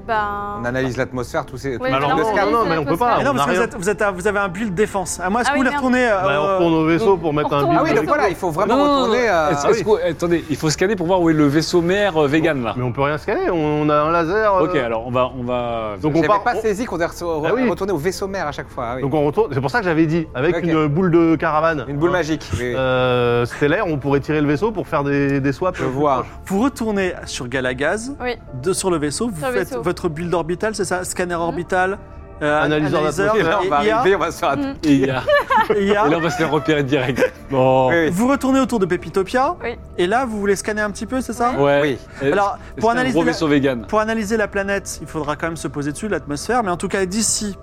[SPEAKER 5] Ben.
[SPEAKER 2] On analyse l'atmosphère, tous ces.
[SPEAKER 5] Ouais,
[SPEAKER 2] tous
[SPEAKER 4] alors,
[SPEAKER 2] ces
[SPEAKER 5] là, on
[SPEAKER 4] Oscar,
[SPEAKER 2] scans.
[SPEAKER 5] analyse
[SPEAKER 4] non, mais on peut pas.
[SPEAKER 7] Mais
[SPEAKER 5] l'atmosphère.
[SPEAKER 7] Non,
[SPEAKER 4] Ah, on
[SPEAKER 7] parce
[SPEAKER 4] a
[SPEAKER 7] que vous,
[SPEAKER 4] rien.
[SPEAKER 7] êtes- vous êtes à- vous avez un build de défense. À moi, est-ce
[SPEAKER 5] Ah
[SPEAKER 7] que vous
[SPEAKER 5] oui,
[SPEAKER 7] voulez
[SPEAKER 5] merde.
[SPEAKER 7] retourner euh,
[SPEAKER 4] Bah, on retourne au vaisseau pour mettre un
[SPEAKER 5] on
[SPEAKER 2] Ah
[SPEAKER 4] bip.
[SPEAKER 2] oui, donc
[SPEAKER 5] Exactement.
[SPEAKER 2] voilà, il faut vraiment retourner. euh,
[SPEAKER 3] Est-ce-
[SPEAKER 2] ah
[SPEAKER 3] est-ce
[SPEAKER 2] oui.
[SPEAKER 3] qu'on- attendez, il faut scanner pour voir où est le vaisseau mère euh, vegan là.
[SPEAKER 4] Mais on peut rien scanner, on a un laser. euh,
[SPEAKER 3] Ok, alors on va, on va.
[SPEAKER 4] Donc on
[SPEAKER 2] J'avais
[SPEAKER 4] part.
[SPEAKER 2] pas
[SPEAKER 4] on-
[SPEAKER 2] saisi qu'on devait re-
[SPEAKER 4] Ah oui.
[SPEAKER 2] retourner au vaisseau mère à chaque fois. ah oui.
[SPEAKER 4] Donc on retourne. C'est pour ça que j'avais dit, avec
[SPEAKER 2] Ok.
[SPEAKER 4] une boule de caravane.
[SPEAKER 2] Une boule
[SPEAKER 4] hein,
[SPEAKER 2] magique. oui.
[SPEAKER 4] euh, stellaire, on pourrait tirer le vaisseau pour faire des, des swaps.
[SPEAKER 2] Je
[SPEAKER 4] [LAUGHS]
[SPEAKER 2] vois.
[SPEAKER 7] Vous retournez sur Galagaz,
[SPEAKER 5] Oui.
[SPEAKER 7] de, sur le vaisseau. Vous
[SPEAKER 5] Sur le
[SPEAKER 7] faites
[SPEAKER 5] vaisseau. Mhm.
[SPEAKER 7] votre build orbital, c'est ça Scanner orbital, euh,
[SPEAKER 4] Analyseur
[SPEAKER 7] analyseur,
[SPEAKER 2] Et là, on va
[SPEAKER 7] et IA,
[SPEAKER 2] arriver, on va se faire attaquer.
[SPEAKER 5] Mm.
[SPEAKER 3] [LAUGHS] Et, il y a-
[SPEAKER 7] et
[SPEAKER 3] et
[SPEAKER 7] IA.
[SPEAKER 3] là on va se faire repérer direct. Bon.
[SPEAKER 2] Oui, oui.
[SPEAKER 7] Vous retournez autour de Pépitopia.
[SPEAKER 5] Oui.
[SPEAKER 7] Et là, vous voulez scanner un petit peu, c'est ça
[SPEAKER 3] Ouais.
[SPEAKER 2] Oui.
[SPEAKER 3] Est-ce-
[SPEAKER 7] Alors,
[SPEAKER 3] est-ce qu'il y a
[SPEAKER 7] pour
[SPEAKER 3] un
[SPEAKER 7] analyser
[SPEAKER 3] gros
[SPEAKER 7] la-
[SPEAKER 3] vaisseau vegan.
[SPEAKER 7] Pour analyser la planète, il faudra quand même se poser dessus, l'atmosphère. Mais en tout cas, d'ici,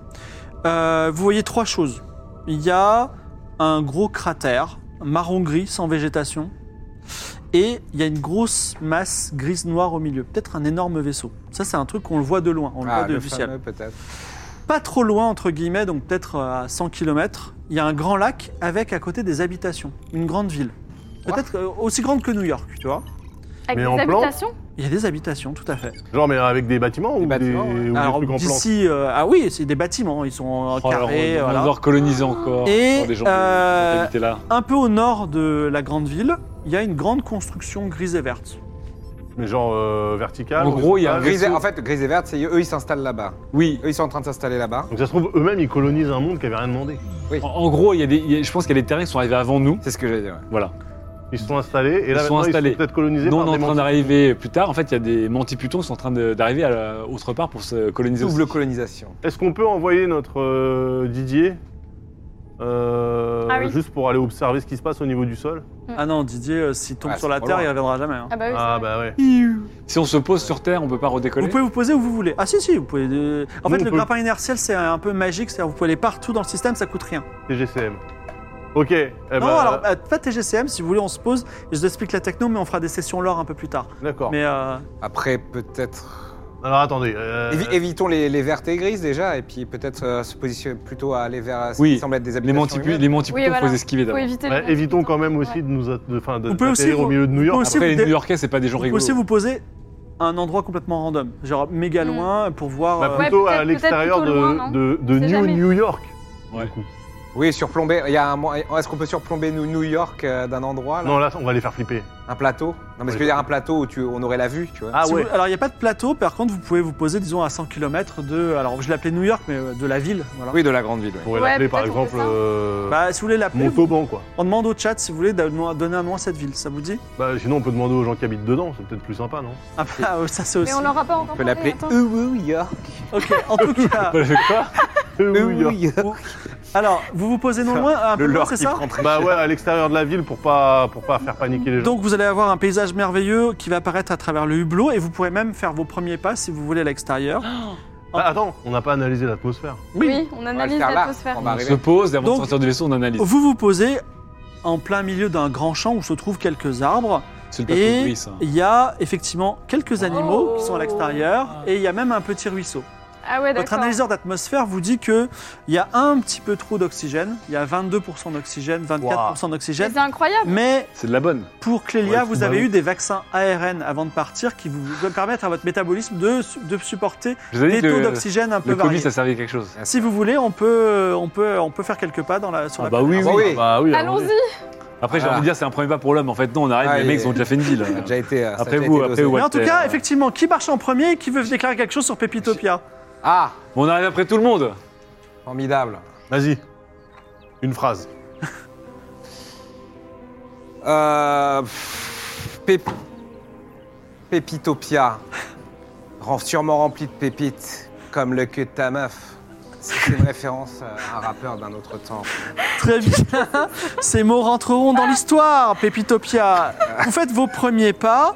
[SPEAKER 7] euh, vous voyez trois choses. Il y a un gros cratère, marron-gris, sans végétation. Et il y a une grosse masse grise-noire au milieu. Peut-être un énorme vaisseau. Ça, c'est un truc qu'on le voit de loin. On le
[SPEAKER 2] Ah,
[SPEAKER 7] voit de
[SPEAKER 2] le
[SPEAKER 7] du ciel.
[SPEAKER 2] fameux, peut-être.
[SPEAKER 7] Pas trop loin, entre guillemets, donc peut-être euh, à 100 km, il y a un grand lac avec à côté des habitations. Une grande ville. Peut-être euh, aussi grande que New York, tu vois.
[SPEAKER 5] Avec
[SPEAKER 4] Mais
[SPEAKER 5] des
[SPEAKER 4] en plan
[SPEAKER 5] habitations
[SPEAKER 7] Il y a des habitations, tout à fait.
[SPEAKER 4] Genre, mais avec des bâtiments ou des,
[SPEAKER 2] bâtiments, ouais.
[SPEAKER 4] ou des
[SPEAKER 7] Alors
[SPEAKER 4] trucs en plan
[SPEAKER 7] d'ici, euh, ah oui, c'est des bâtiments, ils sont en
[SPEAKER 3] Oh, alors,
[SPEAKER 7] carré,
[SPEAKER 3] on va
[SPEAKER 7] voilà.
[SPEAKER 3] devoir coloniser encore.
[SPEAKER 7] Et,
[SPEAKER 3] pour des gens qui- qui
[SPEAKER 7] euh,
[SPEAKER 3] habitaient là.
[SPEAKER 7] Un peu au nord de la grande ville, il y a une grande construction grise et verte.
[SPEAKER 4] Mais genre euh, vertical.
[SPEAKER 3] En gros, il y a un
[SPEAKER 4] horizontal.
[SPEAKER 2] Gris et- en fait, grise et verte, c'est eux, ils s'installent là-bas.
[SPEAKER 3] Oui.
[SPEAKER 2] Eux, ils sont en train de s'installer là-bas.
[SPEAKER 4] Donc ça se trouve, eux-mêmes, ils colonisent un monde qui avait rien demandé.
[SPEAKER 3] En, en gros, il y a des, il y a- je pense qu'il y a des terrains qui sont arrivés avant nous.
[SPEAKER 2] C'est ce que j'ai dit. ouais.
[SPEAKER 3] Voilà.
[SPEAKER 4] Ils se sont installés et là,
[SPEAKER 3] Ils sont
[SPEAKER 4] maintenant, ils
[SPEAKER 3] installés.
[SPEAKER 4] sont peut-être colonisés
[SPEAKER 3] Nous, on
[SPEAKER 4] par
[SPEAKER 3] est en
[SPEAKER 4] des
[SPEAKER 3] train
[SPEAKER 4] monstres.
[SPEAKER 3] d'arriver plus tard. En fait, il y a des mantiputons qui sont en train de- d'arriver à la- autre part pour se coloniser.
[SPEAKER 2] Double
[SPEAKER 3] aussi.
[SPEAKER 2] colonisation.
[SPEAKER 4] Est-ce qu'on peut envoyer notre euh, Didier euh,
[SPEAKER 5] Ah oui.
[SPEAKER 4] juste pour aller observer ce qui se passe au niveau du sol
[SPEAKER 7] Ah non, Didier, euh, s'il tombe
[SPEAKER 2] Ah,
[SPEAKER 7] sur
[SPEAKER 2] c'est
[SPEAKER 7] la
[SPEAKER 2] trop
[SPEAKER 7] terre,
[SPEAKER 2] loin.
[SPEAKER 7] il reviendra jamais. hein.
[SPEAKER 5] Ah bah oui.
[SPEAKER 4] Ah
[SPEAKER 5] c'est vrai.
[SPEAKER 4] bah ouais.
[SPEAKER 3] Si on se pose sur Terre, on peut pas redécoller.
[SPEAKER 7] Vous pouvez vous poser où vous voulez. Ah si si, vous pouvez. euh, En
[SPEAKER 4] Nous,
[SPEAKER 7] fait,
[SPEAKER 4] on
[SPEAKER 7] le
[SPEAKER 4] peut.
[SPEAKER 7] grappin inertiel, c'est un peu magique, c'est-à-dire vous pouvez aller partout dans le système, ça coûte rien.
[SPEAKER 4] TGCM. Ok. eh ben,
[SPEAKER 7] non, alors euh, pas TGCM, si vous voulez, on se pose. Je vous explique la techno, mais on fera des sessions lore un peu plus tard.
[SPEAKER 4] D'accord.
[SPEAKER 7] Mais euh,
[SPEAKER 2] Après, peut-être.
[SPEAKER 4] Alors attendez. euh,
[SPEAKER 2] Évi- évitons les, les vertes et grises déjà, et puis peut-être euh, se positionner plutôt à aller vers euh, ce
[SPEAKER 3] Oui.
[SPEAKER 2] qui semble être des
[SPEAKER 3] Les,
[SPEAKER 2] habitations.
[SPEAKER 3] mantipu-
[SPEAKER 2] humaines.
[SPEAKER 3] les mantiputons,
[SPEAKER 5] Oui, voilà.
[SPEAKER 3] faut les esquiver
[SPEAKER 5] Faut
[SPEAKER 3] d'abord.
[SPEAKER 5] éviter
[SPEAKER 4] ouais,
[SPEAKER 5] le-
[SPEAKER 4] évitons quand même aussi de nous, att- de, enfin, de,
[SPEAKER 7] Vous pouvez aussi
[SPEAKER 4] d'atterrir au
[SPEAKER 7] vous-
[SPEAKER 4] milieu de New
[SPEAKER 7] vous
[SPEAKER 4] York.
[SPEAKER 7] pouvez aussi
[SPEAKER 3] Après, les
[SPEAKER 7] vous dé-
[SPEAKER 3] New-Yorkais, c'est pas des gens
[SPEAKER 7] vous pouvez
[SPEAKER 3] rigolos.
[SPEAKER 7] aussi vous poser à un endroit complètement random, genre méga
[SPEAKER 5] Mm.
[SPEAKER 7] loin, pour voir.
[SPEAKER 4] Bah,
[SPEAKER 5] Ouais,
[SPEAKER 7] euh,
[SPEAKER 4] plutôt
[SPEAKER 5] peut-être-
[SPEAKER 4] à
[SPEAKER 5] peut-être
[SPEAKER 4] l'extérieur
[SPEAKER 5] plutôt
[SPEAKER 4] de,
[SPEAKER 5] loin, non
[SPEAKER 4] de, de
[SPEAKER 5] sait
[SPEAKER 4] New
[SPEAKER 5] jamais.
[SPEAKER 4] New York.
[SPEAKER 3] Ouais.
[SPEAKER 4] du coup.
[SPEAKER 2] Oui, surplomber. Il y a un moyen- Est-ce qu'on peut surplomber New New York euh, d'un endroit là
[SPEAKER 4] Non, là, on va les faire flipper.
[SPEAKER 2] Un plateau Non, mais je veux dire un plateau où tu... on aurait la vue, tu vois.
[SPEAKER 4] Ah
[SPEAKER 7] Si
[SPEAKER 4] ouais.
[SPEAKER 7] vous- alors, il n'y a pas de plateau, par contre, vous pouvez vous poser, disons, à 100 km de. Alors, je l'appelais New York, mais euh, de la ville. Voilà.
[SPEAKER 2] Oui, de la grande ville. oui.
[SPEAKER 4] On pourrait
[SPEAKER 5] Ouais,
[SPEAKER 4] l'appeler par
[SPEAKER 5] peut-être on fait
[SPEAKER 4] exemple
[SPEAKER 5] ça.
[SPEAKER 4] euh,
[SPEAKER 7] Bah, si vous voulez l'appeler,
[SPEAKER 4] Montauban quoi.
[SPEAKER 7] on demande au chat si vous voulez don- donner un nom à cette ville, ça vous dit
[SPEAKER 4] Bah, sinon, on peut demander aux gens qui habitent dedans, c'est peut-être plus sympa, non [LAUGHS]
[SPEAKER 7] Ah, bah, euh, [LAUGHS] ça c'est aussi.
[SPEAKER 5] Mais on l'aura pas encore
[SPEAKER 2] On peut
[SPEAKER 5] parlé,
[SPEAKER 2] l'appeler
[SPEAKER 5] attends.
[SPEAKER 2] New York.
[SPEAKER 7] Ok, en tout cas.
[SPEAKER 3] Quoi
[SPEAKER 2] New
[SPEAKER 4] Euh,
[SPEAKER 2] York.
[SPEAKER 7] alors, vous vous posez non loin, un peu
[SPEAKER 2] Le
[SPEAKER 7] loin,
[SPEAKER 2] lore
[SPEAKER 7] c'est
[SPEAKER 2] qui
[SPEAKER 7] ça
[SPEAKER 2] prend très
[SPEAKER 4] Bah
[SPEAKER 2] cher.
[SPEAKER 4] ouais, à l'extérieur de la ville pour pas, pour pas faire paniquer les gens.
[SPEAKER 7] Donc, vous allez avoir un paysage merveilleux qui va apparaître à travers le hublot, et vous pourrez même faire vos premiers pas si vous voulez à l'extérieur.
[SPEAKER 4] Ah, attends, on n'a pas analysé l'atmosphère.
[SPEAKER 5] Oui, on
[SPEAKER 2] On va le
[SPEAKER 5] analyse
[SPEAKER 2] faire là.
[SPEAKER 5] l'atmosphère.
[SPEAKER 2] On va
[SPEAKER 3] On se
[SPEAKER 2] arriver.
[SPEAKER 3] pose et avant
[SPEAKER 7] Donc-
[SPEAKER 3] de sortir du vaisseau, on analyse.
[SPEAKER 7] Vous vous posez en plein milieu d'un grand champ où se trouvent quelques arbres.
[SPEAKER 3] C'est le
[SPEAKER 7] Et-
[SPEAKER 3] plateau gris, ça.
[SPEAKER 7] Il y a effectivement quelques animaux
[SPEAKER 5] Oh.
[SPEAKER 7] qui sont à l'extérieur et il y a même un petit ruisseau.
[SPEAKER 5] Ah ouais,
[SPEAKER 7] Votre
[SPEAKER 5] d'accord.
[SPEAKER 7] analyseur d'atmosphère vous dit que il y a un petit peu trop d'oxygène, il y a 22% d'oxygène, 24%
[SPEAKER 5] Mais
[SPEAKER 7] d'oxygène,
[SPEAKER 5] C'est incroyable.
[SPEAKER 7] mais
[SPEAKER 3] C'est de la bonne.
[SPEAKER 7] pour Clélia,
[SPEAKER 4] Ouais,
[SPEAKER 7] vous
[SPEAKER 3] bah
[SPEAKER 4] c'est
[SPEAKER 7] avez
[SPEAKER 4] marrant.
[SPEAKER 7] eu des vaccins ARN avant de partir qui vous doivent permettre à votre métabolisme de, de supporter
[SPEAKER 3] Je vous ai
[SPEAKER 7] des
[SPEAKER 3] dit que
[SPEAKER 7] taux
[SPEAKER 3] le,
[SPEAKER 7] d'oxygène un peu
[SPEAKER 3] le Covid,
[SPEAKER 7] variés.
[SPEAKER 3] ça servait à quelque chose.
[SPEAKER 7] Si vous voulez, on peut, on peut, on peut faire quelques pas dans la, sur la
[SPEAKER 3] Ah bah oui,
[SPEAKER 2] Ah bah
[SPEAKER 3] oui.
[SPEAKER 2] oui.
[SPEAKER 4] Bah oui,
[SPEAKER 5] Allons-y.
[SPEAKER 3] Après, j'ai
[SPEAKER 2] Voilà.
[SPEAKER 3] envie de dire, c'est un premier pas pour l'homme. En fait, non, on arrive,
[SPEAKER 2] Ah,
[SPEAKER 3] les
[SPEAKER 2] il-
[SPEAKER 3] mecs, ils ont déjà fait
[SPEAKER 2] [LAUGHS]
[SPEAKER 3] une ville.
[SPEAKER 2] Ça a déjà été. euh, ça a
[SPEAKER 3] Après
[SPEAKER 2] déjà
[SPEAKER 3] vous,
[SPEAKER 2] été
[SPEAKER 3] après
[SPEAKER 2] dosé.
[SPEAKER 3] vous.
[SPEAKER 7] Mais en tout
[SPEAKER 3] Walter,
[SPEAKER 7] cas,
[SPEAKER 3] euh,
[SPEAKER 7] effectivement, qui marche en premier et qui veut déclarer quelque chose sur Pépitopia
[SPEAKER 2] Ah,
[SPEAKER 3] On arrive après tout le monde.
[SPEAKER 2] formidable.
[SPEAKER 4] Vas-y, une phrase.
[SPEAKER 2] Euh, pff, Pép- Pépitopia. Ren- Sûrement rempli de pépites, comme le cul de ta meuf. C'est une référence euh, à un rappeur d'un autre temps.
[SPEAKER 7] Très bien. [LAUGHS] Ces mots rentreront dans l'histoire, Pépitopia. Vous faites vos premiers pas.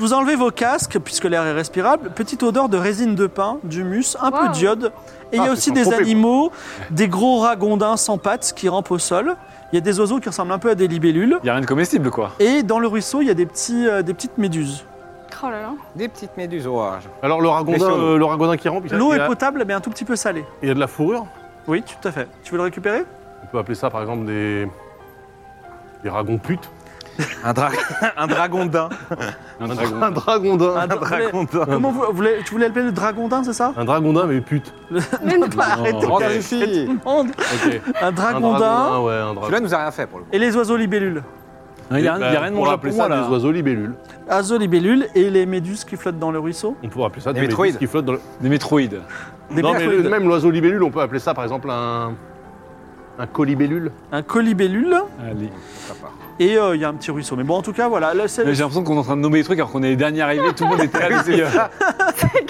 [SPEAKER 7] Vous enlevez vos casques, puisque l'air est respirable. Petite odeur de résine de pain, d'humus, un peu
[SPEAKER 5] Wow.
[SPEAKER 7] d'iode. Et il y a
[SPEAKER 4] Ah, ils
[SPEAKER 7] aussi
[SPEAKER 4] sont
[SPEAKER 7] des
[SPEAKER 4] trompés, quoi.
[SPEAKER 7] animaux, des gros ragondins sans pattes qui rampent au sol. Il y a des oiseaux qui ressemblent un peu à des libellules.
[SPEAKER 3] Il y a rien de comestible, quoi.
[SPEAKER 7] Et dans le ruisseau, il y a des, petits, euh, des petites méduses.
[SPEAKER 5] Oh
[SPEAKER 2] [LAUGHS]
[SPEAKER 5] là là.
[SPEAKER 2] Des petites méduses orages.
[SPEAKER 4] Alors le
[SPEAKER 2] Mais
[SPEAKER 4] ragondin,
[SPEAKER 2] sur l'eau.
[SPEAKER 4] euh, le ragondin qui rampe, il y a-
[SPEAKER 7] L'eau
[SPEAKER 4] il y
[SPEAKER 7] est
[SPEAKER 4] a-
[SPEAKER 7] potable, mais un tout petit peu salée.
[SPEAKER 4] il y a de la fourrure.
[SPEAKER 7] Oui, tout à fait. Tu veux le récupérer
[SPEAKER 4] On peut appeler ça par exemple des. Des ragons putes.
[SPEAKER 2] Un, dra- un dragondin.
[SPEAKER 3] Un
[SPEAKER 4] Un
[SPEAKER 3] dragon.
[SPEAKER 4] dragondin.
[SPEAKER 7] Un
[SPEAKER 4] Euh,
[SPEAKER 7] dra-
[SPEAKER 2] dragondin.
[SPEAKER 7] Comment vous, vous voulez- tu voulais appeler le dragondin,
[SPEAKER 4] [LAUGHS]
[SPEAKER 7] c'est ça
[SPEAKER 4] Un dragondin, mais pute.
[SPEAKER 5] Mais non.
[SPEAKER 7] Arrête
[SPEAKER 3] Oh,
[SPEAKER 2] Rentre ici.
[SPEAKER 4] Ok.
[SPEAKER 7] Un
[SPEAKER 4] Un
[SPEAKER 7] dragondin
[SPEAKER 4] ouais, un dragon.
[SPEAKER 2] Celui-là nous a rien fait pour le coup.
[SPEAKER 7] et les oiseaux libellules.
[SPEAKER 3] Il n'y a, rien- il y a rien de
[SPEAKER 4] ben, On
[SPEAKER 3] mon
[SPEAKER 4] pourrait
[SPEAKER 3] Japon
[SPEAKER 4] appeler ça
[SPEAKER 3] là.
[SPEAKER 4] des oiseaux libellules.
[SPEAKER 7] Oiseaux libellules et les méduses qui flottent dans le ruisseau.
[SPEAKER 4] On pourrait appeler ça
[SPEAKER 2] Des
[SPEAKER 4] des,
[SPEAKER 2] métroïdes.
[SPEAKER 4] méduses qui flottent dans le.
[SPEAKER 3] Des métroïdes.
[SPEAKER 7] Des
[SPEAKER 4] non, mais le-
[SPEAKER 7] percoïdes.
[SPEAKER 4] même l'oiseau libellule, on peut appeler ça par exemple un. Un colibellule.
[SPEAKER 7] Un colibellule
[SPEAKER 3] Allez.
[SPEAKER 7] et euh, il y a un petit ruisseau. Mais bon, en tout cas, voilà. là, c'est-
[SPEAKER 3] Mais J'ai l'impression qu'on est en train de nommer les trucs alors qu'on est les derniers arrivés, tout le monde est très [LAUGHS]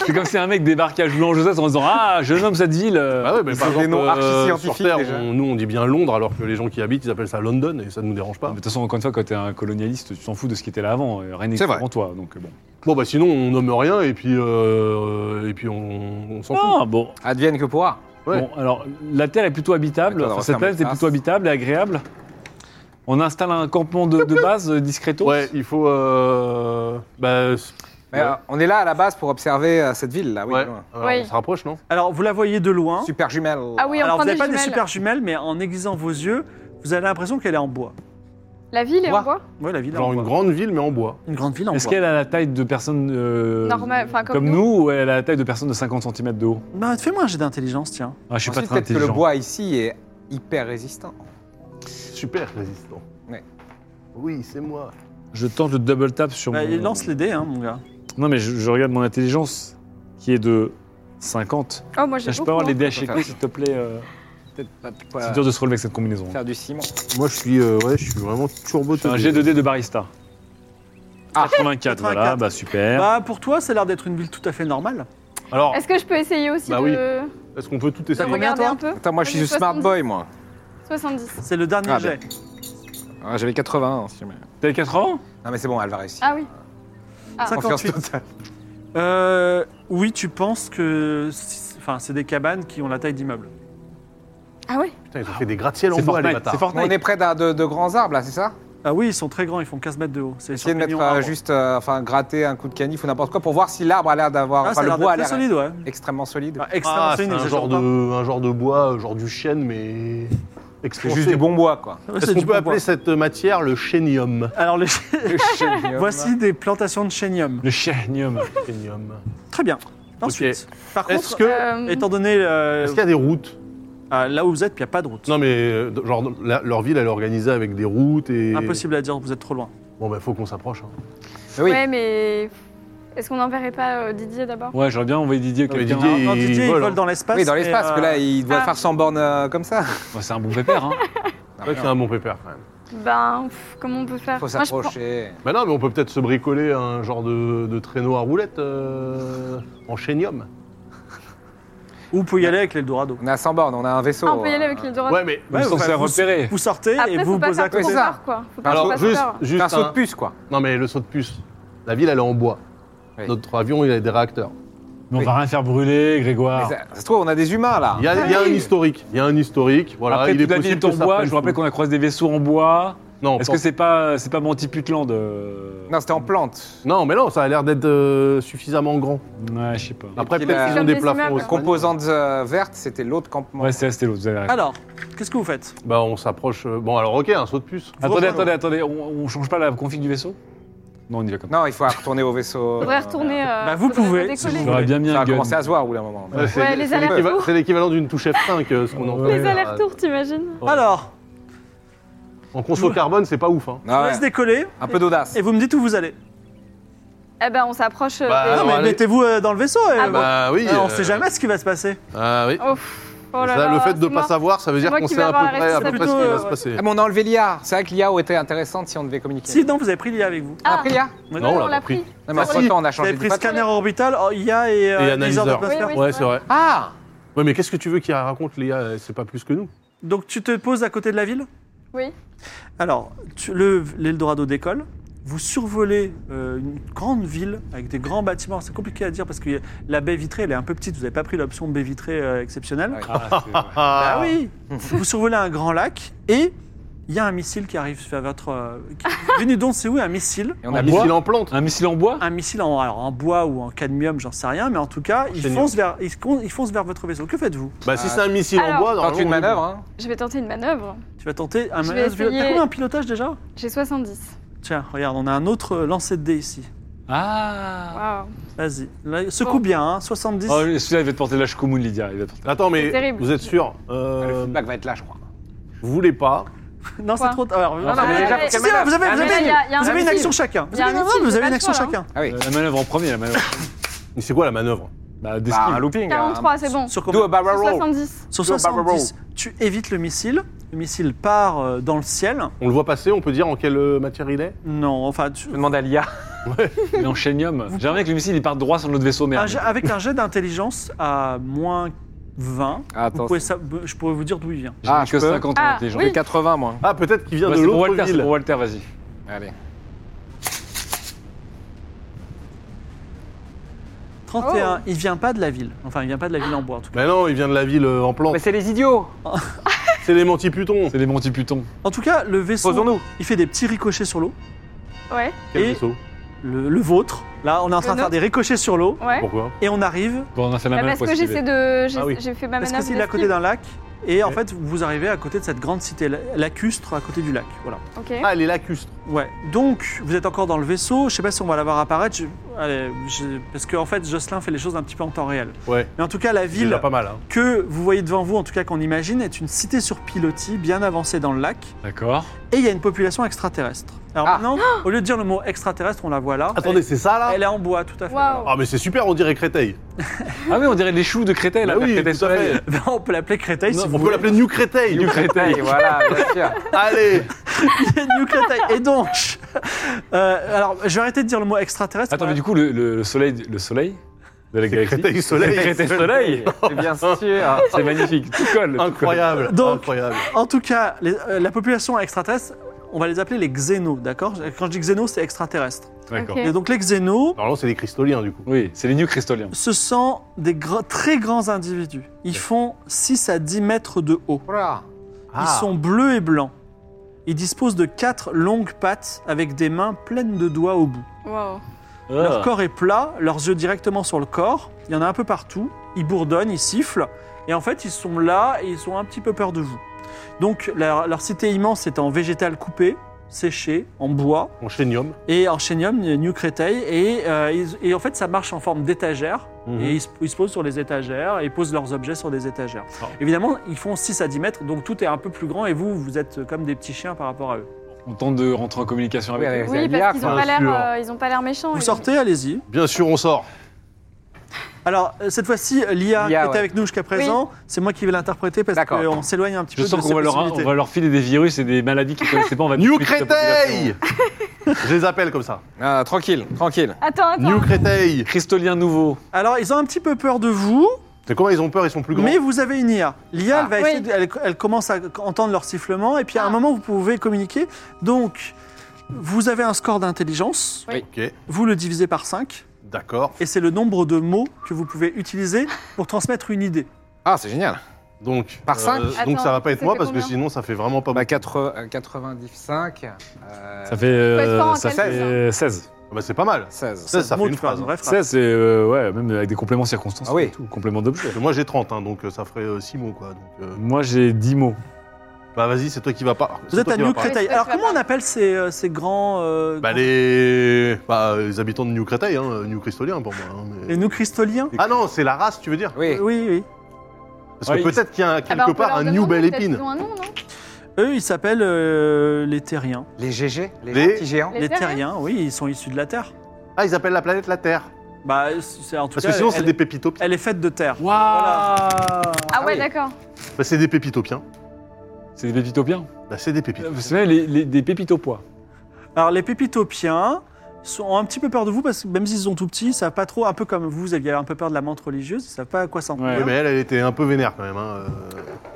[SPEAKER 3] C'est comme si un mec débarquait à Joulan-Joseph en se disant Ah, je nomme cette ville. euh.
[SPEAKER 4] Ah ouais, mais
[SPEAKER 2] c'est
[SPEAKER 4] par
[SPEAKER 2] des
[SPEAKER 4] exemple,
[SPEAKER 2] noms
[SPEAKER 4] euh,
[SPEAKER 2] archi-scientifiques,
[SPEAKER 4] sur Terre,
[SPEAKER 2] déjà.
[SPEAKER 4] on- nous on dit bien Londres alors que les gens qui habitent ils appellent ça London et ça ne nous dérange
[SPEAKER 3] Ah, mais
[SPEAKER 4] pas.
[SPEAKER 3] De toute façon, encore une fois, quand t'es un colonialiste, tu t'en fous de ce qui était là avant. euh, Rien n'est
[SPEAKER 2] C'est vrai.
[SPEAKER 3] devant toi. Donc, euh, bon.
[SPEAKER 4] Bon bah sinon on nomme rien et puis euh, et puis on, on s'en fout.
[SPEAKER 3] Ah, bon.
[SPEAKER 2] Advienne que pourra.
[SPEAKER 4] Ouais.
[SPEAKER 3] Bon, alors la terre est plutôt habitable.
[SPEAKER 2] Attends, on va
[SPEAKER 3] Enfin,
[SPEAKER 2] faire
[SPEAKER 3] cette planète
[SPEAKER 2] mes
[SPEAKER 3] est plutôt
[SPEAKER 2] traces.
[SPEAKER 3] habitable et agréable. On installe un campement de, de base euh, discretos.
[SPEAKER 4] Ouais, il faut. Euh, bah, c-
[SPEAKER 2] Mais,
[SPEAKER 4] Ouais.
[SPEAKER 2] euh, on est là à la base pour observer euh, cette ville là. Oui,
[SPEAKER 4] ouais.
[SPEAKER 2] loin.
[SPEAKER 4] Alors,
[SPEAKER 5] Oui.
[SPEAKER 4] On se rapproche, non
[SPEAKER 7] Alors, vous la voyez de loin.
[SPEAKER 2] Super jumelle.
[SPEAKER 5] Ah oui, on
[SPEAKER 7] Alors, vous
[SPEAKER 5] prend
[SPEAKER 7] n'avez
[SPEAKER 5] des
[SPEAKER 7] pas des
[SPEAKER 5] jumelles.
[SPEAKER 7] super jumelles, mais en aiguisant vos yeux, vous avez l'impression qu'elle est en bois.
[SPEAKER 5] La ville est en bois
[SPEAKER 7] Ouais, la ville est en
[SPEAKER 4] Genre une
[SPEAKER 7] bois.
[SPEAKER 4] grande ville mais en bois.
[SPEAKER 7] Une grande ville en
[SPEAKER 3] Est-ce
[SPEAKER 7] bois.
[SPEAKER 3] qu'elle a la taille de personnes euh,
[SPEAKER 5] Normal, enfin, comme
[SPEAKER 3] nous, ou elle a la taille de personnes de 50 cm de haut
[SPEAKER 7] Bah, Fais-moi un jet d'intelligence, tiens.
[SPEAKER 3] ah, Je suis
[SPEAKER 2] Ensuite,
[SPEAKER 3] pas très
[SPEAKER 2] peut-être que le
[SPEAKER 3] intelligent.
[SPEAKER 2] bois ici est hyper résistant.
[SPEAKER 4] Super résistant.
[SPEAKER 2] Ouais.
[SPEAKER 4] Oui, c'est moi.
[SPEAKER 3] Je tente le double tap sur
[SPEAKER 7] Bah,
[SPEAKER 3] mon...
[SPEAKER 7] lance les dés, hein, mon gars.
[SPEAKER 3] Non, mais je, je regarde mon intelligence qui est de 50.
[SPEAKER 5] Oh, moi j'ai
[SPEAKER 3] Je
[SPEAKER 5] beaucoup.
[SPEAKER 3] peux avoir les
[SPEAKER 5] hein.
[SPEAKER 3] dés à chico,
[SPEAKER 2] faire
[SPEAKER 3] s'il te plaît euh,
[SPEAKER 2] Voilà.
[SPEAKER 3] C'est dur de se relever avec cette combinaison.
[SPEAKER 2] Faire du ciment.
[SPEAKER 4] Moi, je suis, euh, ouais, je suis vraiment turbo.
[SPEAKER 3] Un jet de dés de barista.
[SPEAKER 2] Ah.
[SPEAKER 3] 84, voilà,
[SPEAKER 7] 84.
[SPEAKER 3] bah super.
[SPEAKER 7] Bah, pour toi, ça a l'air d'être une ville tout à fait normale.
[SPEAKER 4] Alors,
[SPEAKER 5] Est-ce que je peux essayer aussi
[SPEAKER 4] Bah
[SPEAKER 5] de,
[SPEAKER 4] oui. est-ce qu'on peut tout
[SPEAKER 5] de
[SPEAKER 7] Ça
[SPEAKER 4] essayer
[SPEAKER 7] revient.
[SPEAKER 5] regarder
[SPEAKER 7] toi
[SPEAKER 5] un peu
[SPEAKER 2] Attends, moi je suis
[SPEAKER 5] J'ai
[SPEAKER 2] le smart
[SPEAKER 5] 70.
[SPEAKER 2] boy moi.
[SPEAKER 5] 70.
[SPEAKER 7] C'est le dernier
[SPEAKER 2] Ah,
[SPEAKER 7] jet.
[SPEAKER 2] Ah, J'avais 80 hein, si jamais.
[SPEAKER 3] T'as 80
[SPEAKER 2] Non mais c'est bon, elle va réussir.
[SPEAKER 5] Ah oui. Ah.
[SPEAKER 2] bah, Confiance
[SPEAKER 7] 58.
[SPEAKER 2] totale.
[SPEAKER 7] Euh, oui, tu penses que. si- Enfin, c'est des cabanes qui ont la taille d'immeubles.
[SPEAKER 5] Ah oui
[SPEAKER 4] Putain, ils ont fait des gratte-ciel en
[SPEAKER 3] C'est
[SPEAKER 4] bois, les
[SPEAKER 3] Fortnite,
[SPEAKER 4] bâtards.
[SPEAKER 3] c'est
[SPEAKER 2] On
[SPEAKER 5] Ah,
[SPEAKER 3] Fortnite.
[SPEAKER 2] est près d'un- de, de grands arbres là, c'est ça
[SPEAKER 7] Ah oui, ils sont très grands, ils font 15 mètres de haut. C'est
[SPEAKER 2] Essayez de mettre
[SPEAKER 7] champignons
[SPEAKER 2] euh,
[SPEAKER 7] arbres.
[SPEAKER 2] juste, euh, enfin gratter un coup de canif ou n'importe quoi pour voir si l'arbre a l'air d'avoir,
[SPEAKER 7] Ah,
[SPEAKER 2] enfin
[SPEAKER 7] ça a
[SPEAKER 2] le
[SPEAKER 7] l'air
[SPEAKER 2] bois a
[SPEAKER 7] d'être très
[SPEAKER 2] l'air
[SPEAKER 7] solide, ouais.
[SPEAKER 2] extrêmement solide.
[SPEAKER 7] Ah, extrêmement
[SPEAKER 4] Ah, c'est
[SPEAKER 7] solide,
[SPEAKER 4] un
[SPEAKER 7] c'est
[SPEAKER 4] genre de,
[SPEAKER 7] sympa.
[SPEAKER 4] un genre de bois, euh, genre du chêne, mais
[SPEAKER 2] C'est
[SPEAKER 4] explosé.
[SPEAKER 2] juste du bon bois quoi.
[SPEAKER 7] Ouais,
[SPEAKER 4] Est-ce
[SPEAKER 7] c'est
[SPEAKER 4] qu'on
[SPEAKER 7] du
[SPEAKER 4] peut
[SPEAKER 7] bon
[SPEAKER 4] appeler
[SPEAKER 7] bois.
[SPEAKER 4] cette matière le chénium
[SPEAKER 7] Alors, les-
[SPEAKER 2] Génial.
[SPEAKER 7] voici des plantations de chénium.
[SPEAKER 3] Le chénium.
[SPEAKER 4] Chénium.
[SPEAKER 7] Très bien. Ensuite, par
[SPEAKER 4] Est-ce
[SPEAKER 7] contre,
[SPEAKER 4] que
[SPEAKER 5] Euh,
[SPEAKER 7] étant donné euh,
[SPEAKER 4] est-ce qu'il y a des routes
[SPEAKER 7] ah, là où vous êtes, puis il n'y a pas de route.
[SPEAKER 4] Non, mais euh, genre la- leur ville, elle est organisée avec des routes et.
[SPEAKER 7] Impossible à dire, vous êtes trop loin.
[SPEAKER 4] Bon, bah, faut qu'on s'approche. hein.
[SPEAKER 2] Mais oui.
[SPEAKER 5] Ouais, mais. Est-ce qu'on n'enverrait pas euh, Didier d'abord
[SPEAKER 3] Ouais, j'aurais bien envoyé Didier.
[SPEAKER 4] Non, mais
[SPEAKER 3] quelqu'un.
[SPEAKER 4] Didier,
[SPEAKER 7] Non,
[SPEAKER 4] il
[SPEAKER 7] Didier, il
[SPEAKER 4] vole,
[SPEAKER 7] vole,
[SPEAKER 4] hein.
[SPEAKER 7] dans l'espace.
[SPEAKER 2] Oui, dans l'espace,
[SPEAKER 7] et,
[SPEAKER 2] parce que là
[SPEAKER 7] euh,
[SPEAKER 2] il doit
[SPEAKER 5] ah.
[SPEAKER 2] faire 100 bornes euh, comme ça.
[SPEAKER 3] Ouais, c'est un bon pépère. Hein.
[SPEAKER 2] Non,
[SPEAKER 4] C'est vrai
[SPEAKER 2] mais
[SPEAKER 4] que c'est un bon pépère quand même.
[SPEAKER 5] Ben, pff, comment on peut faire
[SPEAKER 2] Faut
[SPEAKER 5] Moi, je prends-
[SPEAKER 2] s'approcher.
[SPEAKER 4] Bah non, mais on peut peut-être se bricoler un genre de, de traîneau à roulettes euh, en chénium.
[SPEAKER 7] Ou vous pouvez y aller avec l'Eldorado.
[SPEAKER 2] On a 100 bornes, on a un vaisseau.
[SPEAKER 5] Ah, on peut y aller
[SPEAKER 2] euh,
[SPEAKER 5] avec les droits.
[SPEAKER 4] Ouais, mais.
[SPEAKER 3] Vous êtes censé
[SPEAKER 7] enfin,
[SPEAKER 3] repérer.
[SPEAKER 7] Vous sortez et
[SPEAKER 5] Après,
[SPEAKER 7] vous
[SPEAKER 5] faut
[SPEAKER 7] vous
[SPEAKER 5] pas
[SPEAKER 7] posez à
[SPEAKER 5] faire trop
[SPEAKER 7] côté.
[SPEAKER 2] c'est ça.
[SPEAKER 5] peur, quoi. Faut pas
[SPEAKER 2] Alors,
[SPEAKER 5] faire trop
[SPEAKER 4] juste,
[SPEAKER 5] peur.
[SPEAKER 4] juste
[SPEAKER 2] un saut de puce quoi.
[SPEAKER 4] Non, mais le saut de puce. La ville, elle est en bois.
[SPEAKER 2] Oui.
[SPEAKER 4] Notre avion, il a des réacteurs.
[SPEAKER 3] Mais on
[SPEAKER 2] Oui.
[SPEAKER 3] va rien faire brûler,
[SPEAKER 2] Mais
[SPEAKER 3] Grégoire.
[SPEAKER 2] ça, ça se trouve on a des humains là.
[SPEAKER 4] Il y a, il y a un historique. Il y a un historique. Voilà,
[SPEAKER 3] Après,
[SPEAKER 4] il
[SPEAKER 3] toute
[SPEAKER 4] est
[SPEAKER 3] la
[SPEAKER 4] possible
[SPEAKER 3] ville est
[SPEAKER 4] que
[SPEAKER 3] en
[SPEAKER 4] ça
[SPEAKER 3] bois.
[SPEAKER 4] prenne
[SPEAKER 3] Je vous rappelle
[SPEAKER 4] feu.
[SPEAKER 3] qu'on a croisé des vaisseaux en bois.
[SPEAKER 4] Non,
[SPEAKER 3] Est-ce
[SPEAKER 4] pense-
[SPEAKER 3] que c'est pas, c'est pas Mantiputland euh,
[SPEAKER 2] Non, c'était en plante.
[SPEAKER 4] non, mais non, ça a l'air d'être euh, suffisamment grand.
[SPEAKER 3] Ouais, je sais pas.
[SPEAKER 4] Après,
[SPEAKER 2] puis
[SPEAKER 4] peut-être
[SPEAKER 2] la-
[SPEAKER 4] qu'ils ont
[SPEAKER 5] Comme
[SPEAKER 4] des
[SPEAKER 5] des
[SPEAKER 4] plafonds
[SPEAKER 5] immeubles.
[SPEAKER 4] aussi.
[SPEAKER 2] La
[SPEAKER 5] bah
[SPEAKER 2] composante euh, verte, c'était l'autre campement.
[SPEAKER 3] Ouais, c'est c'est l'autre, vous avez raison.
[SPEAKER 7] Alors, qu'est-ce que vous faites
[SPEAKER 4] Bah, on s'approche. euh, Bon, alors, ok, un saut de puce.
[SPEAKER 3] Attendez, attendez, attendez, on, on change pas la config du vaisseau Non, on y va comme ça.
[SPEAKER 2] Non, il faut retourner au vaisseau.
[SPEAKER 5] Faudrait retourner. euh,
[SPEAKER 7] Bah, vous
[SPEAKER 5] faudrait
[SPEAKER 7] pouvez,
[SPEAKER 5] décoller.
[SPEAKER 7] si vous voulez.
[SPEAKER 3] J'aurais bien mis
[SPEAKER 2] Ça
[SPEAKER 3] un
[SPEAKER 2] a
[SPEAKER 3] gun. Ah,
[SPEAKER 2] commencé à se voir au bout d'un moment.
[SPEAKER 4] Ouais, c'est-
[SPEAKER 5] Ouais, les
[SPEAKER 4] c'est
[SPEAKER 5] allers-retours.
[SPEAKER 4] l'équiva- c'est l'équivalent d'une touche F5, euh, ce qu'on en
[SPEAKER 3] Ouais.
[SPEAKER 4] fait.
[SPEAKER 5] Les allers-retours, t'imagines
[SPEAKER 4] Ouais.
[SPEAKER 7] Alors,
[SPEAKER 4] En conso carbone, c'est pas ouf. Hein.
[SPEAKER 7] je
[SPEAKER 2] Ah
[SPEAKER 7] vous
[SPEAKER 2] ouais,
[SPEAKER 7] laisse décoller
[SPEAKER 2] Un peu d'audace.
[SPEAKER 7] et vous me dites où vous allez.
[SPEAKER 5] Eh ben, on s'approche. euh,
[SPEAKER 4] Bah,
[SPEAKER 5] des-
[SPEAKER 7] non,
[SPEAKER 4] alors,
[SPEAKER 7] mais
[SPEAKER 4] allez.
[SPEAKER 7] mettez-vous euh, dans le vaisseau. et-
[SPEAKER 5] Ah bon
[SPEAKER 4] Bah oui.
[SPEAKER 7] Ah, on
[SPEAKER 4] euh,
[SPEAKER 7] sait jamais ce qui va se passer.
[SPEAKER 4] Ah oui.
[SPEAKER 5] Oh, pff, oh là
[SPEAKER 4] Ça,
[SPEAKER 5] là,
[SPEAKER 4] le fait de
[SPEAKER 5] c'est
[SPEAKER 4] ne
[SPEAKER 5] mort.
[SPEAKER 4] pas savoir, ça veut dire
[SPEAKER 5] moi
[SPEAKER 4] qu'on
[SPEAKER 5] qui
[SPEAKER 4] sait
[SPEAKER 5] vais
[SPEAKER 4] à
[SPEAKER 5] avoir
[SPEAKER 4] peu
[SPEAKER 5] la
[SPEAKER 4] près, à peu
[SPEAKER 7] réponse
[SPEAKER 4] près ce qui
[SPEAKER 7] plutôt,
[SPEAKER 4] va
[SPEAKER 7] euh,
[SPEAKER 4] se passer.
[SPEAKER 2] Ah, mais on a enlevé l'IA. C'est vrai que l'IA aurait été intéressante si on devait communiquer.
[SPEAKER 7] Si, non, vous avez pris l'IA avec vous.
[SPEAKER 2] On a
[SPEAKER 5] Ah.
[SPEAKER 2] pris l'IA
[SPEAKER 7] Ouais.
[SPEAKER 4] Non, on l'a
[SPEAKER 5] on l'a
[SPEAKER 4] pris.
[SPEAKER 5] pris.
[SPEAKER 2] Non, mais
[SPEAKER 4] Ah,
[SPEAKER 2] entre
[SPEAKER 4] si.
[SPEAKER 2] temps, on a
[SPEAKER 7] Vous
[SPEAKER 2] changé
[SPEAKER 7] avez
[SPEAKER 2] de
[SPEAKER 7] pris
[SPEAKER 2] patron.
[SPEAKER 7] scanner orbital, or- IA et, euh,
[SPEAKER 4] Et
[SPEAKER 7] analyseur
[SPEAKER 4] analyseur.
[SPEAKER 7] d'atmosphère.
[SPEAKER 5] Oui, oui.
[SPEAKER 4] Ouais, c'est vrai.
[SPEAKER 2] Ah
[SPEAKER 4] Ouais, mais qu'est-ce que tu veux qu'il raconte, Léa C'est pas plus que nous.
[SPEAKER 7] Donc tu te poses à côté de la ville
[SPEAKER 5] Oui.
[SPEAKER 7] Alors, tu- le- l'Eldorado décolle. Vous survolez euh, une grande ville avec des grands bâtiments. C'est compliqué à dire parce que y a- la baie vitrée, elle est un peu petite. Vous n'avez pas pris l'option baie vitrée euh,
[SPEAKER 4] [LAUGHS]
[SPEAKER 7] exceptionnelle.
[SPEAKER 2] Ouais.
[SPEAKER 3] Ah, c'est-
[SPEAKER 7] Bah oui Vous survolez un grand lac et il y a un missile qui arrive vers votre. euh,
[SPEAKER 5] [LAUGHS]
[SPEAKER 7] qui- Venez donc, c'est où un missile
[SPEAKER 2] Et
[SPEAKER 4] On
[SPEAKER 2] on
[SPEAKER 4] a
[SPEAKER 2] a
[SPEAKER 4] un
[SPEAKER 3] bois
[SPEAKER 4] missile en plante.
[SPEAKER 3] Un missile en bois
[SPEAKER 7] Un missile en, alors, en bois ou en cadmium, j'en sais rien, mais en tout cas, il
[SPEAKER 4] Génial.
[SPEAKER 7] fonce, vers, il, con- il fonce vers votre vaisseau. Que faites-vous
[SPEAKER 4] Bah, si c'est un missile en
[SPEAKER 5] Alors-
[SPEAKER 4] bois,
[SPEAKER 2] quand une
[SPEAKER 4] normalement, on est bon.
[SPEAKER 2] manœuvre. hein.
[SPEAKER 5] Je vais tenter une manœuvre.
[SPEAKER 7] Tu vas tenter un
[SPEAKER 5] Je vais
[SPEAKER 7] manœuvre violent. T'as
[SPEAKER 5] essayer.
[SPEAKER 7] combien un pilotage déjà
[SPEAKER 5] J'ai 70.
[SPEAKER 7] Tiens, regarde, on a un autre euh, lancer de dés ici.
[SPEAKER 3] Ah
[SPEAKER 5] Waouh.
[SPEAKER 7] Vas-y. Là, Secoue
[SPEAKER 5] Bon.
[SPEAKER 7] bien, hein, 70.
[SPEAKER 3] Oh, Celui-là, il va te porter la choucoumoune, Lydia. Il va te porter-
[SPEAKER 4] Attends, mais
[SPEAKER 5] C'est terrible.
[SPEAKER 4] vous êtes sûr
[SPEAKER 3] Ah,
[SPEAKER 2] Le
[SPEAKER 4] euh,
[SPEAKER 2] feedback va être là, je crois.
[SPEAKER 4] Vous voulez pas
[SPEAKER 7] [LAUGHS] non, c'est
[SPEAKER 5] Quoi
[SPEAKER 7] trop tard. Alors,
[SPEAKER 2] Non, non,
[SPEAKER 7] vous
[SPEAKER 2] mais
[SPEAKER 7] avez-
[SPEAKER 2] déjà,
[SPEAKER 5] mais-
[SPEAKER 2] faut qu'elle
[SPEAKER 7] Si,
[SPEAKER 2] manœuvre.
[SPEAKER 7] vous avez- vous
[SPEAKER 5] Mais
[SPEAKER 7] avez-
[SPEAKER 5] il y a- il y a un
[SPEAKER 7] Vous avez une
[SPEAKER 5] missile.
[SPEAKER 7] action chacun. Vous
[SPEAKER 5] Il y a
[SPEAKER 7] avez
[SPEAKER 5] un
[SPEAKER 7] une action,
[SPEAKER 5] missile,
[SPEAKER 7] vous
[SPEAKER 5] j'ai
[SPEAKER 7] avez
[SPEAKER 5] pas
[SPEAKER 7] une
[SPEAKER 5] le
[SPEAKER 7] action
[SPEAKER 5] choix, hein. là,
[SPEAKER 7] chacun.
[SPEAKER 2] Ah oui.
[SPEAKER 3] La manœuvre en premier, la manœuvre.
[SPEAKER 4] Mais c'est quoi la manœuvre
[SPEAKER 3] Bah,
[SPEAKER 2] Bah, un
[SPEAKER 3] d'esquive.
[SPEAKER 2] looping. hein.
[SPEAKER 5] 43, c'est bon.
[SPEAKER 7] Sur
[SPEAKER 2] Do
[SPEAKER 7] combien
[SPEAKER 2] a barrel roll.
[SPEAKER 5] 70.
[SPEAKER 7] Sur
[SPEAKER 2] Do a barrel
[SPEAKER 7] 70, tu évites le missile. Le missile part euh, dans le ciel.
[SPEAKER 4] On le voit passer, on peut dire en quelle euh, matière il est
[SPEAKER 7] Non, enfin, tu-
[SPEAKER 2] Je demande à l'IA.
[SPEAKER 3] L'enchaînium. J'aimerais que le missile, il parte droit sur notre vaisseau
[SPEAKER 7] un
[SPEAKER 3] merde.
[SPEAKER 7] jet- avec un jet d'intelligence à moins 20, vous
[SPEAKER 2] Ah, Attends.
[SPEAKER 7] pouvez sa- je pourrais vous dire d'où il vient.
[SPEAKER 3] J'ai
[SPEAKER 2] Ah,
[SPEAKER 3] que
[SPEAKER 2] je peux
[SPEAKER 3] 50 ans
[SPEAKER 5] Ah,
[SPEAKER 3] intelligent.
[SPEAKER 5] oui.
[SPEAKER 2] J'ai 80, moi.
[SPEAKER 4] Ah, peut-être qu'il vient
[SPEAKER 3] Bah,
[SPEAKER 4] de
[SPEAKER 3] c'est pour
[SPEAKER 4] l'autre
[SPEAKER 3] Walter, c'est
[SPEAKER 4] ville.
[SPEAKER 3] pour Walter, vas-y.
[SPEAKER 2] Allez.
[SPEAKER 7] 31,
[SPEAKER 5] Oh.
[SPEAKER 7] il vient pas de la ville. Enfin, il vient pas de la ville en bois en tout cas.
[SPEAKER 4] Mais non, il vient de la ville euh, en plante.
[SPEAKER 2] Mais c'est les idiots.
[SPEAKER 4] C'est les Mantiputons.
[SPEAKER 3] C'est les Montiputons.
[SPEAKER 7] En tout cas, le vaisseau,
[SPEAKER 2] Posons-nous.
[SPEAKER 7] il fait des petits ricochets sur l'eau.
[SPEAKER 5] Ouais,
[SPEAKER 4] Quel
[SPEAKER 7] Et-
[SPEAKER 4] vaisseau
[SPEAKER 7] Le, le vôtre, là, on est en train de
[SPEAKER 5] Le
[SPEAKER 7] faire des ricochets sur l'eau.
[SPEAKER 5] ouais.
[SPEAKER 4] Pourquoi
[SPEAKER 7] Et on arrive,
[SPEAKER 3] Bon, on a fait la
[SPEAKER 5] Bah, parce
[SPEAKER 3] manœuvre pour
[SPEAKER 5] que j'essaie
[SPEAKER 3] esquiver.
[SPEAKER 5] de. J'ai
[SPEAKER 4] Ah oui.
[SPEAKER 5] j'ai fait ma
[SPEAKER 7] parce
[SPEAKER 5] manœuvre.
[SPEAKER 7] que c'est à côté
[SPEAKER 5] d'esquive.
[SPEAKER 7] d'un lac. Et en
[SPEAKER 4] Ouais.
[SPEAKER 7] fait, vous arrivez à côté de cette grande cité la- lacustre, à côté du lac. Voilà.
[SPEAKER 5] Ok.
[SPEAKER 4] Ah, les lacustres.
[SPEAKER 7] Ouais, donc vous êtes encore dans le vaisseau. Je sais pas si on va la voir apparaître, je- allez, je- parce qu'en fait Jocelyn fait les choses un petit peu en temps réel.
[SPEAKER 4] Ouais.
[SPEAKER 7] Mais en tout cas, la
[SPEAKER 4] Il
[SPEAKER 7] ville
[SPEAKER 4] a pas mal. hein.
[SPEAKER 7] que vous voyez devant vous, en tout cas qu'on imagine, est une cité sur pilotis bien avancée dans le lac.
[SPEAKER 3] D'accord.
[SPEAKER 7] Et il y a une population extraterrestre. Alors
[SPEAKER 2] Ah.
[SPEAKER 7] maintenant, au lieu de dire le mot extraterrestre, on la voit là.
[SPEAKER 4] Attendez, c'est ça
[SPEAKER 7] Elle,
[SPEAKER 4] là
[SPEAKER 7] elle est en bois, tout à fait.
[SPEAKER 5] Waouh.
[SPEAKER 4] Ah, mais c'est super, on dirait Créteil.
[SPEAKER 3] Ah oui, on dirait les choux de Créteil, là.
[SPEAKER 4] Bah oui,
[SPEAKER 3] Créteil
[SPEAKER 4] tout à
[SPEAKER 3] Soleil.
[SPEAKER 4] fait.
[SPEAKER 7] Ben, [LAUGHS] on peut l'appeler Créteil si
[SPEAKER 4] Non,
[SPEAKER 7] vous
[SPEAKER 4] on peut
[SPEAKER 7] voulez.
[SPEAKER 4] l'appeler New Créteil.
[SPEAKER 2] Du Créteil, voilà, bien [LAUGHS] sûr.
[SPEAKER 4] [LAUGHS] Allez
[SPEAKER 7] New Créteil. Et donc, euh, alors je vais arrêter de dire le mot extraterrestre.
[SPEAKER 3] Attends, mais du coup, le, le- le soleil, le soleil de la
[SPEAKER 4] C'est
[SPEAKER 3] galaxie.
[SPEAKER 4] Créteil Soleil.
[SPEAKER 3] C'est Créteil Soleil.
[SPEAKER 2] C'est [LAUGHS] bien sûr.
[SPEAKER 3] C'est magnifique. Tout colle. tout colle. [LAUGHS]
[SPEAKER 4] Incroyable.
[SPEAKER 7] Donc-
[SPEAKER 4] Incroyable.
[SPEAKER 7] En tout cas, les- euh, la population extraterrestre, on va les appeler les xénos, d'accord Quand je dis xénos, c'est extraterrestre.
[SPEAKER 3] D'accord.
[SPEAKER 5] Ok.
[SPEAKER 7] Ah, Et donc les xénos,
[SPEAKER 4] Normalement, c'est les cristoliens du coup.
[SPEAKER 3] Oui, c'est les New Cristoliens.
[SPEAKER 7] ce sont des gra- très grands individus. Ils font 6 à 10 mètres de haut.
[SPEAKER 2] Voilà.
[SPEAKER 7] Ils sont bleus et blancs. Ils disposent de quatre longues pattes avec des mains pleines de doigts au bout.
[SPEAKER 5] Wow.
[SPEAKER 7] Leur
[SPEAKER 3] Ah.
[SPEAKER 7] corps est plat, leurs yeux directement sur le corps. Il y en a un peu partout. Ils bourdonnent, ils sifflent. Et en fait, ils sont là et ils ont un petit peu peur de vous. Donc, leur, leur cité immense est en végétal coupé, séché, en bois
[SPEAKER 4] En chénium.
[SPEAKER 7] et en chénium, New Créteil. Et, euh, ils- et en fait, ça marche en forme d'étagère.
[SPEAKER 4] Mhm.
[SPEAKER 7] Et ils se, ils se posent sur les étagères et ils posent leurs objets sur des étagères.
[SPEAKER 3] Oh.
[SPEAKER 7] Évidemment, ils font 6 à 10 mètres, donc tout est un peu plus grand et vous, vous êtes comme des petits chiens par rapport à eux.
[SPEAKER 3] On tente de rentrer en communication avec
[SPEAKER 2] Oui,
[SPEAKER 3] eux.
[SPEAKER 2] oui.
[SPEAKER 5] Oui,
[SPEAKER 2] amis,
[SPEAKER 5] parce qu'ils
[SPEAKER 4] bien
[SPEAKER 5] ont pas l'air,
[SPEAKER 4] sûr.
[SPEAKER 5] euh, ils ont pas l'air méchants.
[SPEAKER 7] hein, Vous
[SPEAKER 5] ils-
[SPEAKER 7] sortez, allez-y.
[SPEAKER 4] Bien sûr, on sort.
[SPEAKER 7] Alors, euh, cette fois-ci, euh, l'IA qui
[SPEAKER 2] L'IA,
[SPEAKER 7] était
[SPEAKER 2] ouais.
[SPEAKER 7] avec nous jusqu'à présent, c'est moi qui vais l'interpréter parce
[SPEAKER 2] D'accord.
[SPEAKER 7] qu'on s'éloigne un petit
[SPEAKER 3] Je
[SPEAKER 7] peu
[SPEAKER 3] sens
[SPEAKER 7] de
[SPEAKER 3] qu'on va,
[SPEAKER 7] ses
[SPEAKER 3] leur- on
[SPEAKER 7] possibilités.
[SPEAKER 3] va leur filer des virus et des maladies qu'ils connaissaient pas. On va
[SPEAKER 4] New
[SPEAKER 3] détruire toute la population.
[SPEAKER 4] Créteil
[SPEAKER 5] [LAUGHS]
[SPEAKER 4] Je les appelle comme ça.
[SPEAKER 2] Ah, tranquille, tranquille.
[SPEAKER 5] Attends, attends.
[SPEAKER 4] New Créteil
[SPEAKER 3] Cristolien nouveau.
[SPEAKER 7] Alors, ils ont un petit peu peur de vous,
[SPEAKER 4] C'est comment ils ont peur, ils sont plus grands
[SPEAKER 7] mais vous avez une IA. L'IA, elle,
[SPEAKER 2] Ah.
[SPEAKER 7] va essayer
[SPEAKER 5] Oui.
[SPEAKER 7] de- elle, elle commence à entendre leur sifflement et puis à un
[SPEAKER 5] Ah.
[SPEAKER 7] moment, vous pouvez communiquer. Donc, vous avez un score d'intelligence,
[SPEAKER 4] Ok,
[SPEAKER 7] vous le divisez par 5
[SPEAKER 4] d'accord.
[SPEAKER 7] et c'est le nombre de mots que vous pouvez utiliser pour transmettre une idée.
[SPEAKER 2] Ah, c'est génial.
[SPEAKER 4] Donc, euh,
[SPEAKER 2] Par cinq
[SPEAKER 4] donc
[SPEAKER 5] Attends,
[SPEAKER 4] ça va pas être
[SPEAKER 5] ça
[SPEAKER 4] moi
[SPEAKER 5] fait
[SPEAKER 4] parce que
[SPEAKER 5] combien
[SPEAKER 4] sinon ça fait vraiment pas
[SPEAKER 2] Bah,
[SPEAKER 4] mal.
[SPEAKER 2] 4, euh, 95. euh,
[SPEAKER 3] Ça fait,
[SPEAKER 5] Faut être fort en
[SPEAKER 3] ça fait
[SPEAKER 5] calcul, hein.
[SPEAKER 3] euh, 16.
[SPEAKER 4] Bah, c'est pas mal.
[SPEAKER 2] 16.
[SPEAKER 4] Ça, ça
[SPEAKER 7] Mots,
[SPEAKER 4] fait une
[SPEAKER 7] tu vois,
[SPEAKER 4] phrase. hein.
[SPEAKER 7] bref, phrase.
[SPEAKER 3] 16, c'est. euh, ouais, même avec des compléments circonstances.
[SPEAKER 2] Ah oui.
[SPEAKER 3] et Tout, compléments d'objets.
[SPEAKER 4] Parce que moi j'ai 30, hein, donc euh, ça ferait 6 mots quoi. Donc, euh,
[SPEAKER 3] Moi, j'ai 10 mots.
[SPEAKER 4] Bah vas-y, c'est toi qui vas pas. c'est
[SPEAKER 7] Vous êtes
[SPEAKER 4] toi
[SPEAKER 7] à
[SPEAKER 4] qui vas
[SPEAKER 7] New
[SPEAKER 4] parler.
[SPEAKER 7] Créteil.
[SPEAKER 5] Oui,
[SPEAKER 7] Alors,
[SPEAKER 5] c'est
[SPEAKER 7] comment on
[SPEAKER 5] ça.
[SPEAKER 7] appelle ces, euh, ces grands. euh,
[SPEAKER 4] Bah
[SPEAKER 7] grands-
[SPEAKER 4] les... bah les habitants de New Créteil, hein, New Cristolien pour moi. hein, mais-
[SPEAKER 7] Les nous cristoliens
[SPEAKER 4] Ah non, c'est la race, tu veux dire
[SPEAKER 2] Oui.
[SPEAKER 7] Oui, oui.
[SPEAKER 4] Parce que
[SPEAKER 3] Ouais,
[SPEAKER 4] peut-être qu'il y a
[SPEAKER 5] Ah bah,
[SPEAKER 4] quelque
[SPEAKER 5] on peut
[SPEAKER 4] part
[SPEAKER 5] leur
[SPEAKER 4] un
[SPEAKER 5] demander,
[SPEAKER 4] New Belle
[SPEAKER 5] peut-être
[SPEAKER 4] Épine.
[SPEAKER 5] Ils ont un nom, non
[SPEAKER 7] Eux, ils s'appellent euh, les terriens.
[SPEAKER 2] Les GG, les,
[SPEAKER 4] Les-
[SPEAKER 2] petits géants.
[SPEAKER 5] Les
[SPEAKER 7] Les
[SPEAKER 5] Terriens
[SPEAKER 7] terriens, oui, ils sont issus de la terre.
[SPEAKER 4] Ah, ils appellent la planète la Terre.
[SPEAKER 7] Bah, c'est en tout
[SPEAKER 4] Parce
[SPEAKER 7] cas.
[SPEAKER 4] que sinon
[SPEAKER 7] elle,
[SPEAKER 4] c'est des pépitopiens.
[SPEAKER 7] elle est faite de terre.
[SPEAKER 3] Waouh
[SPEAKER 5] Ah ouais,
[SPEAKER 2] oui.
[SPEAKER 5] d'accord.
[SPEAKER 4] Bah, c'est des pépitopiens.
[SPEAKER 3] C'est des pépitopiens.
[SPEAKER 4] Bah c'est des pépites.
[SPEAKER 3] Euh, C'est même les, les- des pépitopois.
[SPEAKER 7] Alors, les pépitopiens sont- ont un petit peu peur de vous parce que même s'ils sont tout petits, ils savent pas trop, un peu comme vous, vous aviez un peu peur de la menthe religieuse, ils savent pas à quoi s'en
[SPEAKER 3] Ouais.
[SPEAKER 7] tenir.
[SPEAKER 4] Oui, mais elle, elle était un peu vénère quand même. hein, euh,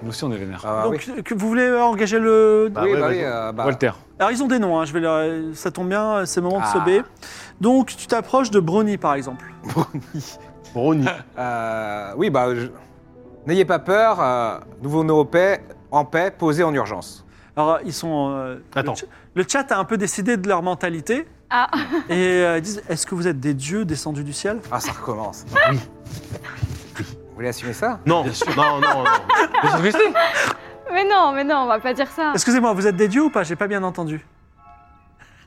[SPEAKER 3] Nous aussi, on est vénères.
[SPEAKER 2] Ah,
[SPEAKER 7] Donc,
[SPEAKER 2] oui.
[SPEAKER 7] que vous voulez euh, engager le.
[SPEAKER 4] bah
[SPEAKER 2] oui,
[SPEAKER 4] ouais,
[SPEAKER 2] bah oui,
[SPEAKER 4] vas-y.
[SPEAKER 2] euh, bah, [LAUGHS]
[SPEAKER 3] Walter.
[SPEAKER 7] Alors, ils ont des noms, hein, je vais leur- ça tombe bien, c'est le moment
[SPEAKER 2] Ah.
[SPEAKER 7] de sauber. Donc, tu t'approches de Brony, par exemple.
[SPEAKER 4] Brownie.
[SPEAKER 7] Ah,
[SPEAKER 2] euh, oui, bah, je- n'ayez pas peur, euh, nous venons en paix, en paix, posés en urgence.
[SPEAKER 7] Alors, ils sont. euh,
[SPEAKER 4] Attends.
[SPEAKER 7] Le, ch- le chat a un peu décidé de leur mentalité.
[SPEAKER 5] Ah,
[SPEAKER 7] Et euh, ils disent Est-ce que vous êtes des dieux descendus du ciel
[SPEAKER 2] Ah, ça recommence.
[SPEAKER 4] Oui.
[SPEAKER 2] Vous voulez assumer ça
[SPEAKER 4] Non, non, non, non.
[SPEAKER 3] Vous êtes restés
[SPEAKER 5] mais non, mais non, on va pas dire ça.
[SPEAKER 7] Excusez-moi, vous êtes des dieux ou pas J'ai pas bien entendu.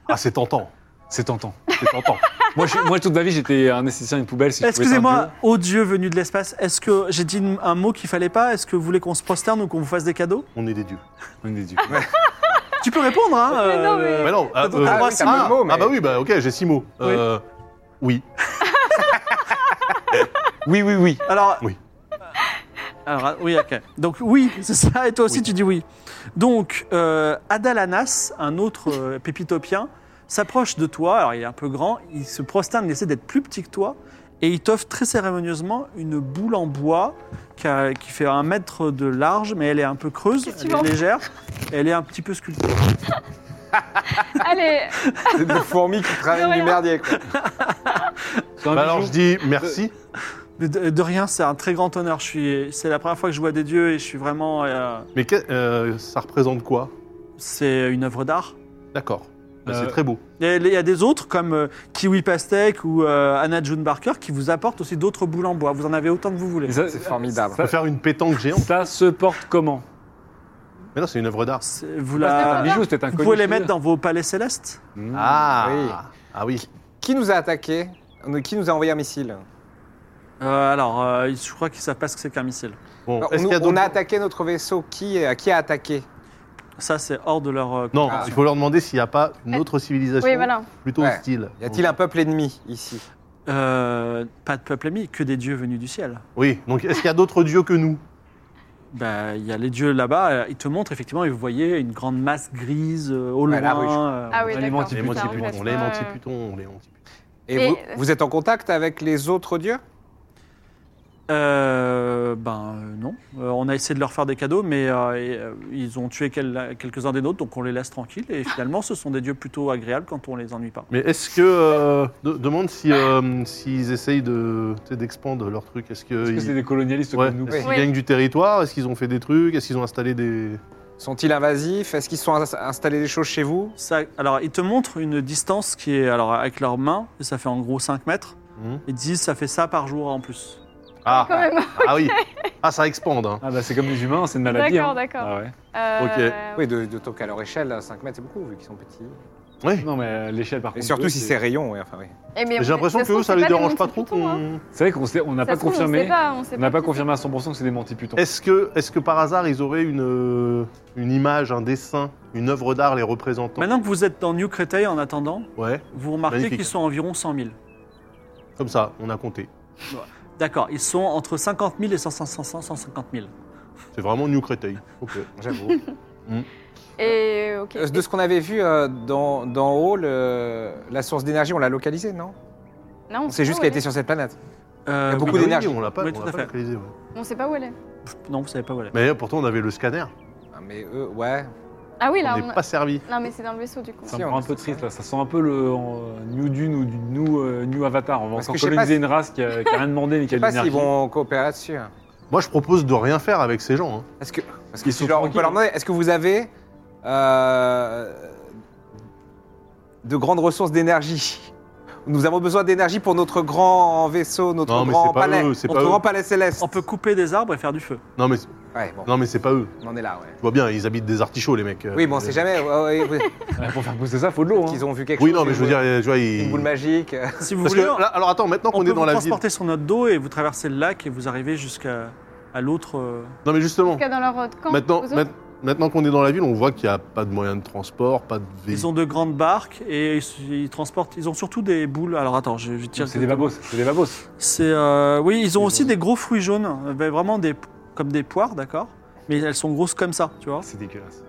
[SPEAKER 4] Ah, c'est tentant.
[SPEAKER 3] C'est tentant.
[SPEAKER 4] C'est tentant.
[SPEAKER 3] Moi, je- moi, toute ma vie, j'étais un esthéticien de poubelle. Si je pouvais être un
[SPEAKER 7] Excusez-moi, ô dieu venu de l'espace, est-ce que j'ai dit une- un mot qu'il fallait pas Est-ce que vous voulez qu'on se prosterne ou qu'on vous fasse des cadeaux
[SPEAKER 4] On est des dieux.
[SPEAKER 3] dieu, on est des dieux.
[SPEAKER 7] Tu peux répondre, hein
[SPEAKER 5] Mais [LAUGHS] non, mais-
[SPEAKER 4] Mais non. ah,
[SPEAKER 7] donc, t'as
[SPEAKER 2] le droit à six mots, mais-
[SPEAKER 4] ah bah oui, bah ok, j'ai six mots.
[SPEAKER 7] Oui.
[SPEAKER 4] Euh, oui.
[SPEAKER 3] Oui, oui, oui.
[SPEAKER 7] Alors.
[SPEAKER 4] Oui.
[SPEAKER 7] Alors, oui, ok. Donc, oui, c'est ça. Et toi aussi,
[SPEAKER 4] Oui.
[SPEAKER 7] tu dis oui. Donc, euh, Adalanas, un autre euh, pépitopien, s'approche de toi. Alors, il est un peu grand. Il se prosterne, il essaie d'être plus petit que toi. Et il t'offre très cérémonieusement une boule en bois qui, a- qui fait un mètre de large, mais elle est un peu creuse,
[SPEAKER 5] Qu'est-ce que tu
[SPEAKER 7] elle est
[SPEAKER 5] vends
[SPEAKER 7] légère. et Elle est un petit peu sculptée.
[SPEAKER 5] Allez,
[SPEAKER 2] C'est de fourmis qui
[SPEAKER 5] Mais
[SPEAKER 2] travaillent du
[SPEAKER 5] rien.
[SPEAKER 2] merdier, quoi.
[SPEAKER 3] C'est un
[SPEAKER 4] Bah alors
[SPEAKER 3] bijou.
[SPEAKER 4] je dis merci.
[SPEAKER 7] De, de- de rien, c'est un très grand honneur. Je suis- C'est la première fois que je vois des dieux et je suis vraiment. euh,
[SPEAKER 4] Mais que- euh, ça représente quoi
[SPEAKER 7] c'est une œuvre d'art.
[SPEAKER 4] D'accord. Bah,
[SPEAKER 3] Euh,
[SPEAKER 4] C'est très beau.
[SPEAKER 7] Il y a- il y a des autres comme euh, Kiwi Pastèque ou euh, Anna June Barker qui vous apportent aussi d'autres boules en bois. Vous en avez autant que vous voulez.
[SPEAKER 3] Mais ça-
[SPEAKER 2] C'est formidable.
[SPEAKER 4] On peut faire une pétanque géante.
[SPEAKER 3] Ça se porte comment
[SPEAKER 4] Mais non, c'est une œuvre d'art.
[SPEAKER 7] C'est- Vous,
[SPEAKER 3] C'est
[SPEAKER 7] la-
[SPEAKER 3] un bijou, c'était un
[SPEAKER 7] vous pouvez les mettre dans vos palais célestes.
[SPEAKER 4] Ah Ah oui.
[SPEAKER 2] Hmm. Qui nous a attaqué Qui nous a envoyé un missile
[SPEAKER 7] Euh, alors, euh, je crois qu'ils savent pas ce que c'est qu'un missile.
[SPEAKER 4] Bon,
[SPEAKER 2] Alors,
[SPEAKER 4] est-ce qu'il y a
[SPEAKER 2] nous- On a
[SPEAKER 4] d'autres.
[SPEAKER 2] attaqué notre vaisseau. Qui, euh, qui a attaqué
[SPEAKER 7] Ça, c'est hors de leur. euh,
[SPEAKER 4] Non,
[SPEAKER 2] Ah.
[SPEAKER 4] il faut leur demander s'il n'y a pas une
[SPEAKER 5] Eh.
[SPEAKER 4] autre civilisation
[SPEAKER 5] oui, voilà.
[SPEAKER 4] plutôt
[SPEAKER 2] Ouais.
[SPEAKER 4] hostile.
[SPEAKER 2] Y a-t-il un peuple ennemi ici
[SPEAKER 7] euh, pas de peuple ami, que des dieux venus du ciel.
[SPEAKER 4] Oui, donc est-ce qu'il y a d'autres dieux que nous
[SPEAKER 7] Bah, il y a les dieux là-bas. euh, Ils te montrent effectivement et vous voyez une grande masse grise euh, au
[SPEAKER 2] Ouais,
[SPEAKER 7] loin.
[SPEAKER 2] la ruche.
[SPEAKER 7] euh,
[SPEAKER 5] Ah oui,
[SPEAKER 3] les
[SPEAKER 5] d'accord.
[SPEAKER 3] menti-
[SPEAKER 4] Les
[SPEAKER 3] Les
[SPEAKER 5] Putain, en
[SPEAKER 4] Montiputons,
[SPEAKER 5] fait,
[SPEAKER 4] les
[SPEAKER 5] ouais.
[SPEAKER 4] Montiputons, les Montiputons.
[SPEAKER 2] Et,
[SPEAKER 5] Et-
[SPEAKER 2] Vous, vous êtes en contact avec les autres dieux
[SPEAKER 7] Euh, ben euh, non. Euh, on a essayé de leur faire des cadeaux, mais euh, et, euh, ils ont tué quel- quelques-uns des nôtres, donc on les laisse tranquilles. Et finalement, ce sont des dieux plutôt agréables quand on les ennuie pas.
[SPEAKER 4] Mais est-ce que. euh, de- demande si, euh, s'ils essayent de, tu sais, d'expandre leur truc. Est-ce
[SPEAKER 3] Est-ce que c'est
[SPEAKER 4] qu'ils
[SPEAKER 3] des colonialistes
[SPEAKER 4] ouais,
[SPEAKER 3] comme nous
[SPEAKER 2] Oui.
[SPEAKER 4] est-ce qu'ils
[SPEAKER 5] Oui.
[SPEAKER 4] gagnent du territoire Est-ce qu'ils ont fait des trucs Est-ce qu'ils ont installé des.
[SPEAKER 2] Sont-ils invasifs Est-ce qu'ils sont ins- installés des choses chez vous
[SPEAKER 7] Ça- alors, ils te montrent une distance qui est, alors avec leurs mains, et ça fait en gros 5 mètres.
[SPEAKER 4] Mhm.
[SPEAKER 7] Ils disent ça fait ça par jour en plus.
[SPEAKER 4] Ah,
[SPEAKER 5] Quand même.
[SPEAKER 4] ah
[SPEAKER 5] [LAUGHS]
[SPEAKER 4] oui Ah, ça expande. hein.
[SPEAKER 3] Ah bah c'est comme les humains, c'est une maladie.
[SPEAKER 5] D'accord,
[SPEAKER 3] hein.
[SPEAKER 5] d'accord.
[SPEAKER 3] Ah ouais.
[SPEAKER 5] Euh,
[SPEAKER 2] Oui, de- d'autant qu'à leur échelle, 5 mètres, c'est beaucoup, vu qu'ils sont petits.
[SPEAKER 4] Oui.
[SPEAKER 3] Non mais euh, l'échelle par
[SPEAKER 2] Et
[SPEAKER 3] contre.
[SPEAKER 2] surtout
[SPEAKER 3] eux,
[SPEAKER 2] si c'est rayon, oui, enfin oui.
[SPEAKER 5] et mais
[SPEAKER 4] J'ai
[SPEAKER 5] on-
[SPEAKER 4] l'impression
[SPEAKER 5] ça se
[SPEAKER 4] que eux,
[SPEAKER 5] trouve,
[SPEAKER 4] ça
[SPEAKER 5] c'est
[SPEAKER 4] les
[SPEAKER 5] des
[SPEAKER 4] dérange pas trop
[SPEAKER 5] Montiputons, hein.
[SPEAKER 4] qu'on.
[SPEAKER 3] C'est vrai qu'on sait- on n'a
[SPEAKER 5] Ça
[SPEAKER 3] pas
[SPEAKER 5] se trouve, On sait
[SPEAKER 3] confirmé.
[SPEAKER 5] pas, on sait
[SPEAKER 3] On n'a pas
[SPEAKER 5] qui
[SPEAKER 3] confirmé à 100% que c'est des mentiputons.
[SPEAKER 4] Est-ce que, est que par hasard, ils auraient une, euh, une image, un dessin, une œuvre d'art les représentant
[SPEAKER 7] Maintenant que vous êtes dans New Créteil, en attendant,
[SPEAKER 4] Ouais,
[SPEAKER 7] vous remarquez
[SPEAKER 4] Magnifique.
[SPEAKER 7] qu'ils sont environ 100 000.
[SPEAKER 4] comme ça, on a compté.
[SPEAKER 7] D'accord, ils sont entre 50 000 et 100 100 150 000.
[SPEAKER 4] C'est vraiment New Créteil. Ok. [LAUGHS]
[SPEAKER 2] J'avoue.
[SPEAKER 5] c'est. Et ok.
[SPEAKER 2] Euh, De ce qu'on avait vu euh, dans, d'en haut, le- la source d'énergie, on l'a localisée, non
[SPEAKER 5] Non,
[SPEAKER 2] On sait juste
[SPEAKER 5] pas où
[SPEAKER 2] qu'elle
[SPEAKER 5] elle
[SPEAKER 2] était sur cette planète.
[SPEAKER 7] Euh,
[SPEAKER 2] Il y a beaucoup
[SPEAKER 7] oui,
[SPEAKER 4] Ah
[SPEAKER 7] oui.
[SPEAKER 2] d'énergie.
[SPEAKER 4] oui, On l'a pas,
[SPEAKER 7] Oui,
[SPEAKER 4] on
[SPEAKER 7] tout
[SPEAKER 4] l'a
[SPEAKER 7] à
[SPEAKER 4] pas
[SPEAKER 7] fait.
[SPEAKER 4] localisé. ouais.
[SPEAKER 5] est. On sait pas où elle est.
[SPEAKER 7] Non, vous savez pas où elle est.
[SPEAKER 4] Mais pourtant, on avait le scanner.
[SPEAKER 2] Ah, mais eux, ouais.
[SPEAKER 5] Ah oui, là.
[SPEAKER 4] on
[SPEAKER 5] on
[SPEAKER 4] n'est
[SPEAKER 5] a-
[SPEAKER 4] pas servi.
[SPEAKER 5] Non, mais c'est dans le vaisseau du coup.
[SPEAKER 3] Ça
[SPEAKER 2] Si,
[SPEAKER 3] me
[SPEAKER 2] on
[SPEAKER 3] rend un
[SPEAKER 2] reste
[SPEAKER 3] peu
[SPEAKER 2] sur
[SPEAKER 3] triste
[SPEAKER 2] ça.
[SPEAKER 3] là, ça sent un peu le euh, New Dune ou du New, euh, new Avatar. On va
[SPEAKER 2] Parce
[SPEAKER 3] encore
[SPEAKER 2] que je sais pas
[SPEAKER 3] coloniser
[SPEAKER 2] si-
[SPEAKER 3] une race qui a, qui a rien demandé mais qui
[SPEAKER 2] Je
[SPEAKER 3] a
[SPEAKER 2] sais
[SPEAKER 3] de
[SPEAKER 2] pas s'ils
[SPEAKER 3] l'énergie.
[SPEAKER 2] vont coopérer là-dessus.
[SPEAKER 4] Moi, je propose de rien faire avec ces gens. hein.
[SPEAKER 2] Est-ce que, parce que
[SPEAKER 3] Ils
[SPEAKER 2] si
[SPEAKER 3] sont
[SPEAKER 2] je leur- on
[SPEAKER 3] tranquilles.
[SPEAKER 2] peut leur demander, est-ce que vous avez euh, de grandes ressources d'énergie Nous avons besoin d'énergie pour notre grand vaisseau, notre
[SPEAKER 4] Non, mais
[SPEAKER 2] grand
[SPEAKER 4] c'est pas
[SPEAKER 2] palais,
[SPEAKER 4] eux, c'est
[SPEAKER 2] notre
[SPEAKER 4] pas
[SPEAKER 2] grand
[SPEAKER 4] eux.
[SPEAKER 2] palais céleste.
[SPEAKER 7] On peut couper des arbres et faire du feu.
[SPEAKER 4] Non, mais,
[SPEAKER 2] Ouais, bon,
[SPEAKER 4] non, mais c'est pas eux.
[SPEAKER 2] on en est là, ouais.
[SPEAKER 4] Tu vois bien, ils habitent des artichauts, les mecs.
[SPEAKER 2] Oui, bon, on sait jamais. ouais, ouais, ouais.
[SPEAKER 3] Ouais, Ah, pour faire pousser ça, faut de l'eau. hein.
[SPEAKER 2] Qu'ils ont vu quelque
[SPEAKER 4] euh, Oui,
[SPEAKER 2] chose.
[SPEAKER 4] non, mais
[SPEAKER 2] une
[SPEAKER 4] je veux
[SPEAKER 2] boule-
[SPEAKER 4] dire, tu vois, ils.
[SPEAKER 2] Une boule magique.
[SPEAKER 7] Si vous
[SPEAKER 4] Parce que
[SPEAKER 7] voulez,
[SPEAKER 4] là, alors attends, maintenant
[SPEAKER 7] on
[SPEAKER 4] qu'on est
[SPEAKER 7] peut vous
[SPEAKER 4] dans la ville.
[SPEAKER 7] transporter sur notre dos et vous traversez le lac et vous arrivez jusqu'à à l'autre. euh,
[SPEAKER 4] Non, mais justement,
[SPEAKER 5] Jusqu'à dans leur euh, camp.
[SPEAKER 4] maintenant,
[SPEAKER 5] aux autres.
[SPEAKER 4] maint- maintenant qu'on est dans la ville, on voit qu'il n'y a pas de moyen de transport, pas de
[SPEAKER 7] Ils
[SPEAKER 4] véhicule.
[SPEAKER 7] ont de grandes barques et ils, ils transportent. Ils ont surtout des boules. Alors attends, je, je tire.
[SPEAKER 3] C'est des babos, c'est des babos.
[SPEAKER 4] Oh,
[SPEAKER 7] C'est euh, oui, ils ont aussi des gros fruits jaunes, euh, ben, vraiment des comme des poires, d'accord. Mais elles sont grosses comme ça, tu vois.
[SPEAKER 3] C'est dégueulasse.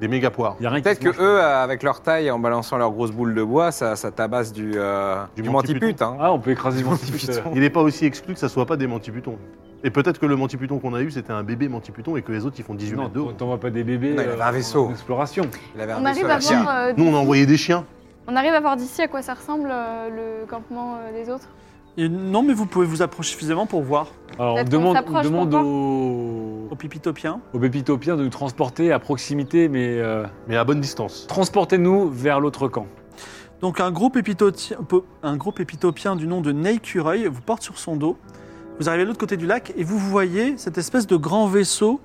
[SPEAKER 4] Des méga poires.
[SPEAKER 3] Il y a rien qui
[SPEAKER 2] Peut-être
[SPEAKER 3] se
[SPEAKER 2] que
[SPEAKER 3] mange.
[SPEAKER 2] eux, euh, avec leur taille, en balançant leur grosse boule de bois, ça, ça tabasse du, euh,
[SPEAKER 4] Du
[SPEAKER 2] du,
[SPEAKER 4] mantipute.
[SPEAKER 2] mantipute. hein.
[SPEAKER 3] Ah, on
[SPEAKER 2] [LAUGHS]
[SPEAKER 3] peut écraser les mentiputons.
[SPEAKER 2] Mantiputons.
[SPEAKER 4] Il n'est pas aussi exclu que ça soit pas des mantiputons. Et peut-être que le mantiputon qu'on a eu, c'était un bébé mantiputon et que les autres, ils font 18
[SPEAKER 3] Non,
[SPEAKER 4] mètres de haut.
[SPEAKER 3] t'en- t'envoies pas des bébés.
[SPEAKER 2] Non, il avait un
[SPEAKER 3] euh,
[SPEAKER 2] vaisseau.
[SPEAKER 3] En exploration.
[SPEAKER 2] Il avait un
[SPEAKER 5] On
[SPEAKER 2] vaisseau
[SPEAKER 5] arrive
[SPEAKER 2] à
[SPEAKER 5] à
[SPEAKER 2] chien.
[SPEAKER 5] voir. euh,
[SPEAKER 4] Nous, on a envoyé des chiens.
[SPEAKER 5] On arrive à voir d'ici à quoi ça ressemble euh, le campement euh, des autres.
[SPEAKER 7] Et non, mais vous pouvez vous approcher suffisamment pour voir.
[SPEAKER 3] Alors, on
[SPEAKER 5] Peut-être qu'on
[SPEAKER 3] demande, on
[SPEAKER 5] s'approche
[SPEAKER 3] demande
[SPEAKER 5] pour
[SPEAKER 3] aux,
[SPEAKER 7] au Pipitopien.
[SPEAKER 3] Au Bépitopien de nous transporter à proximité, mais euh,
[SPEAKER 4] mais à bonne distance.
[SPEAKER 3] transportez-nous vers l'autre camp.
[SPEAKER 7] Donc un gros, pépitoti- po- un gros pépitopien du nom de Ney Cureuil vous porte sur son dos. Vous arrivez de l'autre côté du lac et vous voyez cette espèce de grand vaisseau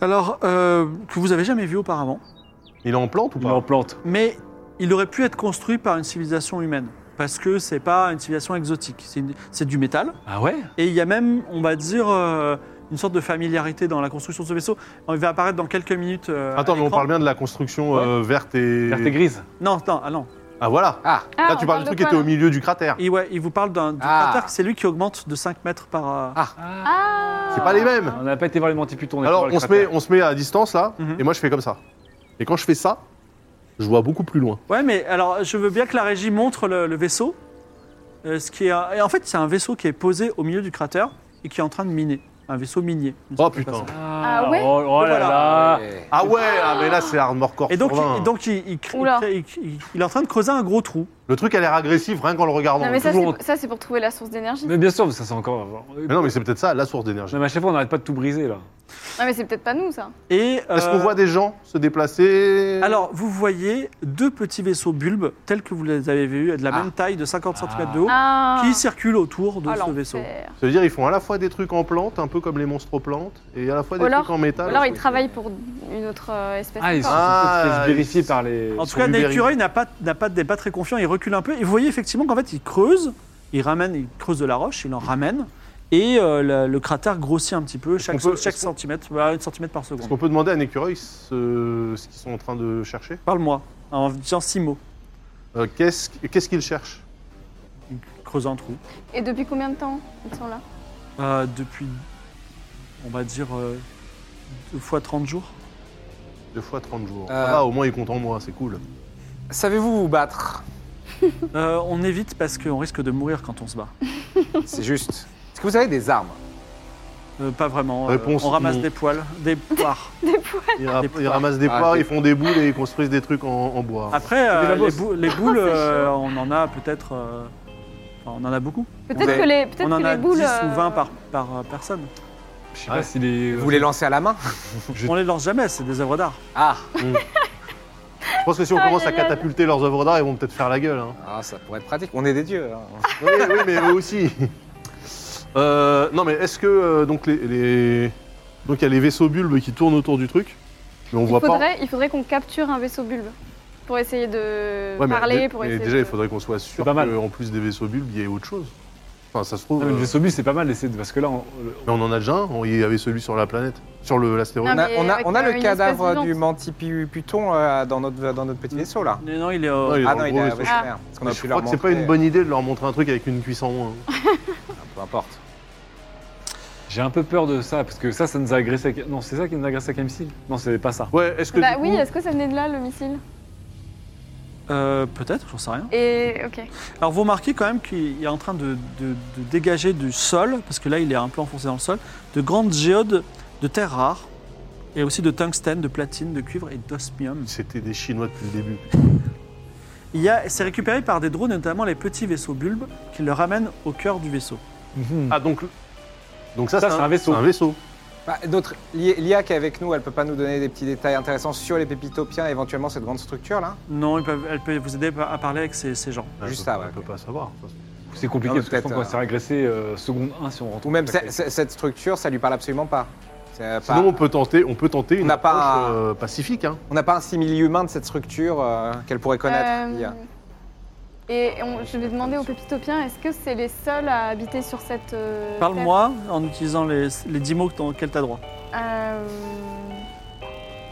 [SPEAKER 7] alors euh, que vous avez jamais vu auparavant.
[SPEAKER 4] Il est en plante ou
[SPEAKER 3] Il est en
[SPEAKER 4] pas
[SPEAKER 3] plante.
[SPEAKER 7] Mais il aurait pu être construit par une civilisation humaine. Parce que c'est pas une civilisation exotique, c'est une- c'est du métal.
[SPEAKER 3] Ah ouais
[SPEAKER 7] Et il y a même, on va dire, euh, une sorte de familiarité dans la construction de ce vaisseau. Il va apparaître dans quelques minutes. euh, à
[SPEAKER 4] Attends, mais on
[SPEAKER 7] l'écran.
[SPEAKER 4] parle bien de la construction
[SPEAKER 3] Ouais.
[SPEAKER 4] euh, verte et.
[SPEAKER 3] Carte grise.
[SPEAKER 7] Non, non, ah non.
[SPEAKER 4] Ah voilà
[SPEAKER 2] Ah,
[SPEAKER 4] Là,
[SPEAKER 5] Ah, on
[SPEAKER 4] tu
[SPEAKER 5] parle
[SPEAKER 4] parles du
[SPEAKER 5] de
[SPEAKER 4] truc qui
[SPEAKER 5] quoi,
[SPEAKER 4] était au
[SPEAKER 5] là
[SPEAKER 4] milieu du cratère.
[SPEAKER 7] Et ouais, il vous parle d'un du
[SPEAKER 2] Ah.
[SPEAKER 7] cratère, c'est lui qui augmente de 5 mètres par. euh,
[SPEAKER 2] Ah.
[SPEAKER 5] Ah
[SPEAKER 4] C'est pas les mêmes
[SPEAKER 3] On n'a pas été voir les Montiputons.
[SPEAKER 4] Alors, on se, met, on se met à distance là,
[SPEAKER 7] Mhm.
[SPEAKER 4] et moi je fais comme ça. Et quand je fais ça, je vois beaucoup plus loin.
[SPEAKER 7] Ouais, mais alors je veux bien que la régie montre le, le vaisseau. Euh, ce qui est, un- et en fait, c'est un vaisseau qui est posé au milieu du cratère et qui est en train de miner. Un vaisseau minier. d'une
[SPEAKER 4] Oh
[SPEAKER 7] certaine
[SPEAKER 4] putain.
[SPEAKER 7] façon.
[SPEAKER 3] Ah,
[SPEAKER 5] Ah ouais
[SPEAKER 3] Oh, oh là
[SPEAKER 7] Voilà.
[SPEAKER 3] là
[SPEAKER 2] ouais.
[SPEAKER 4] Ah ouais, ah, mais là c'est Armored Core.
[SPEAKER 7] Et donc,
[SPEAKER 4] sur 20,
[SPEAKER 7] il,
[SPEAKER 4] hein.
[SPEAKER 7] donc il, il cr- il
[SPEAKER 5] Oula.
[SPEAKER 7] crée- il- il- il est en train de creuser un gros trou.
[SPEAKER 4] Le truc a l'air agressif rien qu'en le regardant.
[SPEAKER 5] Non mais ça,
[SPEAKER 3] toujours
[SPEAKER 5] c'est- ça, c'est pour trouver la source d'énergie.
[SPEAKER 3] Mais bien sûr, ça c'est encore.
[SPEAKER 4] Mais non, mais c'est peut-être ça, la source d'énergie.
[SPEAKER 3] Non, mais à chaque fois, on n'arrête pas de tout briser là.
[SPEAKER 5] Non mais c'est peut-être pas nous ça.
[SPEAKER 7] Et
[SPEAKER 4] Est-ce
[SPEAKER 7] euh,
[SPEAKER 4] qu'on voit des gens se déplacer
[SPEAKER 7] Alors, vous voyez deux petits vaisseaux bulbes, tels que vous les avez vus, de la
[SPEAKER 3] Ah.
[SPEAKER 7] même taille, de 50 cm de haut,
[SPEAKER 5] Ah
[SPEAKER 7] qui circulent autour de
[SPEAKER 5] Ah,
[SPEAKER 7] ce
[SPEAKER 5] l'enfer.
[SPEAKER 7] vaisseau.
[SPEAKER 4] Ça veut dire ils font à la fois des trucs en plante, un peu comme les monstres plantes, et à la fois des
[SPEAKER 5] Ou alors-
[SPEAKER 4] trucs en
[SPEAKER 5] Ou
[SPEAKER 4] métal.
[SPEAKER 5] alors ils travaillent pour une autre euh, espèce.
[SPEAKER 3] Ah, ils sont
[SPEAKER 5] encore.
[SPEAKER 4] Ah,
[SPEAKER 3] peut-être
[SPEAKER 4] ils-
[SPEAKER 3] vérifiés par les.
[SPEAKER 7] En tout
[SPEAKER 4] sont
[SPEAKER 7] cas,
[SPEAKER 4] libérés.
[SPEAKER 7] Neycureuil n'a pas, n'a pas, n'est pas très confiant, il recule un peu. Et vous voyez effectivement qu'en fait, il creuse, il ramène, il creuse de la roche, il en ramène. Et euh, la- le cratère grossit un petit peu, chaque,
[SPEAKER 4] qu'on peut-
[SPEAKER 7] chaque
[SPEAKER 4] est-ce qu'on-
[SPEAKER 7] centimètre, bah, une centimètre par
[SPEAKER 4] Est-ce
[SPEAKER 7] seconde.
[SPEAKER 4] qu'on peut demander à un écureuil ce, ce qu'ils sont en train de chercher
[SPEAKER 7] Parle-moi, en disant six mots,
[SPEAKER 4] Euh, Qu'est-ce qu'est-ce qu'ils cherchent
[SPEAKER 7] creuse un trou.
[SPEAKER 5] Et depuis combien de temps ils sont là
[SPEAKER 7] Euh, depuis, on va dire, euh, deux fois 30 jours.
[SPEAKER 4] Deux fois 30 jours.
[SPEAKER 2] Euh.
[SPEAKER 4] Ah, au moins ils comptent en moi, c'est cool.
[SPEAKER 2] Savez-vous vous battre
[SPEAKER 7] Euh, on évite parce qu'on risque de mourir quand on se bat.
[SPEAKER 2] C'est juste. Est-ce que vous avez des armes
[SPEAKER 7] Euh, pas vraiment. euh,
[SPEAKER 4] Réponse
[SPEAKER 7] on ramasse
[SPEAKER 4] non.
[SPEAKER 7] des poils,
[SPEAKER 4] [LAUGHS]
[SPEAKER 7] des poires.
[SPEAKER 4] Ils, ra-
[SPEAKER 7] Des
[SPEAKER 4] ils ramassent des
[SPEAKER 2] Ah,
[SPEAKER 4] poires,
[SPEAKER 2] des- Ah.
[SPEAKER 4] ils font des boules et ils construisent des trucs en, en bois.
[SPEAKER 7] Après, euh,
[SPEAKER 4] la
[SPEAKER 7] les,
[SPEAKER 4] bosse.
[SPEAKER 7] bou-
[SPEAKER 4] [LAUGHS]
[SPEAKER 7] les boules, euh, on en a peut-être. euh, enfin, on en a beaucoup.
[SPEAKER 5] Peut-être
[SPEAKER 2] avez-
[SPEAKER 5] que les, peut-être
[SPEAKER 7] On en
[SPEAKER 5] que
[SPEAKER 7] a
[SPEAKER 5] les boules.
[SPEAKER 7] 10
[SPEAKER 5] euh,
[SPEAKER 7] ou 20 par, par euh, personne.
[SPEAKER 3] Je sais
[SPEAKER 4] Ouais.
[SPEAKER 3] pas si les.
[SPEAKER 2] Vous les lancez à la main
[SPEAKER 7] On les lance jamais, c'est des œuvres d'art.
[SPEAKER 2] Ah
[SPEAKER 4] Je pense que si on
[SPEAKER 5] Aïe,
[SPEAKER 4] commence à
[SPEAKER 5] aïe, aïe.
[SPEAKER 4] catapulter leurs œuvres d'art, ils vont peut-être faire la gueule. hein.
[SPEAKER 2] Ah, ça pourrait être pratique. On est des dieux. hein.
[SPEAKER 4] Oui, oui, mais eux aussi. Euh, non, mais est-ce que euh, donc les, les- donc il y a les vaisseaux bulbes qui tournent autour du truc, mais on
[SPEAKER 5] Il
[SPEAKER 4] voit pas.
[SPEAKER 5] faudrait, il faudrait qu'on capture un vaisseau bulbe pour essayer de
[SPEAKER 4] Ouais, mais
[SPEAKER 5] parler,
[SPEAKER 4] dé-
[SPEAKER 5] pour
[SPEAKER 4] mais
[SPEAKER 5] essayer.
[SPEAKER 4] déjà,
[SPEAKER 5] de-
[SPEAKER 4] il faudrait qu'on soit sûr
[SPEAKER 3] pas mal.
[SPEAKER 4] qu'en plus des vaisseaux bulbes, il y ait autre chose. Enfin, ça se trouve.
[SPEAKER 3] Non, mais le
[SPEAKER 4] euh,
[SPEAKER 3] vaisseau bus, c'est pas mal d'essayer de- parce que là, on- le-
[SPEAKER 4] mais on en a déjà un. on- Il y avait celui sur la planète, sur le l'astéroïde.
[SPEAKER 5] Ah,
[SPEAKER 2] On a,
[SPEAKER 5] mais
[SPEAKER 2] on a-
[SPEAKER 5] avec,
[SPEAKER 2] on a
[SPEAKER 5] euh,
[SPEAKER 2] le
[SPEAKER 5] une
[SPEAKER 2] cadavre
[SPEAKER 5] espèce
[SPEAKER 2] du mantiputon euh, dans, notre, dans notre petit vaisseau là.
[SPEAKER 7] Mais non, il est. euh,
[SPEAKER 4] Ouais, il est
[SPEAKER 2] Ah
[SPEAKER 4] dans
[SPEAKER 2] non,
[SPEAKER 4] le
[SPEAKER 2] il
[SPEAKER 4] gros
[SPEAKER 2] est
[SPEAKER 4] vaisseau.
[SPEAKER 7] Ah.
[SPEAKER 2] merde, parce qu'on a pu
[SPEAKER 4] Je crois
[SPEAKER 2] leur
[SPEAKER 4] que c'est pas une
[SPEAKER 2] montrer.
[SPEAKER 4] bonne idée de leur montrer un truc avec une cuisse en moins.
[SPEAKER 2] Peu importe.
[SPEAKER 3] j'ai un peu peur de ça parce que ça, ça nous a agressé. avec- Non, c'est ça qui nous a agressé avec MC Non, c'est pas ça.
[SPEAKER 4] Ouais, est-ce que
[SPEAKER 5] Bah
[SPEAKER 4] du
[SPEAKER 5] oui,
[SPEAKER 4] coup,
[SPEAKER 5] est-ce que ça venait de là le missile
[SPEAKER 7] euh, peut-être, j'en sais rien.
[SPEAKER 5] Et ok.
[SPEAKER 7] Alors vous remarquez quand même qu'il est en train de, de- de dégager du sol, parce que là il est un peu enfoncé dans le sol, de grandes géodes de terres rares, et aussi de tungstène, de platine, de cuivre et d'osmium.
[SPEAKER 4] c'était des Chinois depuis le début
[SPEAKER 7] Il y a- C'est récupéré par des drones, notamment les petits vaisseaux bulbes, qui le ramènent au cœur du vaisseau.
[SPEAKER 4] Ah donc donc ça,
[SPEAKER 3] Ça,
[SPEAKER 4] c'est
[SPEAKER 3] c'est
[SPEAKER 4] un,
[SPEAKER 3] un vaisseau.
[SPEAKER 4] c'est un vaisseau.
[SPEAKER 2] Bah, notre l'I- l'IA qui est avec nous, elle peut pas nous donner des petits détails intéressants sur les pépitopiens, éventuellement cette grande structure là.
[SPEAKER 7] Non, ils peuvent- elle peut vous aider à parler avec ces, ces gens.
[SPEAKER 2] Juste
[SPEAKER 4] on
[SPEAKER 2] ça, ouais,
[SPEAKER 4] peut
[SPEAKER 2] ok.
[SPEAKER 4] pas savoir. de toute façon.
[SPEAKER 3] C'est
[SPEAKER 2] Non,
[SPEAKER 3] compliqué
[SPEAKER 2] mais
[SPEAKER 3] parce que
[SPEAKER 2] peut-être,
[SPEAKER 3] quand on
[SPEAKER 2] euh,
[SPEAKER 3] s'est agressé euh, seconde 1 si on rentre.
[SPEAKER 2] Ou
[SPEAKER 3] en
[SPEAKER 2] même
[SPEAKER 3] contact
[SPEAKER 2] c'est- c'est- cette structure, ça lui parle absolument pas. C'est, euh, pas-
[SPEAKER 4] Sinon, on peut tenter, on peut tenter
[SPEAKER 2] On
[SPEAKER 4] une
[SPEAKER 2] n'a pas
[SPEAKER 4] approche
[SPEAKER 2] un-
[SPEAKER 4] euh, pacifique. hein.
[SPEAKER 2] on n'a pas un simili humain de cette structure euh, qu'elle pourrait connaître. l'IA.
[SPEAKER 5] Euh, Et on- je vais demander aux pépitopiens, est-ce que c'est les seuls à habiter sur cette. euh,
[SPEAKER 7] Parle-moi en utilisant les, les 10 mots que t'en- auxquels tu as droit.
[SPEAKER 5] terre Euh,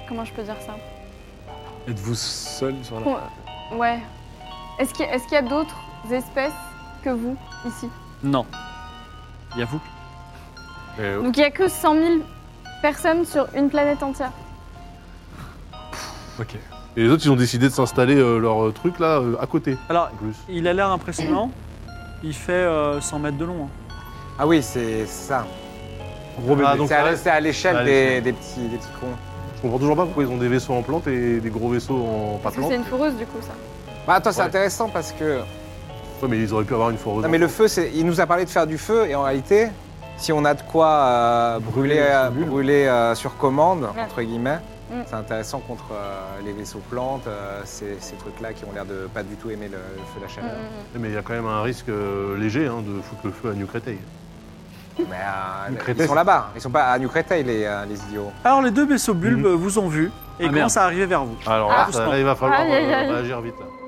[SPEAKER 5] Comment je peux dire ça
[SPEAKER 3] avec- Êtes-vous seul sur la.
[SPEAKER 5] Con- Ouais. Est-ce qu'il y, a- est-ce qu'il y a d'autres espèces que vous ici
[SPEAKER 7] Non. Il y a vous.
[SPEAKER 4] Euh,
[SPEAKER 5] Donc il n'y a que 100 000 personnes sur une planète entière.
[SPEAKER 3] Ok.
[SPEAKER 4] Et les autres, ils ont décidé de s'installer euh, leur euh, truc là euh, à côté.
[SPEAKER 7] Alors,
[SPEAKER 4] En plus.
[SPEAKER 7] il a l'air impressionnant. Il fait euh, 100 mètres de long. hein.
[SPEAKER 2] Ah oui, c'est ça.
[SPEAKER 4] Gros
[SPEAKER 2] Ah,
[SPEAKER 4] bébé.
[SPEAKER 2] c'est, à, c'est à l'échelle
[SPEAKER 4] à
[SPEAKER 2] des, des petits, des petits cons.
[SPEAKER 4] Je comprends toujours pas pourquoi ils ont des vaisseaux en plante et des gros vaisseaux en pas
[SPEAKER 5] Parce que c'est
[SPEAKER 4] plante.
[SPEAKER 5] une foreuse du coup ça.
[SPEAKER 2] Bah, attends, c'est
[SPEAKER 4] Ouais.
[SPEAKER 2] intéressant parce que. Ah,
[SPEAKER 4] Ouais, mais ils auraient pu avoir une foreuse.
[SPEAKER 2] Non, mais le feu, c'est... il nous a parlé de faire du feu et en réalité, si on a de quoi euh, brûler, euh, brûler, euh, sur commande,
[SPEAKER 5] Ouais.
[SPEAKER 2] entre guillemets,
[SPEAKER 5] Mm.
[SPEAKER 2] c'est intéressant contre euh, les vaisseaux plantes, euh, ces, ces trucs-là qui ont l'air de pas du tout aimer le, le feu de la
[SPEAKER 5] Mm, mm,
[SPEAKER 2] chaleur.
[SPEAKER 5] mm.
[SPEAKER 4] Mais il y a quand même un risque euh, léger hein, de foutre le feu à New Créteil.
[SPEAKER 2] Mais euh,
[SPEAKER 4] New
[SPEAKER 2] ils
[SPEAKER 4] Créteil.
[SPEAKER 2] sont là-bas, ils sont pas à New Créteil, les, euh, les idiots.
[SPEAKER 7] Alors, les deux vaisseaux bulbes vous ont vu et
[SPEAKER 3] Ah,
[SPEAKER 7] commencent
[SPEAKER 3] merde.
[SPEAKER 7] à arriver vers vous.
[SPEAKER 4] Alors là,
[SPEAKER 7] Ah.
[SPEAKER 4] ça- là, il va falloir
[SPEAKER 5] Aïe, aïe,
[SPEAKER 4] euh,
[SPEAKER 5] aïe.
[SPEAKER 4] réagir vite. là.